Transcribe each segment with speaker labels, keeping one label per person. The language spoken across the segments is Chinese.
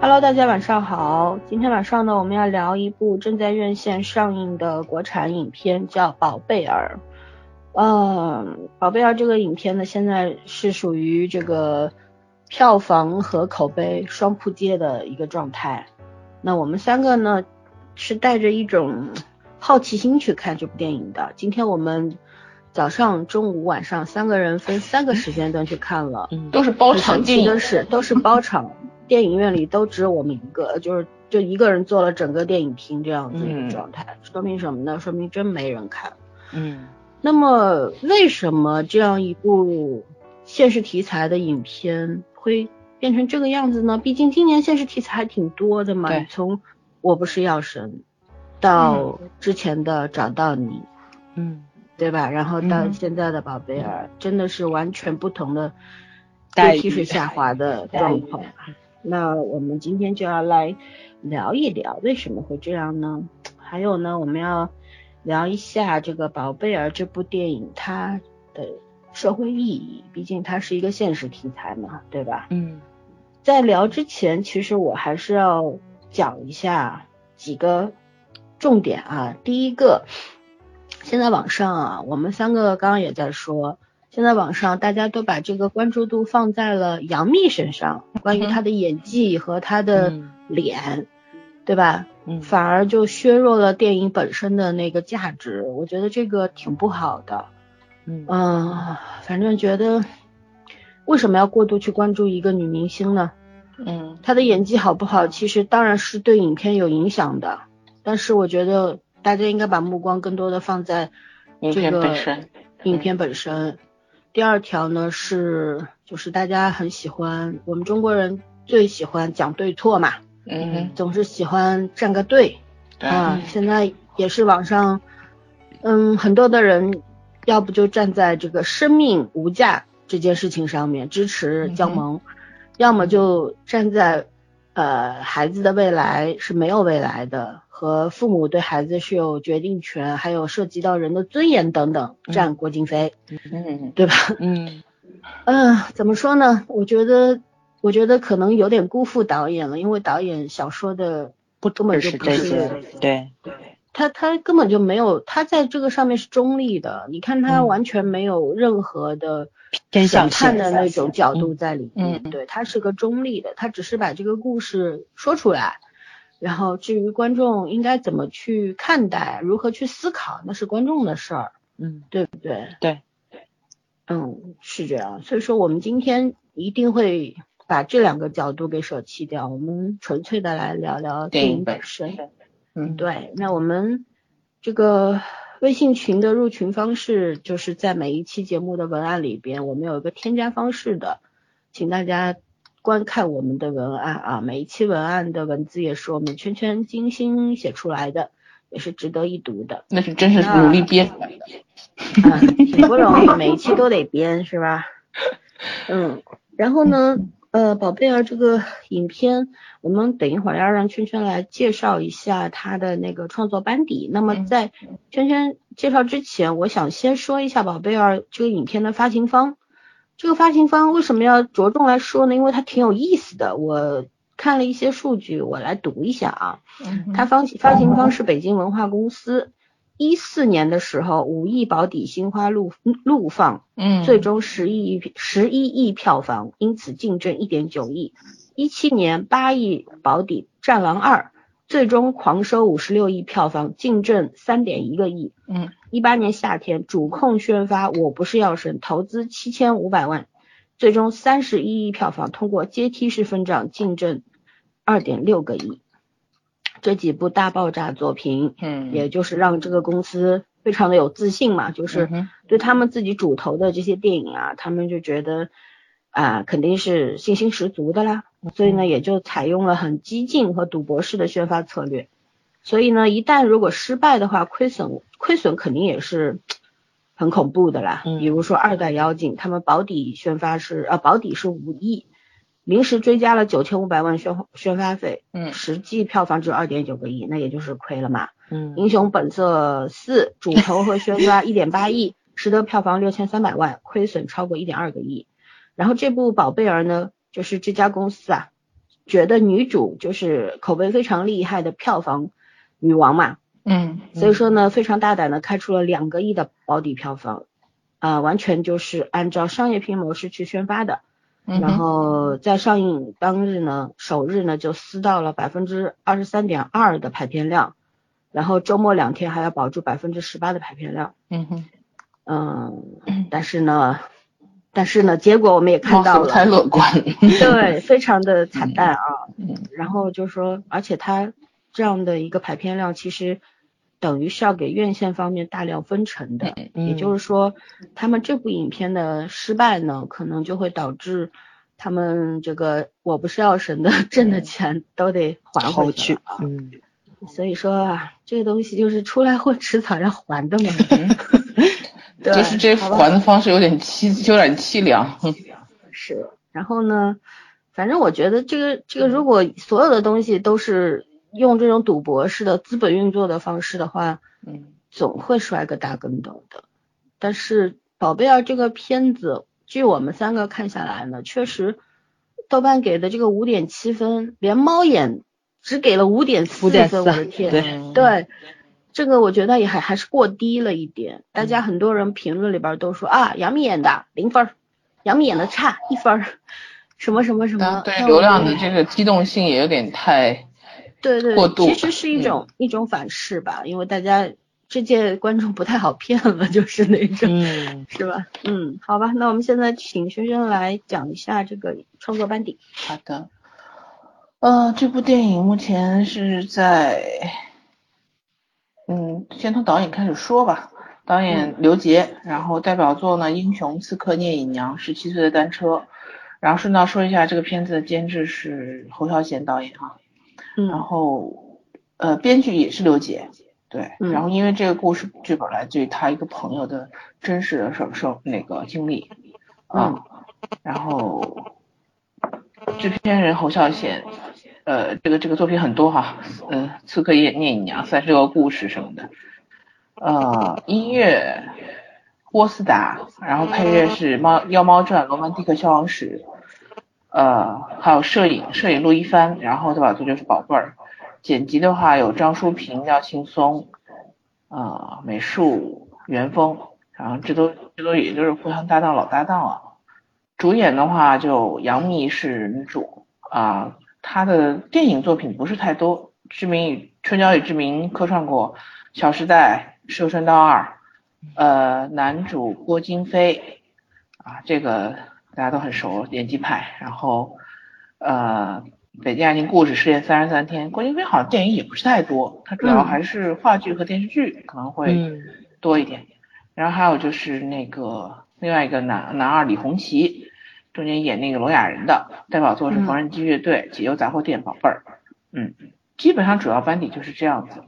Speaker 1: Hello，大家晚上好。今天晚上呢，我们要聊一部正在院线上映的国产影片，叫《宝贝儿》。呃，《宝贝儿》这个影片呢，现在是属于这个票房和口碑双扑街的一个状态。那我们三个呢，是带着一种好奇心去看这部电影的。今天我们早上、中午、晚上三个人分三个时间段去看了。
Speaker 2: 都是包
Speaker 1: 很
Speaker 2: 场
Speaker 1: 神
Speaker 2: 电
Speaker 1: 奇的
Speaker 2: 影，
Speaker 1: 是，都是包场，电影院里都只有我们一个，就是就一个人做了整个电影厅这样子的
Speaker 2: 嗯
Speaker 1: 状态，说明什么呢？说明真没人看。
Speaker 2: 嗯，
Speaker 1: 那么为什么这样一部现实题材的影片会变成这个样子呢？毕竟今年现实题材还挺多的嘛，
Speaker 2: 对
Speaker 1: 你从《我不是药神》到之前的《找到你》
Speaker 2: 嗯，
Speaker 1: 对吧？然后到
Speaker 2: 嗯
Speaker 1: 现在的宝贝儿，真的是完全不同的
Speaker 2: 待
Speaker 1: 阶
Speaker 2: 遇
Speaker 1: 梯水下滑的状况。啊那我们今天就要来聊一聊为什么会这样呢？还有呢，我们要聊一下这个《宝贝儿》这部电影它的社会意义，毕竟它是一个现实题材嘛，对吧？
Speaker 2: 嗯，
Speaker 1: 在聊之前，其实我还是要讲一下几个重点啊。第一个，现在网上啊，我们三个刚刚也在说，现在网上大家都把这个关注度放在了杨幂身上，关于她的演技和她的
Speaker 2: 嗯
Speaker 1: 脸，对吧？
Speaker 2: 嗯，
Speaker 1: 反而就削弱了电影本身的那个价值，我觉得这个挺不好的。
Speaker 2: 嗯，
Speaker 1: 嗯，反正觉得为什么要过度去关注一个女明星呢？
Speaker 2: 嗯，
Speaker 1: 她的演技好不好，其实当然是对影片有影响的，但是我觉得大家应该把目光更多的放在
Speaker 2: 影
Speaker 1: 这
Speaker 2: 片
Speaker 1: 个
Speaker 2: 嗯本身，嗯
Speaker 1: 影片本身。第二条呢是，就是大家很喜欢，我们中国人最喜欢讲对错嘛，
Speaker 2: 嗯哼，
Speaker 1: 总是喜欢站个队
Speaker 2: 对，
Speaker 1: 啊。现在也是网上，嗯，很多的人要不就站在这个生命无价这件事情上面支持
Speaker 2: 嗯哼
Speaker 1: 江萌，要么就站在呃孩子的未来是没有未来的，和父母对孩子是有决定权，还有涉及到人的尊严等等，站郭京飞，
Speaker 2: 嗯
Speaker 1: 对吧？
Speaker 2: 嗯
Speaker 1: 嗯、怎么说呢？我觉得，我觉得可能有点辜负导演了，因为导演想说的不根本就
Speaker 2: 就
Speaker 1: 是不
Speaker 2: 这些
Speaker 1: 是，
Speaker 2: 对，
Speaker 1: 他，他根本就没有，他在这个上面是中立的，你看他
Speaker 2: 嗯
Speaker 1: 完全没有任何的
Speaker 2: 偏向
Speaker 1: 审判的
Speaker 2: 性
Speaker 1: 那种角度在里面，
Speaker 2: 嗯
Speaker 1: 对，他是个中立的，他只是把这个故事说出来。然后，至于观众应该怎么去看待，如何去思考，那是观众的事儿。
Speaker 2: 嗯，
Speaker 1: 对不对？
Speaker 2: 对，
Speaker 1: 嗯，是这样。所以说，我们今天一定会把这两个角度给舍弃掉，我们纯粹的来聊聊
Speaker 2: 电
Speaker 1: 电
Speaker 2: 影
Speaker 1: 影
Speaker 2: 本
Speaker 1: 本身。
Speaker 2: 嗯，
Speaker 1: 对，那我们这个微信群的入群方式，就是在每一期节目的文案里边，我们有一个添加方式的，请大家观看我们的文案啊，每一期文案的文字也是我们圈圈精心写出来的，也是值得一读的。
Speaker 2: 那是真是努力憋出来的，
Speaker 1: 嗯， 挺不容易，每一期都得编是吧？嗯，然后呢，呃，宝贝儿这个影片，我们等一会儿要让圈圈来介绍一下他的那个创作班底。那么
Speaker 2: 嗯
Speaker 1: 在圈圈介绍之前，我想先说一下宝贝儿这个影片的发行方。这个发行方为什么要着重来说呢？因为它挺有意思的。我看了一些数据，我来读一下啊。
Speaker 2: 嗯
Speaker 1: 它发发行方是北京文化公司。一四年的时候，五亿保底《心花怒怒放》
Speaker 2: 嗯，
Speaker 1: 最终十亿十一亿票房，因此净挣一点九亿。一七年八亿保底《战狼二》，最终狂收五十六亿票房，净挣三点一个亿。
Speaker 2: 嗯
Speaker 1: 一八年夏天主控宣发《我不是药神》，投资七千五百万，最终三十一亿票房，通过阶梯式分账净挣二点六个亿。这几部大爆炸作品，
Speaker 2: 嗯，
Speaker 1: 也就是让这个公司非常的有自信嘛，就是
Speaker 2: 嗯哼
Speaker 1: 对他们自己主投的这些电影啊，他们就觉得啊、肯定是信心十足的啦，所以
Speaker 2: 嗯
Speaker 1: 呢，也就采用了很激进和赌博式的宣发策略。所以呢，一旦如果失败的话，亏损亏损肯定也是很恐怖的啦。
Speaker 2: 嗯
Speaker 1: 比如说二代妖精，他们保底宣发是啊、保底是五亿，临时追加了九千五百万宣宣发费，
Speaker 2: 嗯
Speaker 1: 实际票房只有二点九个亿，那也就是亏了嘛。
Speaker 2: 嗯
Speaker 1: 英雄本色四主投和宣发一点八亿，实得票房六千三百万，亏损超过一点二个亿。然后这部《宝贝儿》呢，就是这家公司啊，觉得女主就是口碑非常厉害的票房女王嘛，
Speaker 2: 嗯，
Speaker 1: 所以说呢，非常大胆的开出了两个亿的保底票房，啊、完全就是按照商业片模式去宣发的。
Speaker 2: 嗯
Speaker 1: 然
Speaker 2: 哼
Speaker 1: 后在上映当日呢，首日呢就撕到了百分之二十三点二的排片量，然后周末两天还要保住百分之十八的排片量。
Speaker 2: 嗯哼，
Speaker 1: 嗯，但是呢，但是呢，结果我们也看
Speaker 2: 貌似
Speaker 1: 到
Speaker 2: 不
Speaker 1: 了，
Speaker 2: 太乐观，
Speaker 1: 对，非常的惨淡啊。
Speaker 2: 嗯
Speaker 1: 然后就说，而且它这样的一个排片量，其实等于是要给院线方面大量分成的。嗯也
Speaker 2: 嗯
Speaker 1: 就是说，他们这部影片的失败呢，可能就会导致他们这个我不是药神的挣的钱都得还回去了啊。
Speaker 3: 嗯，
Speaker 1: 所以说啊，这个东西就是出来混，迟早要还的嘛。
Speaker 2: 嗯
Speaker 1: 对，
Speaker 2: 就是这
Speaker 1: 好吧嗯
Speaker 2: 还的方式有点凄，有点凄凉。
Speaker 1: 是，然后呢，反正我觉得这个这个，如果所有的东西都是用这种赌博式的资本运作的方式的话，
Speaker 2: 嗯
Speaker 1: 总会摔个大跟头的。但是《宝贝儿》这个片子，据我们三个看下来呢，确实豆瓣给的这个五点七分，连猫眼只给了五点四分，我的
Speaker 3: 5.4
Speaker 1: 天，
Speaker 3: 对
Speaker 1: 对，这个我觉得也还还是过低了一点。大家很多人评论里边都说啊，杨幂演的零分儿，杨幂演的差一分儿，什么什么什
Speaker 2: 当
Speaker 1: 么
Speaker 2: 嗯然，。对
Speaker 1: 那我
Speaker 2: 流量
Speaker 1: 觉
Speaker 2: 的
Speaker 1: 得
Speaker 2: 这个机动性也有点 太，
Speaker 1: 对对，
Speaker 2: 过度
Speaker 1: 其实是一种、一种反噬吧，因为大家这届观众不太好骗了， 就是那种。
Speaker 3: 嗯，
Speaker 1: 是吧？嗯，好吧，那我们现在请轩轩来讲一下这个创作班底。
Speaker 2: 好的，呃，这部电影目前是在，嗯，先从导演开始说吧。导演刘杰，然后代表作呢《英雄刺客聂隐娘》《十七岁的单车》，然后顺道说一下这个片子的监制是侯孝贤导演啊，然
Speaker 1: 嗯
Speaker 2: 后呃编剧也是刘杰，对，
Speaker 1: 嗯
Speaker 2: 然后因为这个故事剧本来自于他一个朋友的真实的手手那个经历，啊，然后制片人侯孝贤，呃，这个这个作品很多哈，嗯、呃，《刺客聂聂隐娘》《三十六个故事》什么的，呃，音乐郭思达，然后配乐是《猫妖猫传》《罗曼蒂克消亡史》，呃，还有摄影，摄影陆一帆，然后代表作就是《宝贝儿》，剪辑的话有张淑平、廖青松，呃，美术袁峰，然后这都这都也就是互相搭档老搭档了。主演的话就杨幂是女主啊、她的电影作品不是太多，《志明与春娇与志明》客串过，《小时代》《射春刀二》，呃，男主郭京飞啊，这个大家都很熟，演技派。然后呃，《北京爱情故事》《失恋三十三天》，郭京飞好像电影也不是太多，他主要
Speaker 1: 嗯
Speaker 2: 还是话剧和电视剧可能会。
Speaker 3: 嗯
Speaker 2: 多一点。然后还有就是那个另外一个男男二李红旗，中间演那个聋哑人的，代表作是
Speaker 1: 嗯
Speaker 2: 缝纫机乐队、解忧杂货店、宝贝儿。嗯，基本上主要班底就是这样子。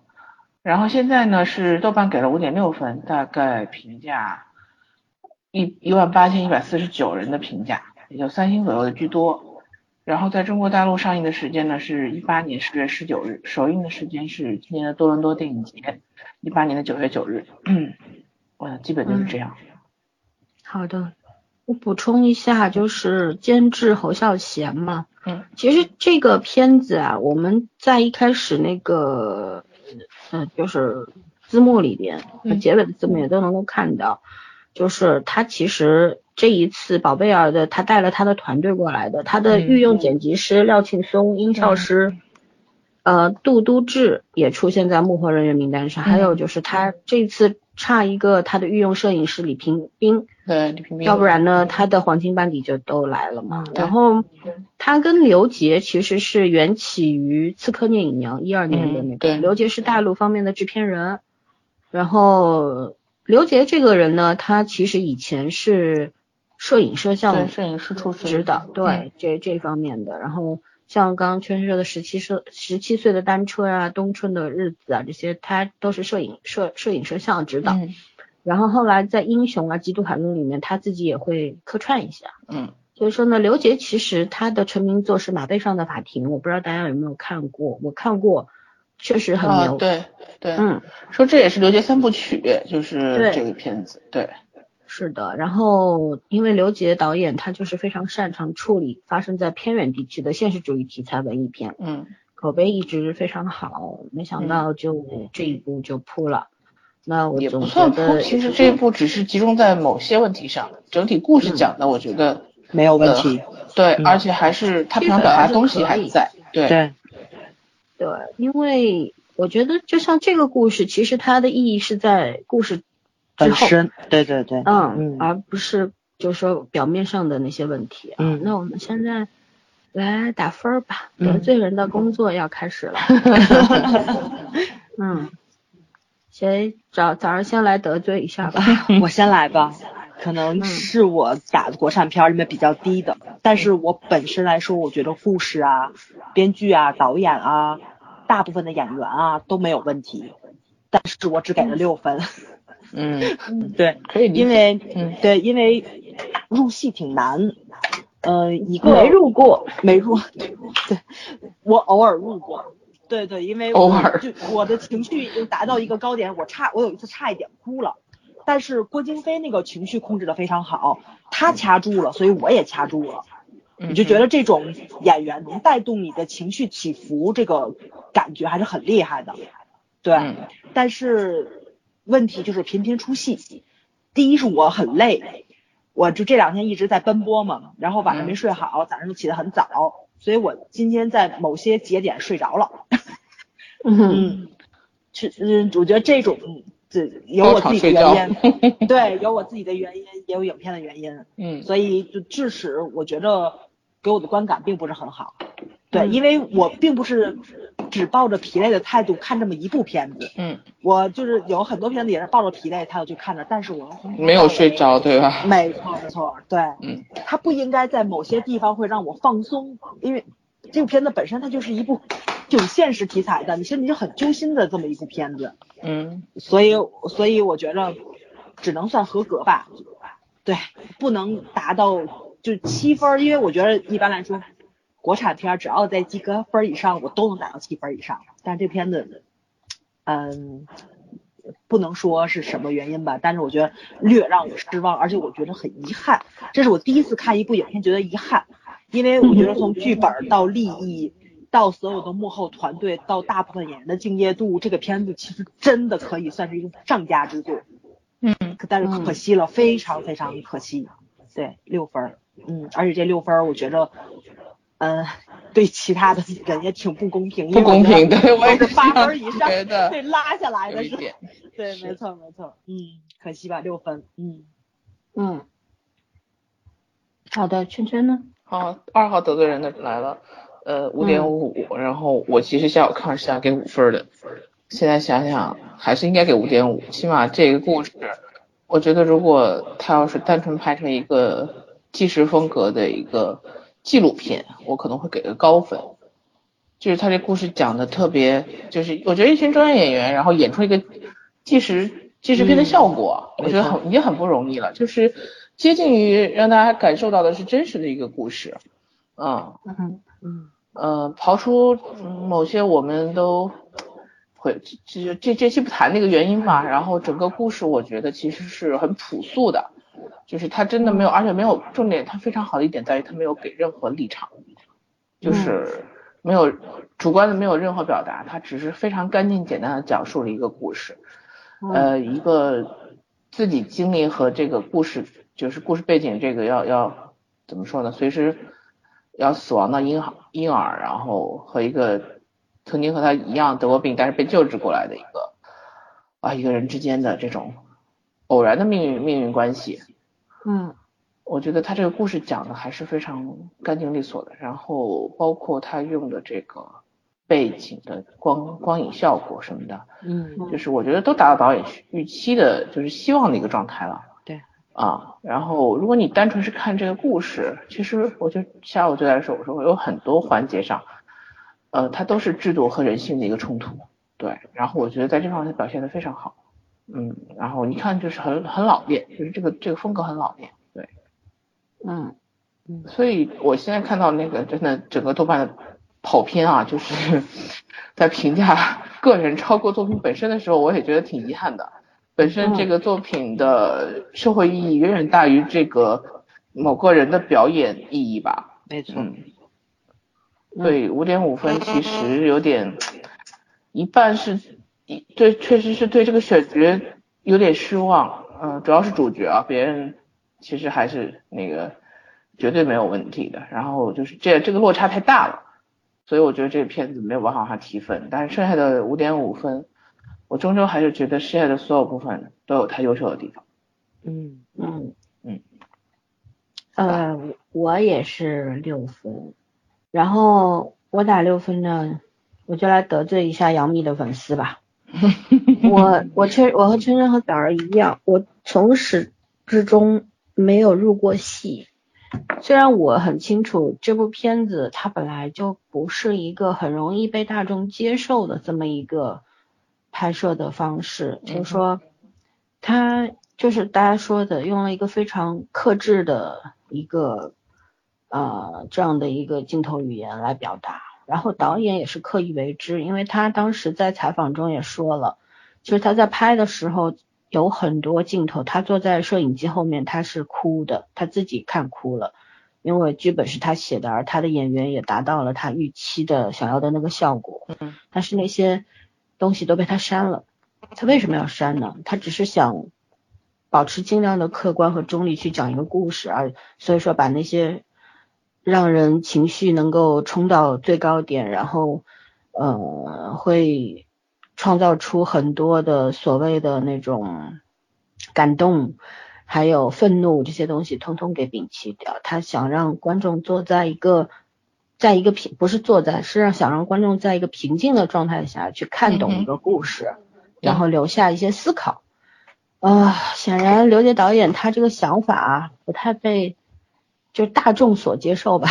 Speaker 2: 然后现在呢是豆瓣给了五点六分，大概评价一一万八千一百四十九人的评价，也就三星左右的居多。然后在中国大陆上映的时间呢是一八年十月十九日，首映的时间是今年的多伦多电影节，一八年的九月九日。嗯，我基本就是这样。
Speaker 1: 好的，我补充一下，就是监制侯孝贤嘛。
Speaker 2: 嗯，
Speaker 1: 其实这个片子啊，我们在一开始那个，嗯、就是字幕里边和
Speaker 2: 嗯
Speaker 1: 结尾的字幕也都能够看到，就是他其实这一次宝贝儿的，他带了他的团队过来的，他的
Speaker 2: 嗯
Speaker 1: 御用剪辑师廖庆松、音效师。呃，杜都智也出现在幕后人员名单上，还
Speaker 2: 嗯
Speaker 1: 有就是他这次差一个他的御用摄影师李平斌，
Speaker 2: 对，李冰冰。
Speaker 1: 要不然呢，他的黄金班底就都来了嘛。
Speaker 2: 嗯对
Speaker 1: 然后他跟刘杰其实是缘起于《刺客聂隐娘》一二年的那个，
Speaker 2: 嗯对
Speaker 1: 刘杰是大陆方面的制片人。然后刘杰这个人呢，他其实以前是摄影摄
Speaker 2: 对
Speaker 1: 像
Speaker 2: 摄影师出身。嗯
Speaker 1: 指导，对、这这方面的。然后像刚刚圈说的十七岁十七岁的单车啊，冬春的日子啊，这些他都是摄影摄摄影摄像指导。
Speaker 2: 嗯
Speaker 1: 然后后来在英雄啊、极度海陆里面，他自己也会客串一下。
Speaker 2: 嗯
Speaker 1: 所以说呢，刘杰其实他的成名作是《马背上的法庭》，我不知道大家有没有看过，我看过，确实很
Speaker 2: 啊
Speaker 1: 牛。，
Speaker 2: 对对，
Speaker 1: 嗯，
Speaker 2: 说这也是刘杰三部曲，就是
Speaker 1: 对
Speaker 2: 这个片子，对，
Speaker 1: 是的，然后因为刘杰导演他就是非常擅长处理发生在偏远地区的现实主义题材文艺片，
Speaker 2: 嗯
Speaker 1: 口碑一直非常好，没想到就、这一部就扑了。那我
Speaker 2: 也不
Speaker 1: 总
Speaker 2: 算
Speaker 1: 觉
Speaker 2: 扑，
Speaker 1: 得
Speaker 2: 其实这一部只是集中在某些问题上，整体故事
Speaker 1: 嗯
Speaker 2: 讲的我觉得
Speaker 3: 没有问题。
Speaker 2: 对，
Speaker 3: 嗯
Speaker 2: 而且还是他
Speaker 1: 基
Speaker 2: 平常
Speaker 1: 本
Speaker 2: 表达
Speaker 1: 还
Speaker 2: 的
Speaker 1: 是
Speaker 2: 东西
Speaker 1: 可
Speaker 2: 还
Speaker 1: 以
Speaker 2: 在，对，
Speaker 3: 对，
Speaker 1: 对，因为我觉得就像这个故事，其实它的意义是在故事之
Speaker 3: 本
Speaker 1: 后，
Speaker 3: 身，对对对，
Speaker 1: 嗯，
Speaker 3: 嗯
Speaker 1: 而不是就是说表面上的那些问题啊。
Speaker 3: 嗯
Speaker 1: 那我们现在来打分儿吧，
Speaker 3: 嗯
Speaker 1: 得罪人的工作要开始 了。嗯，谁早早上先来得罪一下吧？
Speaker 3: 嗯我先来吧，可能是我打的国产片儿里面比较低的，但是我本身来说，我觉得护士啊、编剧啊、导演啊，大部分的演员啊都没有问题，但是我只给了六分，
Speaker 2: 嗯，
Speaker 3: 对，
Speaker 2: 可以理解，
Speaker 3: 因为、
Speaker 2: 嗯
Speaker 3: 对，因为入戏挺难，呃，一个
Speaker 1: 没入过，
Speaker 3: 没入，对，我偶尔入过。对对，因为我
Speaker 2: 偶尔
Speaker 3: 就我的情绪已经达到一个高点，我差我有一次差一点哭了，但是郭京飞那个情绪控制的非常好，他掐住了，所以我也掐住了，
Speaker 2: 嗯
Speaker 3: 你就觉得这种演员能带动你的情绪起伏，这个感觉还是很厉害的，对。
Speaker 2: 嗯
Speaker 3: 但是问题就是频频出戏。第一是我很累，我就这两天一直在奔波嘛，然后晚上没睡好，早上就起得很早，所以我今天在某些节点睡着了。
Speaker 1: 嗯，
Speaker 3: 嗯，是嗯，我觉得这种这有我自己的原因，对，有我自己的原因，也有影片的原因，
Speaker 2: 嗯
Speaker 3: 所以就致使我觉得给我的观感并不是很好。对，
Speaker 1: 嗯
Speaker 3: 因为我并不是只抱着疲累的态度看这么一部片子，
Speaker 2: 嗯，
Speaker 3: 我就是有很多片子也是抱着疲累态度去看的，但是我
Speaker 2: 没有睡。着对吧？
Speaker 3: 没错，没错，对，
Speaker 2: 嗯，
Speaker 3: 它不应该在某些地方会让我放松，因为这个片子本身它就是一部这种现实题材的，你心里就很揪心的这么一部片子，
Speaker 2: 嗯
Speaker 3: 所以，所以我觉着只能算合格吧，对，不能达到就七分儿，因为我觉得一般来说，国产片儿只要在及格分儿以上，我都能达到七分儿以上，但是这片子，嗯。不能说是什么原因吧，但是我觉得略让我失望，而且我觉得很遗憾。这是我第一次看一部影片觉得遗憾，因为我觉得从剧本到立意，到所有的幕后团队，到大部分演员的敬业度，这个片子其实真的可以算是一个上佳之作。
Speaker 2: 嗯，
Speaker 3: 可但是可惜了，非常非常可惜。对，六分儿，嗯，而且这六分儿我觉着，嗯、对其他的人也挺不公平，因 为
Speaker 2: 不公
Speaker 3: 我觉得
Speaker 2: 平对我也
Speaker 3: 都是八分儿以上
Speaker 2: 觉得
Speaker 3: 被拉下来
Speaker 2: 有
Speaker 3: 的
Speaker 2: 一
Speaker 3: 是，
Speaker 2: 点，
Speaker 3: 对，
Speaker 2: 是
Speaker 3: 没错没错，嗯，可惜吧，六分，嗯，
Speaker 1: 嗯，好的，圈圈呢？
Speaker 2: 好，二号得罪人的来了，呃，五
Speaker 3: 嗯
Speaker 2: 点五五，然后我其实下午看是想给五分的，现在想想还是应该给五点五，起码这个故事，我觉得如果他要是单纯拍成一个纪实风格的一个纪录片，我可能会给个高分。就是他这故事讲的特别，就是我觉得一群专业演员，然后演出一个纪实纪实片的效果，我觉得很也很不容易了，就是接近于让大家感受到的是真实的一个故事，嗯
Speaker 1: 嗯
Speaker 3: 嗯
Speaker 2: 呃，刨出嗯某些我们都会这这这这期不谈那个原因吧，然后整个故事我觉得其实是很朴素的，就是他真的没有，而且没有重点，他非常好的一点在于他没有给任何立场，就是没有主观的没有任何表达，他只是非常干净简单的讲述了一个故事，呃，一个自己经历和这个故事，就是故事背景这个要要怎么说呢？随时要死亡的婴孩婴儿，然后和一个曾经和他一样得过病，但是被救治过来的一个啊一个人之间的这种偶然的命运命运关系，
Speaker 1: 嗯
Speaker 2: 我觉得他这个故事讲的还是非常干净利索的，然后包括他用的这个背景的光光影效果什么的，
Speaker 3: 嗯
Speaker 2: 就是我觉得都达到导演预期的，就是希望的一个状态了。
Speaker 3: 对。
Speaker 2: 啊，然后如果你单纯是看这个故事，其实我就下午就在说，我说有很多环节上，呃，它都是制度和人性的一个冲突。对，然后我觉得在这方面表现的非常好。嗯，然后你看就是很很老练，就是这个这个风格很老练。对，
Speaker 1: 嗯
Speaker 2: 所以我现在看到那个真的整个豆瓣的跑偏啊，就是 在评价个人超过作品本身的时候，我也觉得挺遗憾的。本身这个作品的社会意义远远大于这个某个人的表演意义吧。
Speaker 3: 没错，
Speaker 2: 嗯，对，五点五分其实有点，一半是，一对，确实是对这个选角有点失望。嗯、主要是主角啊，别人其实还是那个绝对没有问题的。然后就是这这个落差太大了，所以我觉得这个片子没有办法往上提分。但是剩下的五点五分，我终究还是觉得剩下的所有部分都有它优秀的地方。
Speaker 3: 嗯，
Speaker 1: 嗯
Speaker 2: 嗯，
Speaker 1: 呃，我也是六分，然后我打六分呢，我就来得罪一下杨幂的粉丝吧。我我确我和圈圈和枣儿一样，我从始至终没有入过戏。虽然我很清楚这部片子它本来就不是一个很容易被大众接受的这么一个拍摄的方式，就是说它就是大家说的用了一个非常克制的一个呃这样的一个镜头语言来表达。然后导演也是刻意为之，因为他当时在采访中也说了，就是他在拍的时候有很多镜头，他坐在摄影机后面他是哭的，他自己看哭了，因为剧本是他写的，而他的演员也达到了他预期的想要的那个效果，
Speaker 2: 嗯，
Speaker 1: 但是那些东西都被他删了，他为什么要删呢？他只是想保持尽量的客观和中立去讲一个故事，而所以说把那些让人情绪能够冲到最高点，然后呃会创造出很多的所谓的那种感动，还有愤怒这些东西，通通给摒弃掉。他想让观众坐在一个。在一个平不是坐在，是让想让观众在一个平静的状态下去看懂一个故事，然后留下一些思考。啊、显然刘杰导演他这个想法啊不太被就大众所接受吧。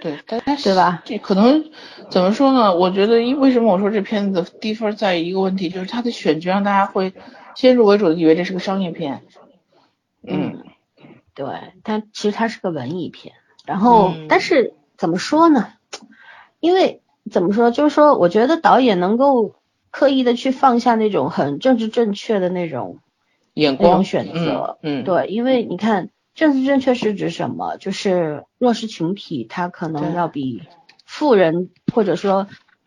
Speaker 2: 对，但但是
Speaker 1: 对吧？
Speaker 2: 这可能怎么说呢？我觉得，因为什么我说这片子低分在于一个问题，就是它的选角让大家会先入为主的以为这是个商业片。嗯，
Speaker 1: 对，但其实它是个文艺片。然后，
Speaker 2: 嗯
Speaker 1: 但是怎么说呢？因为怎么说，就是说，我觉得导演能够刻意的去放下那种很政治正确的那种
Speaker 2: 眼
Speaker 1: 那
Speaker 2: 光
Speaker 1: 种选择。
Speaker 2: 嗯，嗯，
Speaker 1: 对，因为你看政治正确是指什么？就是弱势群体，他可能
Speaker 2: 对
Speaker 1: 要比富人或者说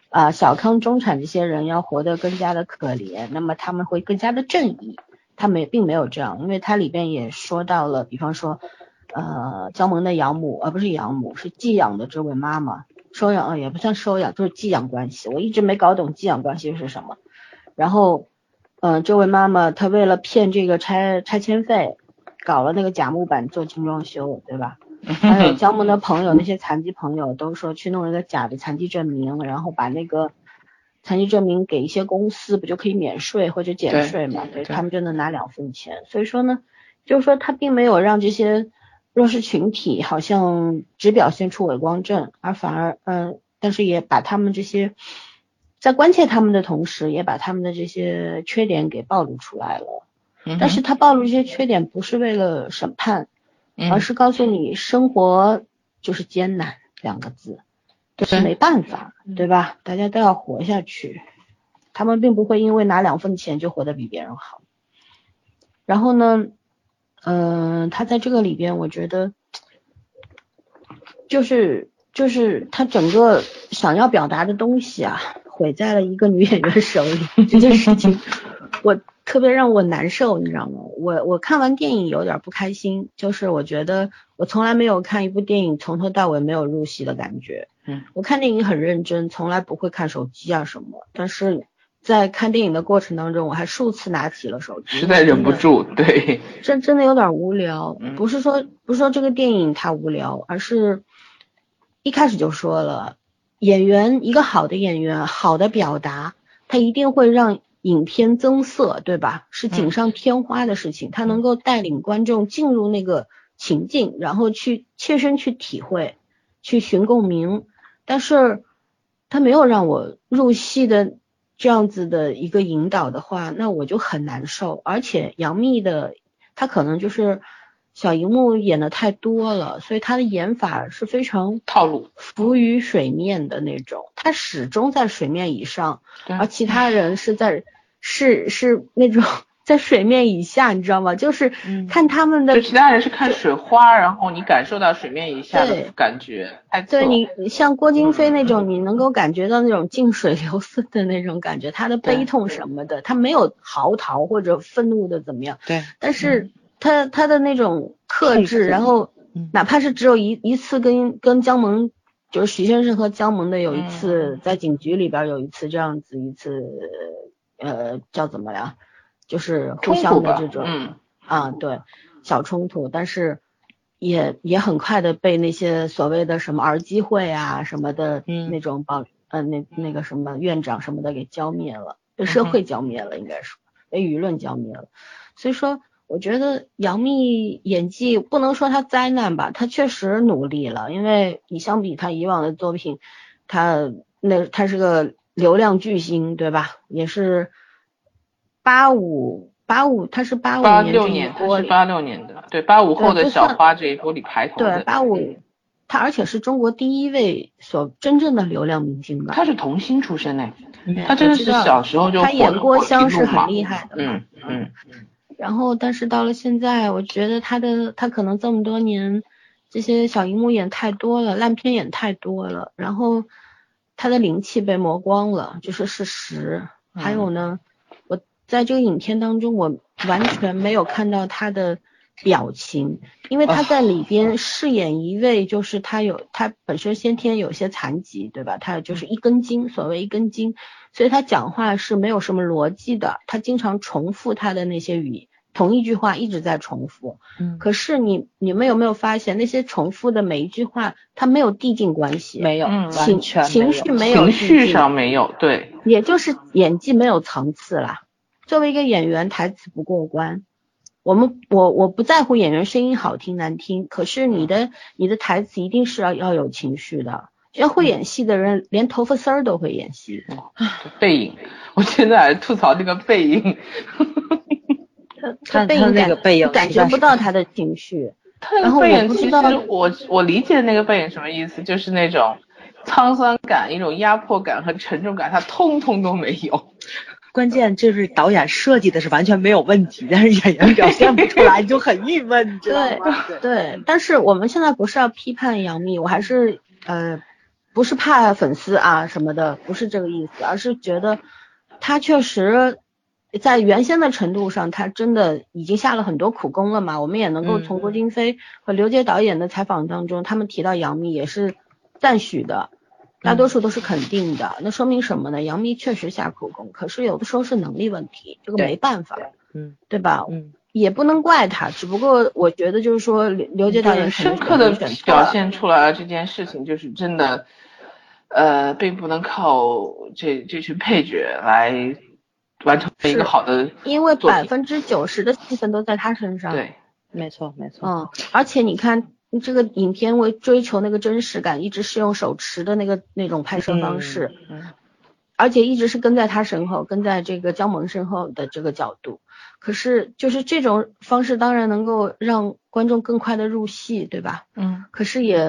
Speaker 1: 啊、小康中产这些人要活得更加的可怜，那么他们会更加的正义。他没并没有这样，因为它里边也说到了，比方说，呃，焦萌的养母，而、不是养母，是寄养的这位妈妈，收养、呃、也不算收养，就是寄养关系。我一直没搞懂寄养关系是什么。然后，嗯、这位妈妈她为了骗这个拆拆迁费，搞了那个假木板做精装修，对吧？ 还 有江萌的朋友，那些残疾朋友都说去弄一个假的残疾证明，然后把那个残疾证明给一些公司，不就可以免税或者减
Speaker 2: 对
Speaker 1: 税嘛？对
Speaker 2: 对
Speaker 1: 他们就能拿两分钱。所以说呢，就是说他并没有让这些弱势群体好像只表现出伪光正，而反而嗯、呃但是也把他们这些在关切他们的同时，也把他们的这些缺点给暴露出来了。
Speaker 2: 嗯哼
Speaker 1: 但是他暴露这些缺点不是为了审判。
Speaker 2: 嗯
Speaker 1: 而呃是告诉你生活就是艰难两个字，这是
Speaker 2: 对嗯
Speaker 1: 没办法，对吧？大家都要活下去，他们并不会因为拿两份钱就活得比别人好。然后呢，嗯、他在这个里边，我觉得就是就是他整个想要表达的东西啊，毁在了一个女演员手里，这件事情我特别让我难受，你知道吗？我我看完电影有点不开心，就是我觉得我从来没有看一部电影从头到尾没有入戏的感觉。
Speaker 2: 嗯，
Speaker 1: 我看电影很认真，从来不会看手机啊什么，但是在看电影的过程当中，我还数次拿起了手机，
Speaker 2: 实在忍不住，
Speaker 1: 嗯
Speaker 2: 对，
Speaker 1: 这真的有点无聊
Speaker 2: 嗯。
Speaker 1: 不是说不是说这个电影它无聊，而是一开始就说了，演员一个好的演员，好的表达，他一定会让影片增色，对吧？是锦上添花的事情，他能够带领观众进入那个情境，然后去切身去体会，去寻共鸣。但是他没有让我入戏的这样子的一个引导的话，那我就很难受。而且杨幂的她可能就是小荧幕演的太多了，所以她的演法是非常
Speaker 2: 套路，
Speaker 1: 浮于水面的那种，她始终在水面以上，
Speaker 2: 对
Speaker 1: 而其他人是在是是那种 在水面以下，你知道吗？就是
Speaker 3: 嗯
Speaker 1: 看他们的
Speaker 2: 就其他人是看水花，然后你感受到水面以下
Speaker 1: 对
Speaker 2: 的感觉，太错嗯
Speaker 1: 对你你像郭京飞那种，你能够感觉到那种静水流深的那种感觉，他的悲
Speaker 2: 对
Speaker 1: 痛什么的，他没有嚎啕或者愤怒的怎么样，
Speaker 3: 对，
Speaker 1: 但是他他的那种克
Speaker 3: 控
Speaker 1: 制，
Speaker 3: 制
Speaker 1: 然后
Speaker 3: 嗯
Speaker 1: 哪怕是只有一一次跟跟江萌，就是徐先生和江萌的有一次在警局里边有一次这样子一次，呃，叫怎么呀？就是互
Speaker 2: 冲突
Speaker 1: 相的
Speaker 2: 吧
Speaker 1: 这种，
Speaker 2: 嗯，
Speaker 1: 啊，对，小冲突，但是也也很快的被那些所谓的什么儿机会啊什么的
Speaker 3: 嗯
Speaker 1: 那种保，呃，那那个什么院长什么的给浇灭了，被社
Speaker 3: 嗯哼
Speaker 1: 会浇灭了，应该说被舆论浇灭了。所以说，我觉得杨幂演技不能说她灾难吧，她确实努力了，因为你相比她以往的作品，她那她是个流量巨星，对吧？也是八五八五，她是八
Speaker 2: 八
Speaker 1: 五年
Speaker 2: 六
Speaker 1: 这一
Speaker 2: 年
Speaker 1: 波
Speaker 2: 他是
Speaker 1: 里，
Speaker 2: 八六年的，对八五后
Speaker 1: 对
Speaker 2: 的
Speaker 1: 就
Speaker 2: 小
Speaker 1: 算
Speaker 2: 花这一波里排头的，
Speaker 1: 对八五，她而且是中国第一位所真正的流量明星吧？
Speaker 2: 他是童星出身哎嘞，
Speaker 3: 嗯
Speaker 2: 他真的
Speaker 1: 我知
Speaker 2: 是啊
Speaker 1: 道
Speaker 2: 小时候就
Speaker 1: 她演
Speaker 2: 混
Speaker 1: 郭
Speaker 2: 混一
Speaker 1: 襄是
Speaker 2: 路嘛
Speaker 1: 很厉害的嘛，
Speaker 2: 嗯嗯，
Speaker 1: 然后，但是到了现在，我觉得他的他可能这么多年，这些小荧幕演太多了，烂片演太多了，然后他的灵气被磨光了，这是事实。还有呢，我在这个影片当中，我完全没有看到他的表情，因为他在里边饰演一位，就是他有他本身先天有些残疾，对吧？他就是一根筋，所谓一根筋，所以他讲话是没有什么逻辑的，他经常重复他的那些语，同一句话一直在重复。
Speaker 3: 嗯
Speaker 1: 可是你你们有没有发现，那些重复的每一句话，他没有递进关系，
Speaker 3: 没有，
Speaker 2: 嗯
Speaker 3: 完
Speaker 1: 情
Speaker 3: 全
Speaker 1: 情
Speaker 3: 没有
Speaker 1: 绪没有
Speaker 2: 情
Speaker 1: 递
Speaker 2: 绪
Speaker 1: 进
Speaker 2: 上没有，对，
Speaker 1: 也就是演技没有层次啦。作为一个演员，台词不过关。我们我我不在乎演员声音好听难听，可是你的你的台词一定是要要有情绪的。要会演戏的人，连头发丝儿都会演戏。
Speaker 2: 背影，我现在还吐槽这个背影，
Speaker 1: 他
Speaker 3: 看
Speaker 1: 背
Speaker 3: 他
Speaker 1: 影
Speaker 3: 那
Speaker 1: 感
Speaker 3: 个背影
Speaker 1: 感
Speaker 3: 实
Speaker 1: 觉
Speaker 3: 在
Speaker 1: 不
Speaker 3: 是
Speaker 1: 到他的情绪。
Speaker 2: 他那
Speaker 1: 然后
Speaker 2: 个背
Speaker 1: 我
Speaker 2: 影
Speaker 1: 不
Speaker 2: 其
Speaker 1: 知
Speaker 2: 实
Speaker 1: 道
Speaker 2: 我我理解那个背影什么意思，就是那种沧桑感、一种压迫感和沉重感，他通通都没有。
Speaker 3: 关键就是导演设计的是完全没有问题，但是演员表现不出来， 你就很郁闷，你知道吗？对，
Speaker 1: 对，但是我们现在不是要批判杨幂，我还是呃，不是怕粉丝啊什么的，不是这个意思，而是觉得她确实在原先的程度上，她真的已经下了很多苦功了嘛。我们也能够
Speaker 3: 嗯
Speaker 1: 从郭京飞和刘杰导演的采访当中，他们提到杨幂也是赞许的。大
Speaker 3: 嗯
Speaker 1: 多数都是肯定的，那说明什么呢？杨幂确实下苦功，可是有的时候是能力问题，这个
Speaker 3: 对
Speaker 1: 没办法，
Speaker 3: 嗯
Speaker 1: 对吧？
Speaker 3: 嗯，
Speaker 1: 也不能怪他，只不过我觉得就是说刘刘杰导
Speaker 2: 很
Speaker 1: 演
Speaker 2: 嗯深
Speaker 1: 可
Speaker 2: 刻
Speaker 1: 能
Speaker 2: 的
Speaker 1: 是选错
Speaker 2: 表
Speaker 1: 了，
Speaker 2: 现出来了这件事情，就是真的，呃，并不能靠这这群配角来完成一
Speaker 1: 是
Speaker 2: 个好的
Speaker 1: 因为
Speaker 2: 作
Speaker 1: 百
Speaker 2: 品。
Speaker 1: 分之九十的戏份都在他身上。，
Speaker 2: 对，
Speaker 3: 没错没错，
Speaker 1: 嗯，而且你看这个影片为追求那个真实感，一直是用手持的那个那种拍摄方式，
Speaker 3: 嗯，
Speaker 1: 而且一直是跟在他身后，跟在这个江萌身后的这个角度。可是就是这种方式，当然能够让观众更快的入戏，对吧？
Speaker 2: 嗯，
Speaker 1: 可是也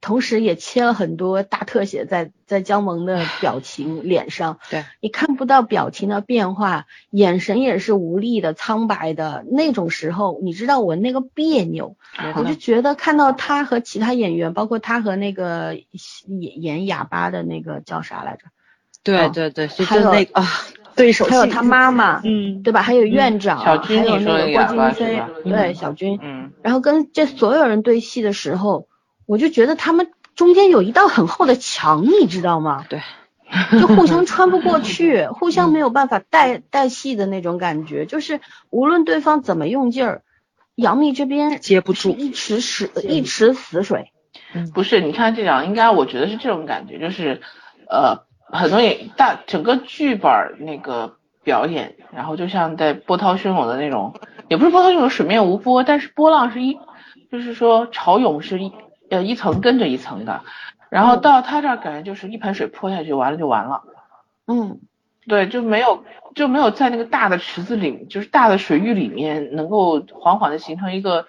Speaker 1: 同时也切了很多大特写在在江萌的表情脸上，
Speaker 3: 对，
Speaker 1: 你看不到表情的变化，眼神也是无力的、苍白的那种时候，你知道我那个别扭，
Speaker 3: 没
Speaker 1: 我就
Speaker 3: 错，
Speaker 1: 觉得看到他和其他演员，包括他和那个演演哑巴的那个叫啥来着，
Speaker 3: 对
Speaker 1: 嗯
Speaker 3: 对对，就
Speaker 1: 还
Speaker 3: 就
Speaker 1: 有
Speaker 3: 那个啊，对手
Speaker 1: 还有
Speaker 3: 戏
Speaker 1: 他，妈妈，
Speaker 3: 嗯，
Speaker 1: 对吧？还有院长，
Speaker 2: 小军
Speaker 1: 还有
Speaker 2: 你
Speaker 1: 那
Speaker 2: 说
Speaker 1: 个
Speaker 2: 的哑
Speaker 1: 郭
Speaker 2: 巴
Speaker 1: 京飞
Speaker 2: 是吧，
Speaker 1: 对
Speaker 2: 嗯
Speaker 1: 小军，
Speaker 2: 嗯，
Speaker 1: 然后跟这所有人对戏的时候，我就觉得他们中间有一道很厚的墙，你知道吗？
Speaker 3: 对，
Speaker 1: 就互相穿不 过去，互相没有办法带带戏的那种感觉，就是无论对方怎么用劲儿，杨幂这边
Speaker 3: 接不
Speaker 1: 是
Speaker 3: 住，
Speaker 1: 一池死一池死水。
Speaker 2: 不是，你看这样，应该我觉得是这种感觉，就是呃，很多演大整个剧本儿那个表演，然后就像在波涛汹涌的那种，也不是波涛汹涌，水面无波，但是波浪是一，就是说潮涌是一呃一层跟着一层的，然后到他这儿感觉就是一盆水泼下去，完了就完了。
Speaker 1: 嗯，
Speaker 2: 对，就没有就没有在那个大的池子里，就是大的水域里面，能够缓缓的形成一个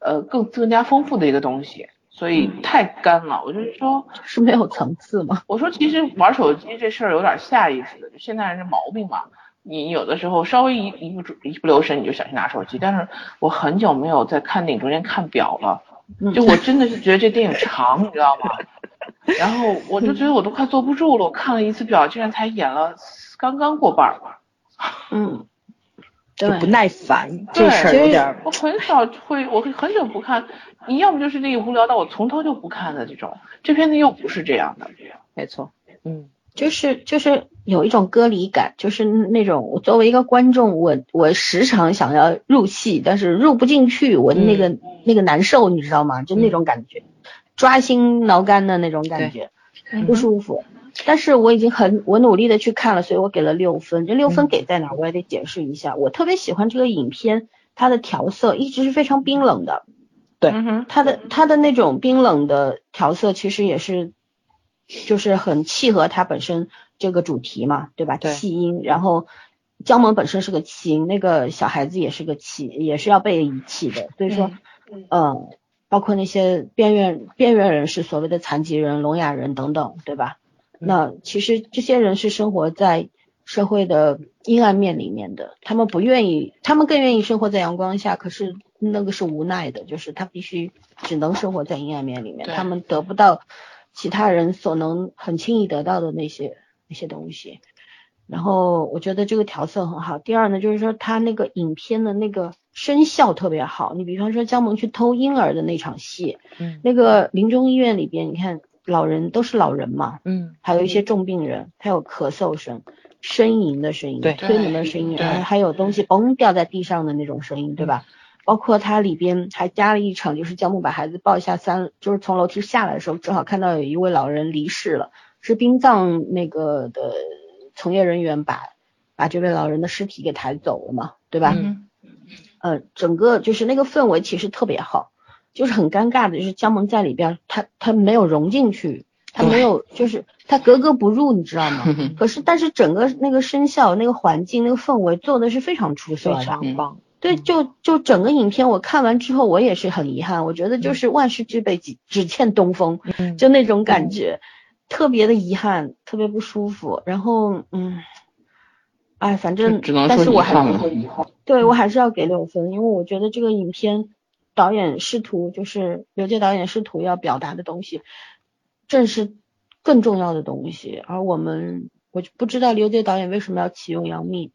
Speaker 2: 呃更更加丰富的一个东西，所以太干了。我就是说，
Speaker 1: 是没有层次吗？
Speaker 2: 我说其实玩手机这事儿有点下意识的，就现在人的毛病嘛。你有的时候稍微一一不注一不留神你就想去拿手机，但是我很久没有在看电影中间看表了，就我真的是觉得这电影长，你知道吗？然后我就觉得我都快坐不住了，我看了一次表，竟然才演了刚刚过半儿。
Speaker 1: 嗯，
Speaker 3: 就
Speaker 1: 对，
Speaker 3: 不耐烦，这
Speaker 2: 对
Speaker 3: 事儿
Speaker 1: 其
Speaker 3: 有
Speaker 1: 实
Speaker 3: 点儿
Speaker 2: 我很少会，我很久不看，你要么就是那个无聊到我从头就不看的这种，这片子又不是这样的。
Speaker 3: 没错，嗯，
Speaker 1: 就是就是有一种隔离感，就是那种我作为一个观众，我我时常想要入戏，但是入不进去，我那个、那个难受，你知道吗？就那种感觉，抓心挠肝的那种感觉，
Speaker 2: 嗯
Speaker 1: 不舒服。但是我已经很我努力的去看了，所以我给了六分。这六分
Speaker 3: 嗯
Speaker 1: 给在哪儿，我也得解释一下。我特别喜欢这个影片，它的调色一直是非常冰冷的，
Speaker 3: 对
Speaker 2: 嗯哼，
Speaker 1: 它的它的那种冰冷的调色，其实也是，就是很契合它本身这个主题嘛，对吧？
Speaker 3: 对
Speaker 1: 弃婴，然后江萌本身是个弃婴，那个小孩子也是个弃，也是要被遗弃的，所以说，呃，包括那些边缘边缘人士，所谓的残疾人、聋哑人等等，对吧？那其实这些人是生活在社会的阴暗面里面的，他们不愿意，他们更愿意生活在阳光下，可是那个是无奈的，就是他必须只能生活在阴暗面里面，
Speaker 2: 对
Speaker 1: 他们得不到其他人所能很轻易得到的那些那些东西。然后我觉得这个调色很好。第二呢，就是说他那个影片的那个声效特别好。你比方说江萌去偷婴儿的那场戏，
Speaker 3: 嗯
Speaker 1: 那个临终医院里边，你看老人都是老人嘛，
Speaker 3: 嗯，
Speaker 1: 还有一些重病人，还有咳嗽声、呻吟的声音、
Speaker 3: 对
Speaker 1: 推门的声音，
Speaker 2: 对
Speaker 1: 然后还有东西嘣掉在地上的那种声音，对吧？包括它里边还加了一场，就是姜木把孩子抱下三，就是从楼梯下来的时候，正好看到有一位老人离世了，是殡葬那个的从业人员把把这位老人的尸体给抬走了嘛，对吧？
Speaker 3: 嗯
Speaker 1: 呃，整个就是那个氛围其实特别好，就是很尴尬的，就是江萌在里边，他他没有融进去，他没有就是他格格不入，你知道吗？可是但是整个那个声效、那个环境、那个氛围做的是非常出色
Speaker 3: 非
Speaker 1: 的，
Speaker 3: 常棒，
Speaker 2: 嗯
Speaker 1: 对，就就整个影片我看完之后，我也是很遗憾，我觉得
Speaker 2: 嗯
Speaker 1: 就是万事俱备，只只欠东风，
Speaker 3: 嗯
Speaker 1: 就那种感觉，特别的遗憾，特别不舒服。然后嗯，哎，反正
Speaker 2: 只能
Speaker 1: 但
Speaker 2: 说
Speaker 1: 是
Speaker 2: 遗
Speaker 1: 我还
Speaker 2: 憾
Speaker 1: 是
Speaker 2: 了。
Speaker 1: 对我还是要给六分，因为我觉得这个影片导演试图就是刘杰导演试图要表达的东西，正是更重要的东西。而我们我就不知道刘杰导演为什么要启用杨幂，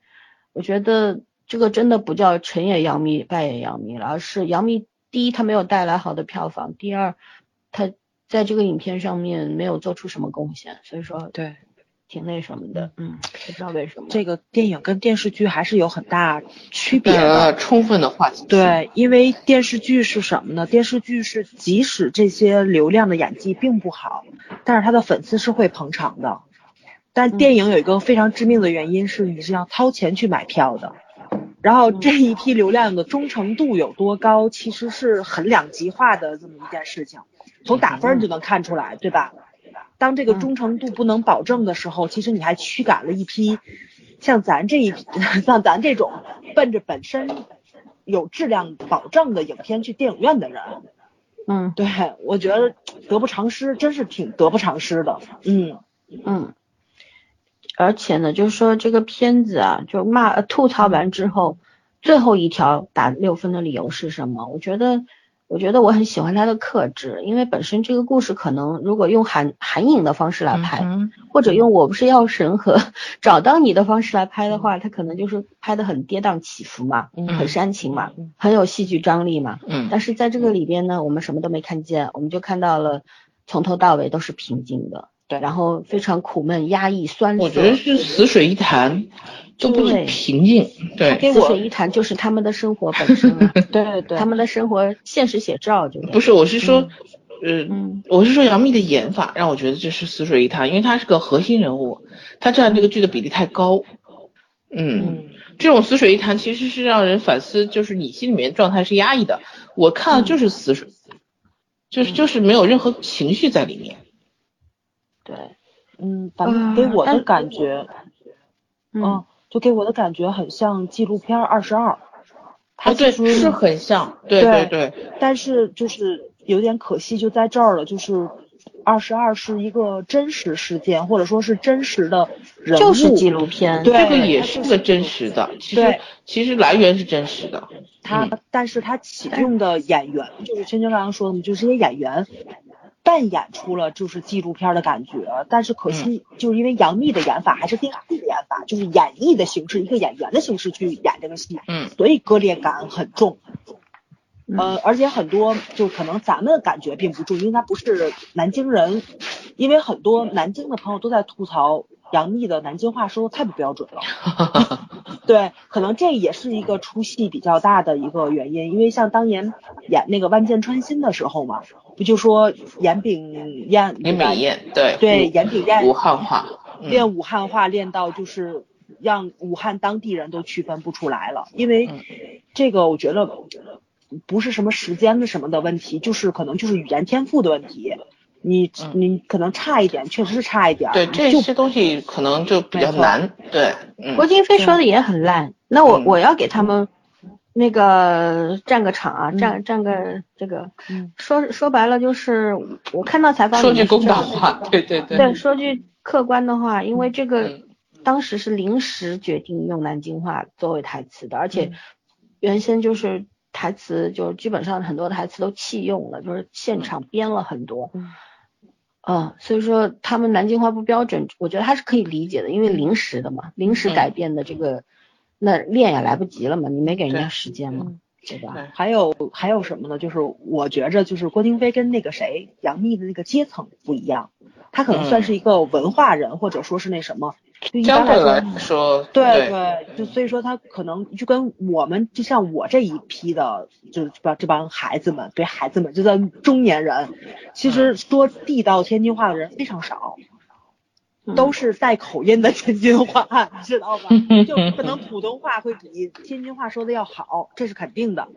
Speaker 1: 我觉得这个真的不叫成也杨幂，败也杨幂了，而是杨幂第一她没有带来好的票房，第二她在这个影片上面没有做出什么贡献，所以说
Speaker 3: 对。
Speaker 1: 挺那什么的，嗯，不知道为什么。
Speaker 3: 这个电影跟电视剧还是有很大区别
Speaker 2: 带来
Speaker 3: 的
Speaker 2: 了。呃充分的话题。，
Speaker 3: 对，因为电视剧是什么呢？电视剧是即使这些流量的演技并不好，但是他的粉丝是会捧场的。但电影有一个非常致命的原因是，你是要掏钱去买票的。然后这一批流量的忠诚度有多高，其实是很两极化的这么一件事情，从打分就能看出来，对吧？当这个忠诚度不能保证的时候，其实你还驱赶了一批像咱这一 像咱这种奔着本身有质量保证的影片去电影院的人。
Speaker 1: 嗯
Speaker 3: 对，我觉得得不偿失，真是挺得不偿失的。嗯，
Speaker 1: 嗯，而且呢，就是说这个片子啊，就骂呃吐槽完之后，最后一条打六分的理由是什么？我觉得，我觉得我很喜欢它的克制，因为本身这个故事可能如果用韩韩影的方式
Speaker 2: 嗯
Speaker 1: 来拍，或者用我不是药神和找到你的方式来拍的话，它可能就是拍的很跌宕起伏嘛，
Speaker 3: 嗯
Speaker 1: 很煽情嘛
Speaker 3: 嗯，
Speaker 1: 很有戏剧张力嘛。
Speaker 2: 嗯，
Speaker 1: 但是在这个里边呢，我们什么都没看见，我们就看到了从头到尾都是平静的，
Speaker 3: 对
Speaker 1: 然后非常苦闷、压抑、酸涩。
Speaker 2: 我觉得是死水一潭，就不
Speaker 1: 对
Speaker 2: 平静。对，
Speaker 1: 死水一潭就是他们的生活本身 了，
Speaker 3: 对对对
Speaker 1: 他们的生活现实写照就
Speaker 2: 不
Speaker 1: 是，
Speaker 2: 是，我是说，呃，
Speaker 1: 嗯
Speaker 2: 我是说杨幂的演法让我觉得这是死水一潭，因为她是个核心人物，她占这个剧的比例太高。嗯，
Speaker 3: 嗯，
Speaker 2: 这种死水一潭其实是让人反思，就是你心里面状态是压抑的。我看的就是死水，
Speaker 3: 嗯
Speaker 2: 就是就是没有任何情绪在里面。
Speaker 1: 对，
Speaker 3: 嗯，反正给我的感觉，
Speaker 1: 嗯
Speaker 3: 嗯，就给我的感觉很像纪录片《二十二》，它
Speaker 2: 啊，对，
Speaker 3: 其实
Speaker 2: 是很像，对
Speaker 3: 对
Speaker 2: 对，
Speaker 3: 但是就是有点可惜，就在这儿了，就是《二十二是一个真实事件，或者说是真实的人物，
Speaker 1: 就是纪录片，
Speaker 3: 对
Speaker 2: 这个也是个真实的，其实
Speaker 3: 对
Speaker 2: 其实来源是真实的，
Speaker 3: 他，
Speaker 2: 嗯
Speaker 3: 但是他启用的演员，就是圈圈刚刚说的嘛，就是这些演员扮演出了就是纪录片的感觉，但是可惜、就是因为杨幂的演法还是丁雅丽的演法，就是演绎的形式，一个演员的形式去演这个戏，
Speaker 2: 嗯
Speaker 3: 所以割裂感很重。
Speaker 1: 嗯
Speaker 3: 呃，而且很多就可能咱们感觉并不重，因为他不是南京人，因为很多南京的朋友都在吐槽杨幂的南京话说的太不标准了。对，可能这也是一个出戏比较大的一个原因，因为像当年演那个《万箭穿心》的时候嘛，不就说严炳彦
Speaker 2: 林美艳对
Speaker 3: 对
Speaker 2: 武
Speaker 3: 严炳彦
Speaker 2: 武汉话，嗯
Speaker 3: 练武汉话练到就是让武汉当地人都区分不出来了，因为
Speaker 2: 嗯
Speaker 3: 这个我觉得不是什么时间的什么的问题，就是可能就是语言天赋的问题。你
Speaker 2: 嗯
Speaker 3: 你可能差一点，确实是差一点。
Speaker 2: 对
Speaker 3: 你
Speaker 2: 这
Speaker 3: 就
Speaker 2: 些东西可能就比较
Speaker 3: 没错
Speaker 2: 难，对，嗯
Speaker 1: 郭京飞说的也很烂，那我
Speaker 2: 嗯
Speaker 1: 我要给他们那个站个场
Speaker 2: 嗯
Speaker 1: 啊，站站个这个，
Speaker 3: 嗯
Speaker 1: 说说白了就是我看到采访
Speaker 2: 说
Speaker 1: 里
Speaker 2: 句
Speaker 1: 面
Speaker 2: 公
Speaker 1: 是这
Speaker 2: 道
Speaker 1: 样的
Speaker 2: 话，对对嗯对，
Speaker 1: 对，说句客观的话，因为这个
Speaker 2: 嗯
Speaker 1: 当时是临时决定用南京话作为台词的，而且
Speaker 3: 嗯
Speaker 1: 原先就是台词就基本上很多台词都弃用了，就是现场编了很多。
Speaker 3: 嗯
Speaker 1: 嗯，所以说他们南京话不标准，我觉得还是可以理解的，因为临时的嘛，临时改变的这个，那练也来不及了嘛，你没给人
Speaker 2: 对
Speaker 1: 家时间嘛，对吧？
Speaker 2: 对
Speaker 3: 还有还有什么呢？就是我觉着就是郭京飞跟那个谁杨幂的那个阶层不一样，他可能算是一个文化人，或者说是那什么，就一
Speaker 2: 嗯相
Speaker 3: 般来
Speaker 2: 对
Speaker 3: 说
Speaker 2: 来说，
Speaker 3: 对对，就所以说他可能就跟我们，就像我这一批的，就是这帮这帮孩子们，对孩子们，就算中年人，其
Speaker 2: 嗯
Speaker 3: 实说地道天津话的人非常少，都
Speaker 2: 嗯
Speaker 1: 是
Speaker 3: 是带口音的天津话， 你知道吧？就可能普通话会比天津话说的要好，这是肯定的。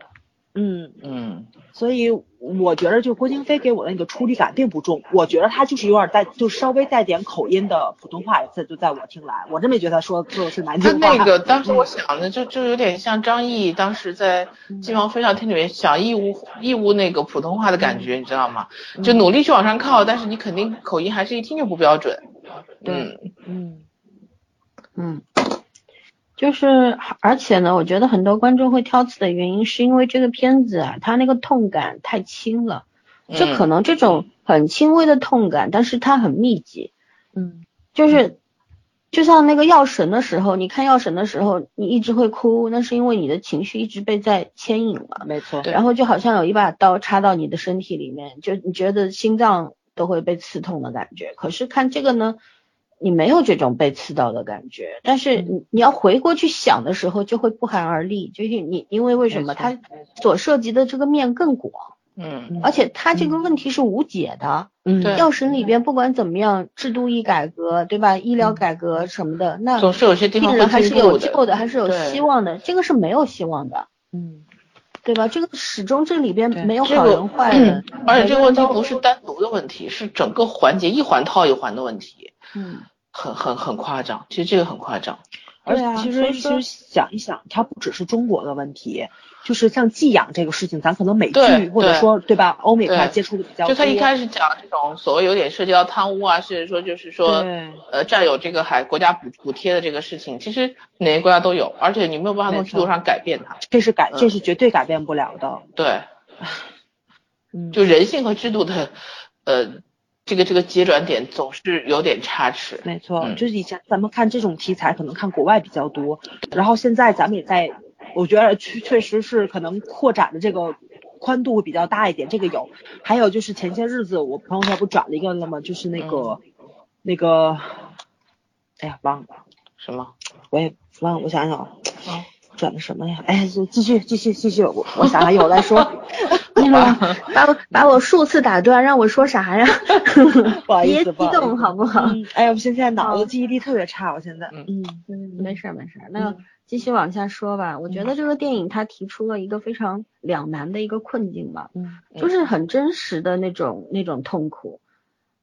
Speaker 3: 嗯，
Speaker 2: 嗯
Speaker 3: 所以我觉得就郭京飞给我的那个处理感并不重，我觉得他就是有点带，就稍微带点口音的普通话，在就在我听来，我真没觉得他说说的是南
Speaker 2: 他
Speaker 3: 京话。
Speaker 2: 那个当时
Speaker 1: 嗯
Speaker 2: 我想的就就有点像张译当时在《鸡毛飞上天》里面讲义乌义乌那个普通话的感
Speaker 1: 嗯
Speaker 2: 觉，你知道吗？
Speaker 3: 嗯
Speaker 2: 就努力去往上靠，但是你肯定口音还是一听就不标准。嗯
Speaker 3: 嗯
Speaker 1: 嗯，就是，而且呢，我觉得很多观众会挑刺的原因，是因为这个片子啊，它那个痛感太轻了。
Speaker 2: 嗯
Speaker 1: 就可能这种很轻微的痛感，但是它很密集，
Speaker 3: 嗯
Speaker 1: 就是就像那个药神的时候，你看药神的时候，你一直会哭，那是因为你的情绪一直被在牵引了，，
Speaker 3: 没错，
Speaker 2: 对
Speaker 1: 然后就好像有一把刀插到你的身体里面，就你觉得心脏都会被刺痛的感觉。可是看这个呢，你没有这种被刺到的感觉，但是
Speaker 2: 嗯
Speaker 1: 你你要回过去想的时候，就会不寒而栗，就是你因为为什么
Speaker 2: 没错
Speaker 1: 它所涉及的这个面更广，
Speaker 2: 嗯
Speaker 1: 而且它这个问题是无解的。
Speaker 3: 嗯
Speaker 2: 对
Speaker 1: 药神里边不管怎么样，制度一改革，对吧？医疗
Speaker 3: 嗯
Speaker 1: 改革什么的，那
Speaker 2: 总是有些地方
Speaker 1: 病
Speaker 2: 会
Speaker 1: 人还是
Speaker 2: 进步
Speaker 1: 有
Speaker 2: 的
Speaker 1: 救的，还是有希望的。这个是没有希望的，
Speaker 3: 嗯
Speaker 1: 对吧？这个始终这里边
Speaker 3: 对
Speaker 1: 没有
Speaker 2: 这
Speaker 1: 好
Speaker 2: 个
Speaker 1: 人坏 人，嗯
Speaker 2: 而且这个问题不是单独的问题，是整个环节一环套一环的问题，
Speaker 1: 嗯，
Speaker 2: 很很很夸张。其实这个很夸张。
Speaker 3: 而
Speaker 1: 对啊
Speaker 3: 且其
Speaker 1: 所
Speaker 3: 实
Speaker 1: 以
Speaker 3: 其
Speaker 1: 说
Speaker 3: 实想一想，它不只是中国的问题，就是像寄养这个事情，咱可能美
Speaker 2: 对
Speaker 3: 剧或者
Speaker 2: 对
Speaker 3: 说对吧，欧美
Speaker 2: 对
Speaker 3: 块接触的比较
Speaker 2: 就
Speaker 3: 多。
Speaker 2: 他一开始讲这种所谓有点涉及到贪污啊，甚至说就是说
Speaker 3: 对，
Speaker 2: 呃，占有这个还国家补补贴的这个事情，其实哪个国家都有，而且你没有办法从
Speaker 3: 没
Speaker 2: 制
Speaker 3: 错
Speaker 2: 度上改变它。
Speaker 3: 这是改
Speaker 2: 嗯
Speaker 3: 这是绝对改变不了的。
Speaker 2: 对，
Speaker 3: 嗯，
Speaker 2: 就人性和制度的，呃，这个这个节转点总是有点差池。
Speaker 3: 没错，
Speaker 2: 嗯
Speaker 3: 就是以前咱们看这种题材，可能看国外比较多，然后现在咱们也在，我觉得确确实是可能扩展的这个宽度会比较大一点，这个有。还有就是前些日子我朋友圈不转了一个了吗？就是那个、那个，哎呀忘了，
Speaker 2: 什么？
Speaker 3: 我也忘了，我想想啊
Speaker 2: 啊，
Speaker 3: 转的什么呀？哎，就继续继续继续，我我想想一会儿再说，
Speaker 1: 哎 呀 把我把我数次打断，让我说啥呀？
Speaker 3: 不好意
Speaker 1: 别
Speaker 3: 思，
Speaker 1: 激
Speaker 3: 不好意
Speaker 1: 动
Speaker 3: 思。
Speaker 1: 好不好？
Speaker 3: 嗯，哎呀，我现在脑
Speaker 1: 啊
Speaker 3: 子记忆力特别差，我现在，
Speaker 2: 嗯
Speaker 3: 嗯
Speaker 1: 嗯，没事儿没事儿，那
Speaker 3: 嗯
Speaker 1: 继续往下说吧。我觉得这个电影它提出了一个非常两难的一个困境吧。
Speaker 3: 嗯
Speaker 1: 就是很真实的那种那种痛苦。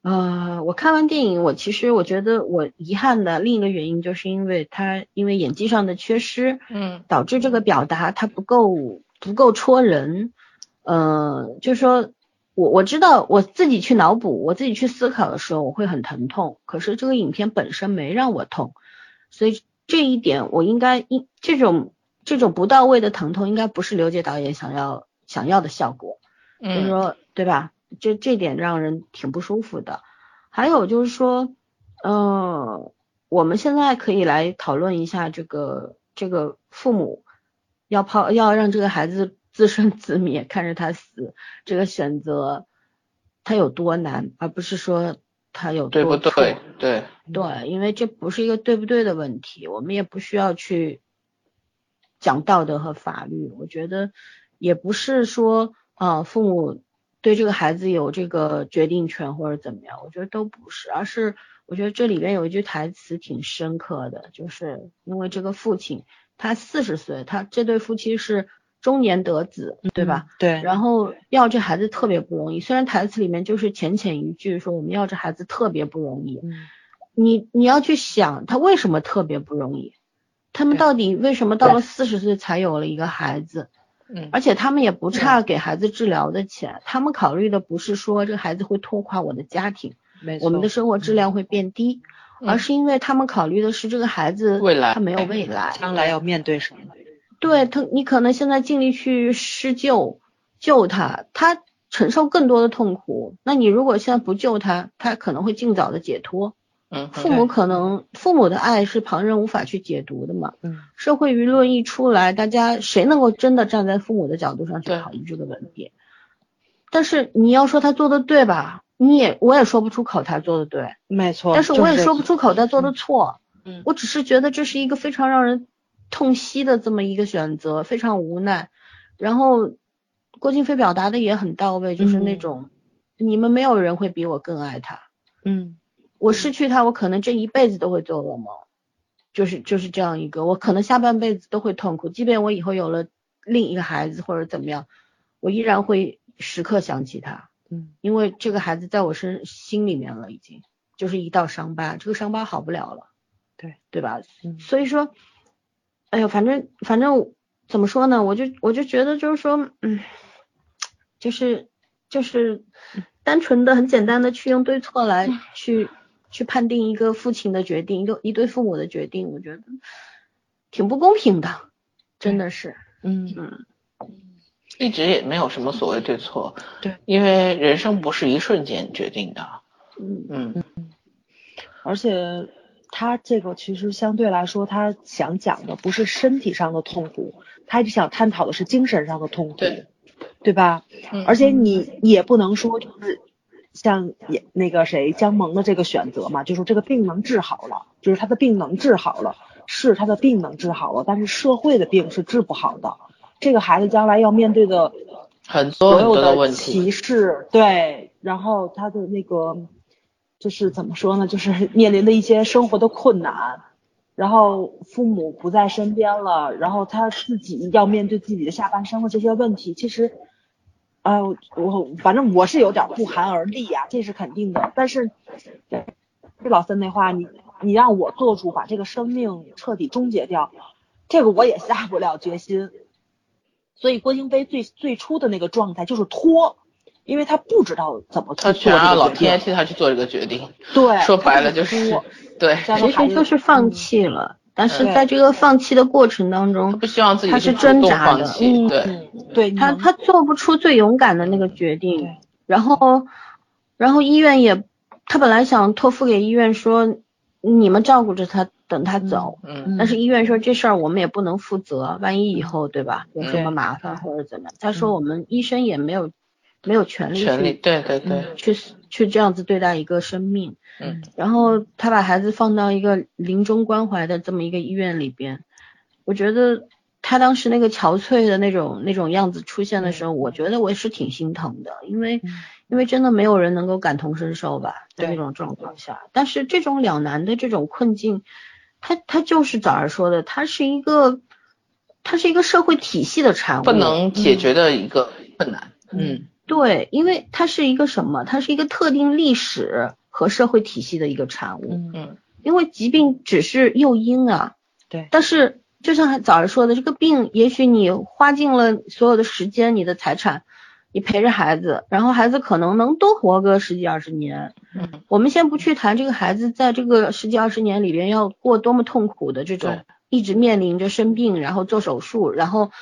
Speaker 1: 呃，我看完电影，我其实我觉得我遗憾的另一个原因，就是因为他因为演技上的缺失，
Speaker 2: 嗯
Speaker 1: 导致这个表达它不够不够戳人。呃，就说我我知道我自己去脑补，我自己去思考的时候，我会很疼痛。可是这个影片本身没让我痛，所以这一点我应该应这种这种不到位的疼痛，应该不是刘杰导演想要想要的效果。所以
Speaker 4: 嗯
Speaker 1: 说对吧？这这点让人挺不舒服的。还有就是说，呃，我们现在可以来讨论一下这个这个父母要抛要让这个孩子自生自灭，看着他死，这个选择他有多难，而不是说他有
Speaker 2: 对不
Speaker 1: 多
Speaker 2: 对
Speaker 1: 错？
Speaker 2: 对，
Speaker 1: 对，因为这不是一个对不对的问题，我们也不需要去讲道德和法律。我觉得也不是说，呃，父母对这个孩子有这个决定权或者怎么样，我觉得都不是，而是我觉得这里边有一句台词挺深刻的，就是因为这个父亲他四十岁，他这对夫妻是中年得子，对吧？？
Speaker 3: 嗯对，
Speaker 1: 然后要这孩子特别不容易，虽然台词里面就是浅浅一句说我们要这孩子特别不容易，
Speaker 3: 嗯
Speaker 1: 你你要去想他为什么特别不容易，他们
Speaker 3: 对
Speaker 1: 到底为什么到
Speaker 3: 对
Speaker 1: 了四十岁才有了一个孩子？
Speaker 4: 嗯
Speaker 1: 而且他们也不差给孩子治疗的钱，他们考虑的不是说这个孩子会拖垮我的家庭，
Speaker 3: 没错，嗯
Speaker 1: 我们的生活质量会变低，而
Speaker 4: 嗯
Speaker 1: 是因为他们考虑的是这个孩子
Speaker 2: 未来
Speaker 1: 他没
Speaker 3: 哎
Speaker 1: 有未来，
Speaker 3: 将来要面对什么？
Speaker 1: 对他，你可能现在尽力去施救，救他，他承受更多的痛苦。那你如果现在不救他，他可能会尽早的解脱。
Speaker 2: 嗯
Speaker 1: 父母可能父母的爱是旁人无法去解读的嘛。
Speaker 3: 嗯，
Speaker 1: 社会舆论一出来，大家谁能够真的站在父母的角度上去
Speaker 2: 对
Speaker 1: 考虑这个问题？但是你要说他做的对吧？你也我也说不出口他做的对，
Speaker 3: 没错。
Speaker 1: 但是
Speaker 3: 哦就
Speaker 1: 我也
Speaker 3: 这
Speaker 1: 说不
Speaker 3: 个
Speaker 1: 出口他做的错。
Speaker 4: 嗯
Speaker 1: 我只是觉得这是一个非常让人痛惜的这么一个选择，非常无奈。然后郭京飞表达的也很到位，就是那
Speaker 3: 嗯
Speaker 1: 种、你们没有人会比我更爱他，
Speaker 3: 嗯，
Speaker 1: 我失去他，我可能这一辈子都会做噩梦，就是就是这样一个，我可能下半辈子都会痛苦，即便我以后有了另一个孩子或者怎么样，我依然会时刻想起他，
Speaker 3: 嗯，
Speaker 1: 因为这个孩子在我身心里面了，已经就是一道伤疤，这个伤疤好不了了，
Speaker 3: 对
Speaker 1: 对吧？
Speaker 3: 嗯
Speaker 1: 所以说，哎呦，反正反正怎么说呢，我就我就觉得就是说，嗯，就是就是
Speaker 3: 嗯
Speaker 1: 单纯的、很简单的去用对错来去去判定一个父亲的决定，一个一对父母的决定，我觉得挺不公平的，真的是，
Speaker 3: 嗯，
Speaker 1: 嗯，
Speaker 2: 一直也没有什么所谓对错，
Speaker 3: 对，
Speaker 2: 因为人生不是一瞬间决定的，
Speaker 1: 嗯
Speaker 2: 嗯
Speaker 3: 而且他这个其实相对来说，他想讲的不是身体上的痛苦，他想探讨的是精神上的痛苦，
Speaker 2: 对
Speaker 3: 对吧？
Speaker 4: 嗯
Speaker 3: 而且你也不能说就是像也那个谁江萌的这个选择嘛，就是这个病能治好了，就是他的病能治好了，是他的病能治好了，但是社会的病是治不好的。这个孩子将来要面对的
Speaker 2: 很多
Speaker 3: 所
Speaker 2: 很
Speaker 3: 有
Speaker 2: 多的
Speaker 3: 的
Speaker 2: 问
Speaker 3: 歧
Speaker 2: 题，
Speaker 3: 视，对，然后他的那个就是怎么说呢，就是面临的一些生活的困难，然后父母不在身边了，然后他自己要面对自己的下半生的这些问题，其实，哎、我我反正我是有点不寒而栗呀、这是肯定的，但是。这老三那话，你你让我做出把这个生命彻底终结掉，这个我也下不了决心。所以郭京飞最最初的那个状态就是拖，因为他不知道怎么去
Speaker 2: 他
Speaker 3: 做
Speaker 2: 全让
Speaker 3: 这
Speaker 2: 老
Speaker 3: 个决
Speaker 2: 天
Speaker 3: 定。
Speaker 2: 替他去做这个决定，
Speaker 3: 对，
Speaker 2: 说白
Speaker 3: 他
Speaker 2: 了就是
Speaker 3: 拖
Speaker 2: 对，
Speaker 3: 加上
Speaker 1: 其
Speaker 3: 孩
Speaker 1: 实
Speaker 3: 子
Speaker 1: 就是放弃了，但是
Speaker 3: 对
Speaker 1: 在这个放弃的过程当
Speaker 2: 他
Speaker 1: 中
Speaker 2: 不，希望自己
Speaker 1: 他
Speaker 2: 是
Speaker 1: 是
Speaker 2: 主
Speaker 1: 挣
Speaker 2: 动
Speaker 1: 扎
Speaker 2: 放
Speaker 1: 的
Speaker 2: 弃，
Speaker 3: 嗯，
Speaker 2: 对，
Speaker 3: 嗯对，
Speaker 1: 他他做不出最勇敢的那个决定
Speaker 3: 对，
Speaker 1: 然后然后医院也，他本来想托付给医院说你们照顾着他，等他走，
Speaker 2: 嗯
Speaker 1: 但是医院说这事儿我们也不能负责，万一以后对吧有什么
Speaker 3: 对
Speaker 1: 麻烦或者怎么样，他说
Speaker 3: 嗯
Speaker 1: 我们医生也没有没有权利
Speaker 2: 权
Speaker 1: 去
Speaker 2: 利，对对对，
Speaker 1: 去去这样子对待一个生命，
Speaker 2: 嗯，
Speaker 1: 然后他把孩子放到一个临终关怀的这么一个医院里边，我觉得他当时那个憔悴的那种那种样子出现的时
Speaker 2: 嗯
Speaker 1: 候，我觉得我是挺心疼的，因为
Speaker 3: 嗯
Speaker 1: 因为真的没有人能够感同身受吧，在那
Speaker 3: 对
Speaker 1: 种状况下，但是这种两难的这种困境，它它就是早儿说的，它是一个它是一个社会体系的产物，
Speaker 2: 不能解决的一个困难，嗯
Speaker 1: 对，因为它是一个什么？它是一个特定历史和社会体系的一个产物。
Speaker 3: 嗯
Speaker 2: 嗯
Speaker 1: 因为疾病只是诱因啊。
Speaker 3: 对
Speaker 1: 但是就像早上说的，这个病也许你花尽了所有的时间、你的财产，你陪着孩子，然后孩子可能能多活个十几二十年。
Speaker 2: 嗯，
Speaker 1: 我们先不去谈这个孩子在这个十几二十年里边要过多么痛苦的这种
Speaker 2: 对，
Speaker 1: 一直面临着生病，然后做手术，然后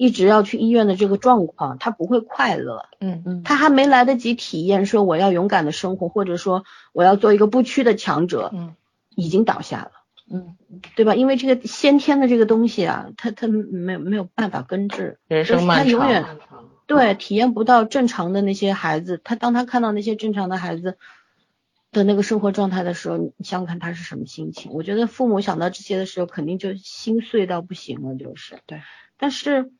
Speaker 1: 一直要去医院的这个状况，他不会快乐。
Speaker 2: 嗯嗯，
Speaker 1: 他还没来得及体验说我要勇敢的生活，或者说我要做一个不屈的强者，
Speaker 2: 嗯
Speaker 1: 已经倒下了，
Speaker 2: 嗯，
Speaker 1: 对吧？因为这个先天的这个东西啊，他他没有没有办法根治，
Speaker 2: 人
Speaker 1: 就是他
Speaker 2: 生漫
Speaker 1: 永
Speaker 2: 长，
Speaker 1: 远对体验不到正常的那些孩子，他当他看到那些正常的孩子的那个生活状态的时候，你想想看他是什么心情？我觉得父母想到这些的时候，肯定就心碎到不行了，就是
Speaker 3: 对。
Speaker 1: 但是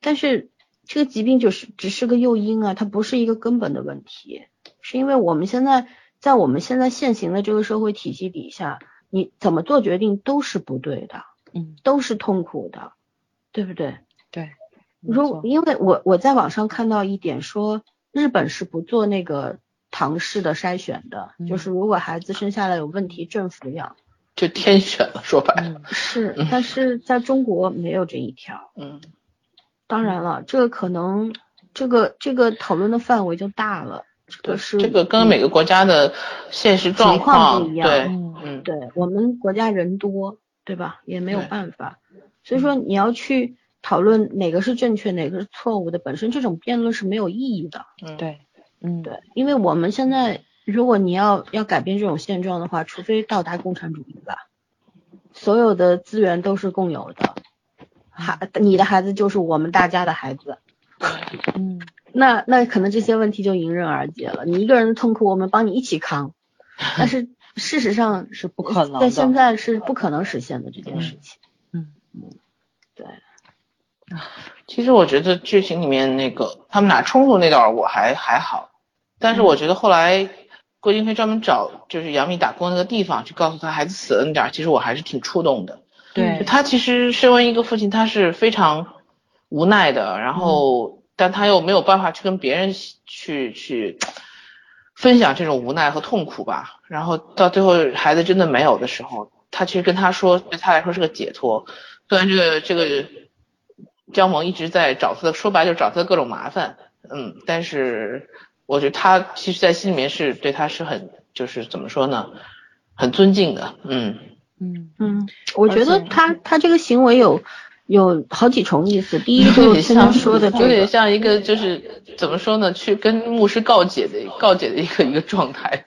Speaker 1: 但是这个疾病就是只是个诱因啊，它不是一个根本的问题，是因为我们现在在我们现在现行的这个社会体系底下，你怎么做决定都是不对的，
Speaker 3: 嗯，
Speaker 1: 都是痛苦的，对不对？
Speaker 3: 对。
Speaker 1: 如
Speaker 3: 没错
Speaker 1: 因为我我在网上看到一点说，日本是不做那个唐氏的筛选的，
Speaker 3: 嗯
Speaker 1: 就是如果孩子生下来有问题，正抚养。
Speaker 2: 就天选了，说白了，
Speaker 3: 嗯
Speaker 1: 是
Speaker 2: 嗯，
Speaker 1: 但是在中国没有这一条。
Speaker 2: 嗯
Speaker 1: 当然了，这个可能这个这个讨论的范围就大了，这
Speaker 2: 对
Speaker 1: 个是，
Speaker 2: 这个跟每个国家的现实状
Speaker 1: 情况不一样
Speaker 2: 对，
Speaker 3: 嗯
Speaker 2: 嗯，
Speaker 1: 对我们国家人多，对吧？也没有
Speaker 2: 对嗯
Speaker 1: 办法，所以说你要去讨论哪个是正确，哪个是错误的，本身这种辩论是没有意义的。
Speaker 2: 嗯，
Speaker 3: 对，嗯
Speaker 1: 对，因为我们现在如果你要要改变这种现状的话，除非到达共产主义吧，所有的资源都是共有的，孩你的孩子就是我们大家的孩子，
Speaker 3: 嗯
Speaker 1: 那那可能这些问题就迎刃而解了。你一个人的痛苦，我们帮你一起扛，但 是事实上
Speaker 3: 是不可能的
Speaker 1: 在现在是不可能实现的这件事情。
Speaker 3: 嗯
Speaker 1: 对，
Speaker 2: 其实我觉得剧情里面那个他们俩冲突那段儿我还还好，但是
Speaker 1: 嗯
Speaker 2: 我觉得后来郭京飞专门找就是杨幂打工那个地方去告诉他孩子死了那点儿，其实我还是挺触动的。就
Speaker 3: 对，
Speaker 2: 他其实身为一个父亲，他是非常无奈的，然后、但他又没有办法去跟别人去去分享这种无奈和痛苦吧。然后到最后孩子真的没有的时候，他其实跟他说，对他来说是个解脱。虽然这个这个张萌一直在找他的，说白了就是找他的各种麻烦，嗯，但是我觉得他其实，在心里面是对他是很就是怎么说呢，很尊敬的，嗯。
Speaker 3: 嗯
Speaker 1: 嗯，我觉
Speaker 2: 而
Speaker 1: 得
Speaker 2: 且
Speaker 1: 他他这个行为有有好几重意思，第一个
Speaker 2: 有
Speaker 1: 就是
Speaker 2: 点
Speaker 1: 像
Speaker 2: 像
Speaker 1: 说的这
Speaker 2: 有点
Speaker 1: 个，
Speaker 2: 像一个就是怎么说呢，去跟牧师告解的告解的一个一个 状态。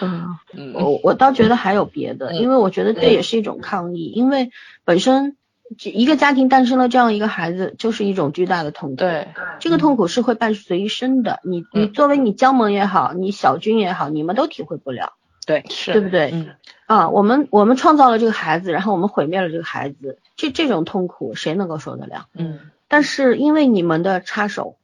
Speaker 1: 嗯。
Speaker 2: 嗯，
Speaker 1: 我我倒觉得还有别的，
Speaker 2: 嗯
Speaker 1: 因为我觉得这也是一种抗议，因为本身这一个家庭诞生了这样一个孩子，就是一种巨大的痛苦。，
Speaker 2: 对，
Speaker 1: 这个痛苦是会伴随一生的。你你
Speaker 2: 嗯
Speaker 1: 作为你江萌也好，你小军也好，你们都体会不了，
Speaker 3: 对，
Speaker 2: 是，
Speaker 1: 对不对？
Speaker 3: 嗯
Speaker 1: 啊，我们我们创造了这个孩子，然后我们毁灭了这个孩子，这这种痛苦谁能够受得了？
Speaker 2: 嗯
Speaker 1: 但是因为你们的插手，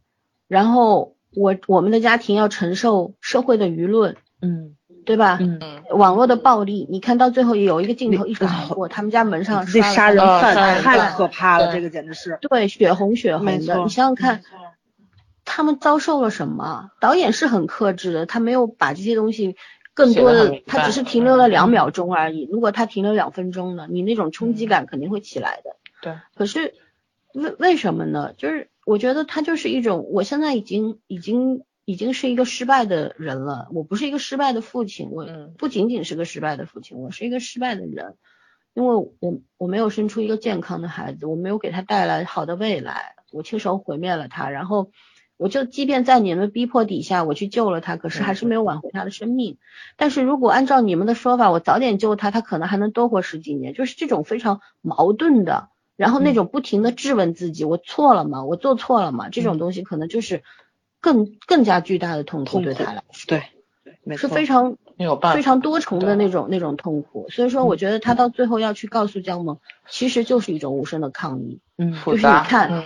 Speaker 1: 然后我我们的家庭要承受社会的舆论，
Speaker 3: 嗯
Speaker 1: 对吧？
Speaker 3: 嗯，
Speaker 2: 嗯，
Speaker 1: 网络的暴力，你看到最后有一个镜头一闪过，他们家门上
Speaker 3: 这
Speaker 1: 刷了
Speaker 3: 杀人
Speaker 2: 啊
Speaker 3: 犯
Speaker 2: 杀人
Speaker 3: 太
Speaker 2: 犯
Speaker 3: 可怕了，
Speaker 2: 对
Speaker 3: 这个简直是。
Speaker 1: 对，血红血
Speaker 3: 没
Speaker 1: 红的，
Speaker 3: 错
Speaker 1: 你想想看，他们遭受了什么？导演是很克制的，他没有把这些东西更多
Speaker 2: 写得很
Speaker 1: 的
Speaker 2: 明，白
Speaker 1: 他只是停留了两秒钟而已。如果他停留两分钟呢，你那种冲击感肯定会起来的。
Speaker 2: 对，
Speaker 1: 可是为为什么呢？就是我觉得他就是一种，我现在已经已经已经是一个失败的人了，我不是一个失败的父亲，我
Speaker 2: 嗯
Speaker 1: 不仅仅是个失败的父亲，我是一个失败的人，因为我我没有生出一个健康的孩子，我没有给他带来好的未来，我亲手毁灭了他，然后。我就即便在你们逼迫底下，我去救了他，可是还是没有挽回他的生命。但是如果按照你们的说法，我早点救他，他可能还能多活十几年，就是这种非常矛盾的，然后那种不停的质问自己，我错了吗？我做错了吗？这种东西可能就是更更加巨大的痛苦
Speaker 3: 痛
Speaker 1: 对
Speaker 3: 苦
Speaker 1: 他来
Speaker 3: 对，没
Speaker 1: 说，是
Speaker 3: 错，
Speaker 1: 非常
Speaker 2: 没有办法，
Speaker 1: 非常多重的
Speaker 2: 对
Speaker 1: 那种那种痛苦。所以说，我觉得他到最后要去告诉江萌，其实就是一种无声的抗议。
Speaker 3: 嗯
Speaker 2: 复
Speaker 1: 就是
Speaker 2: 杂。
Speaker 1: 你看
Speaker 2: 嗯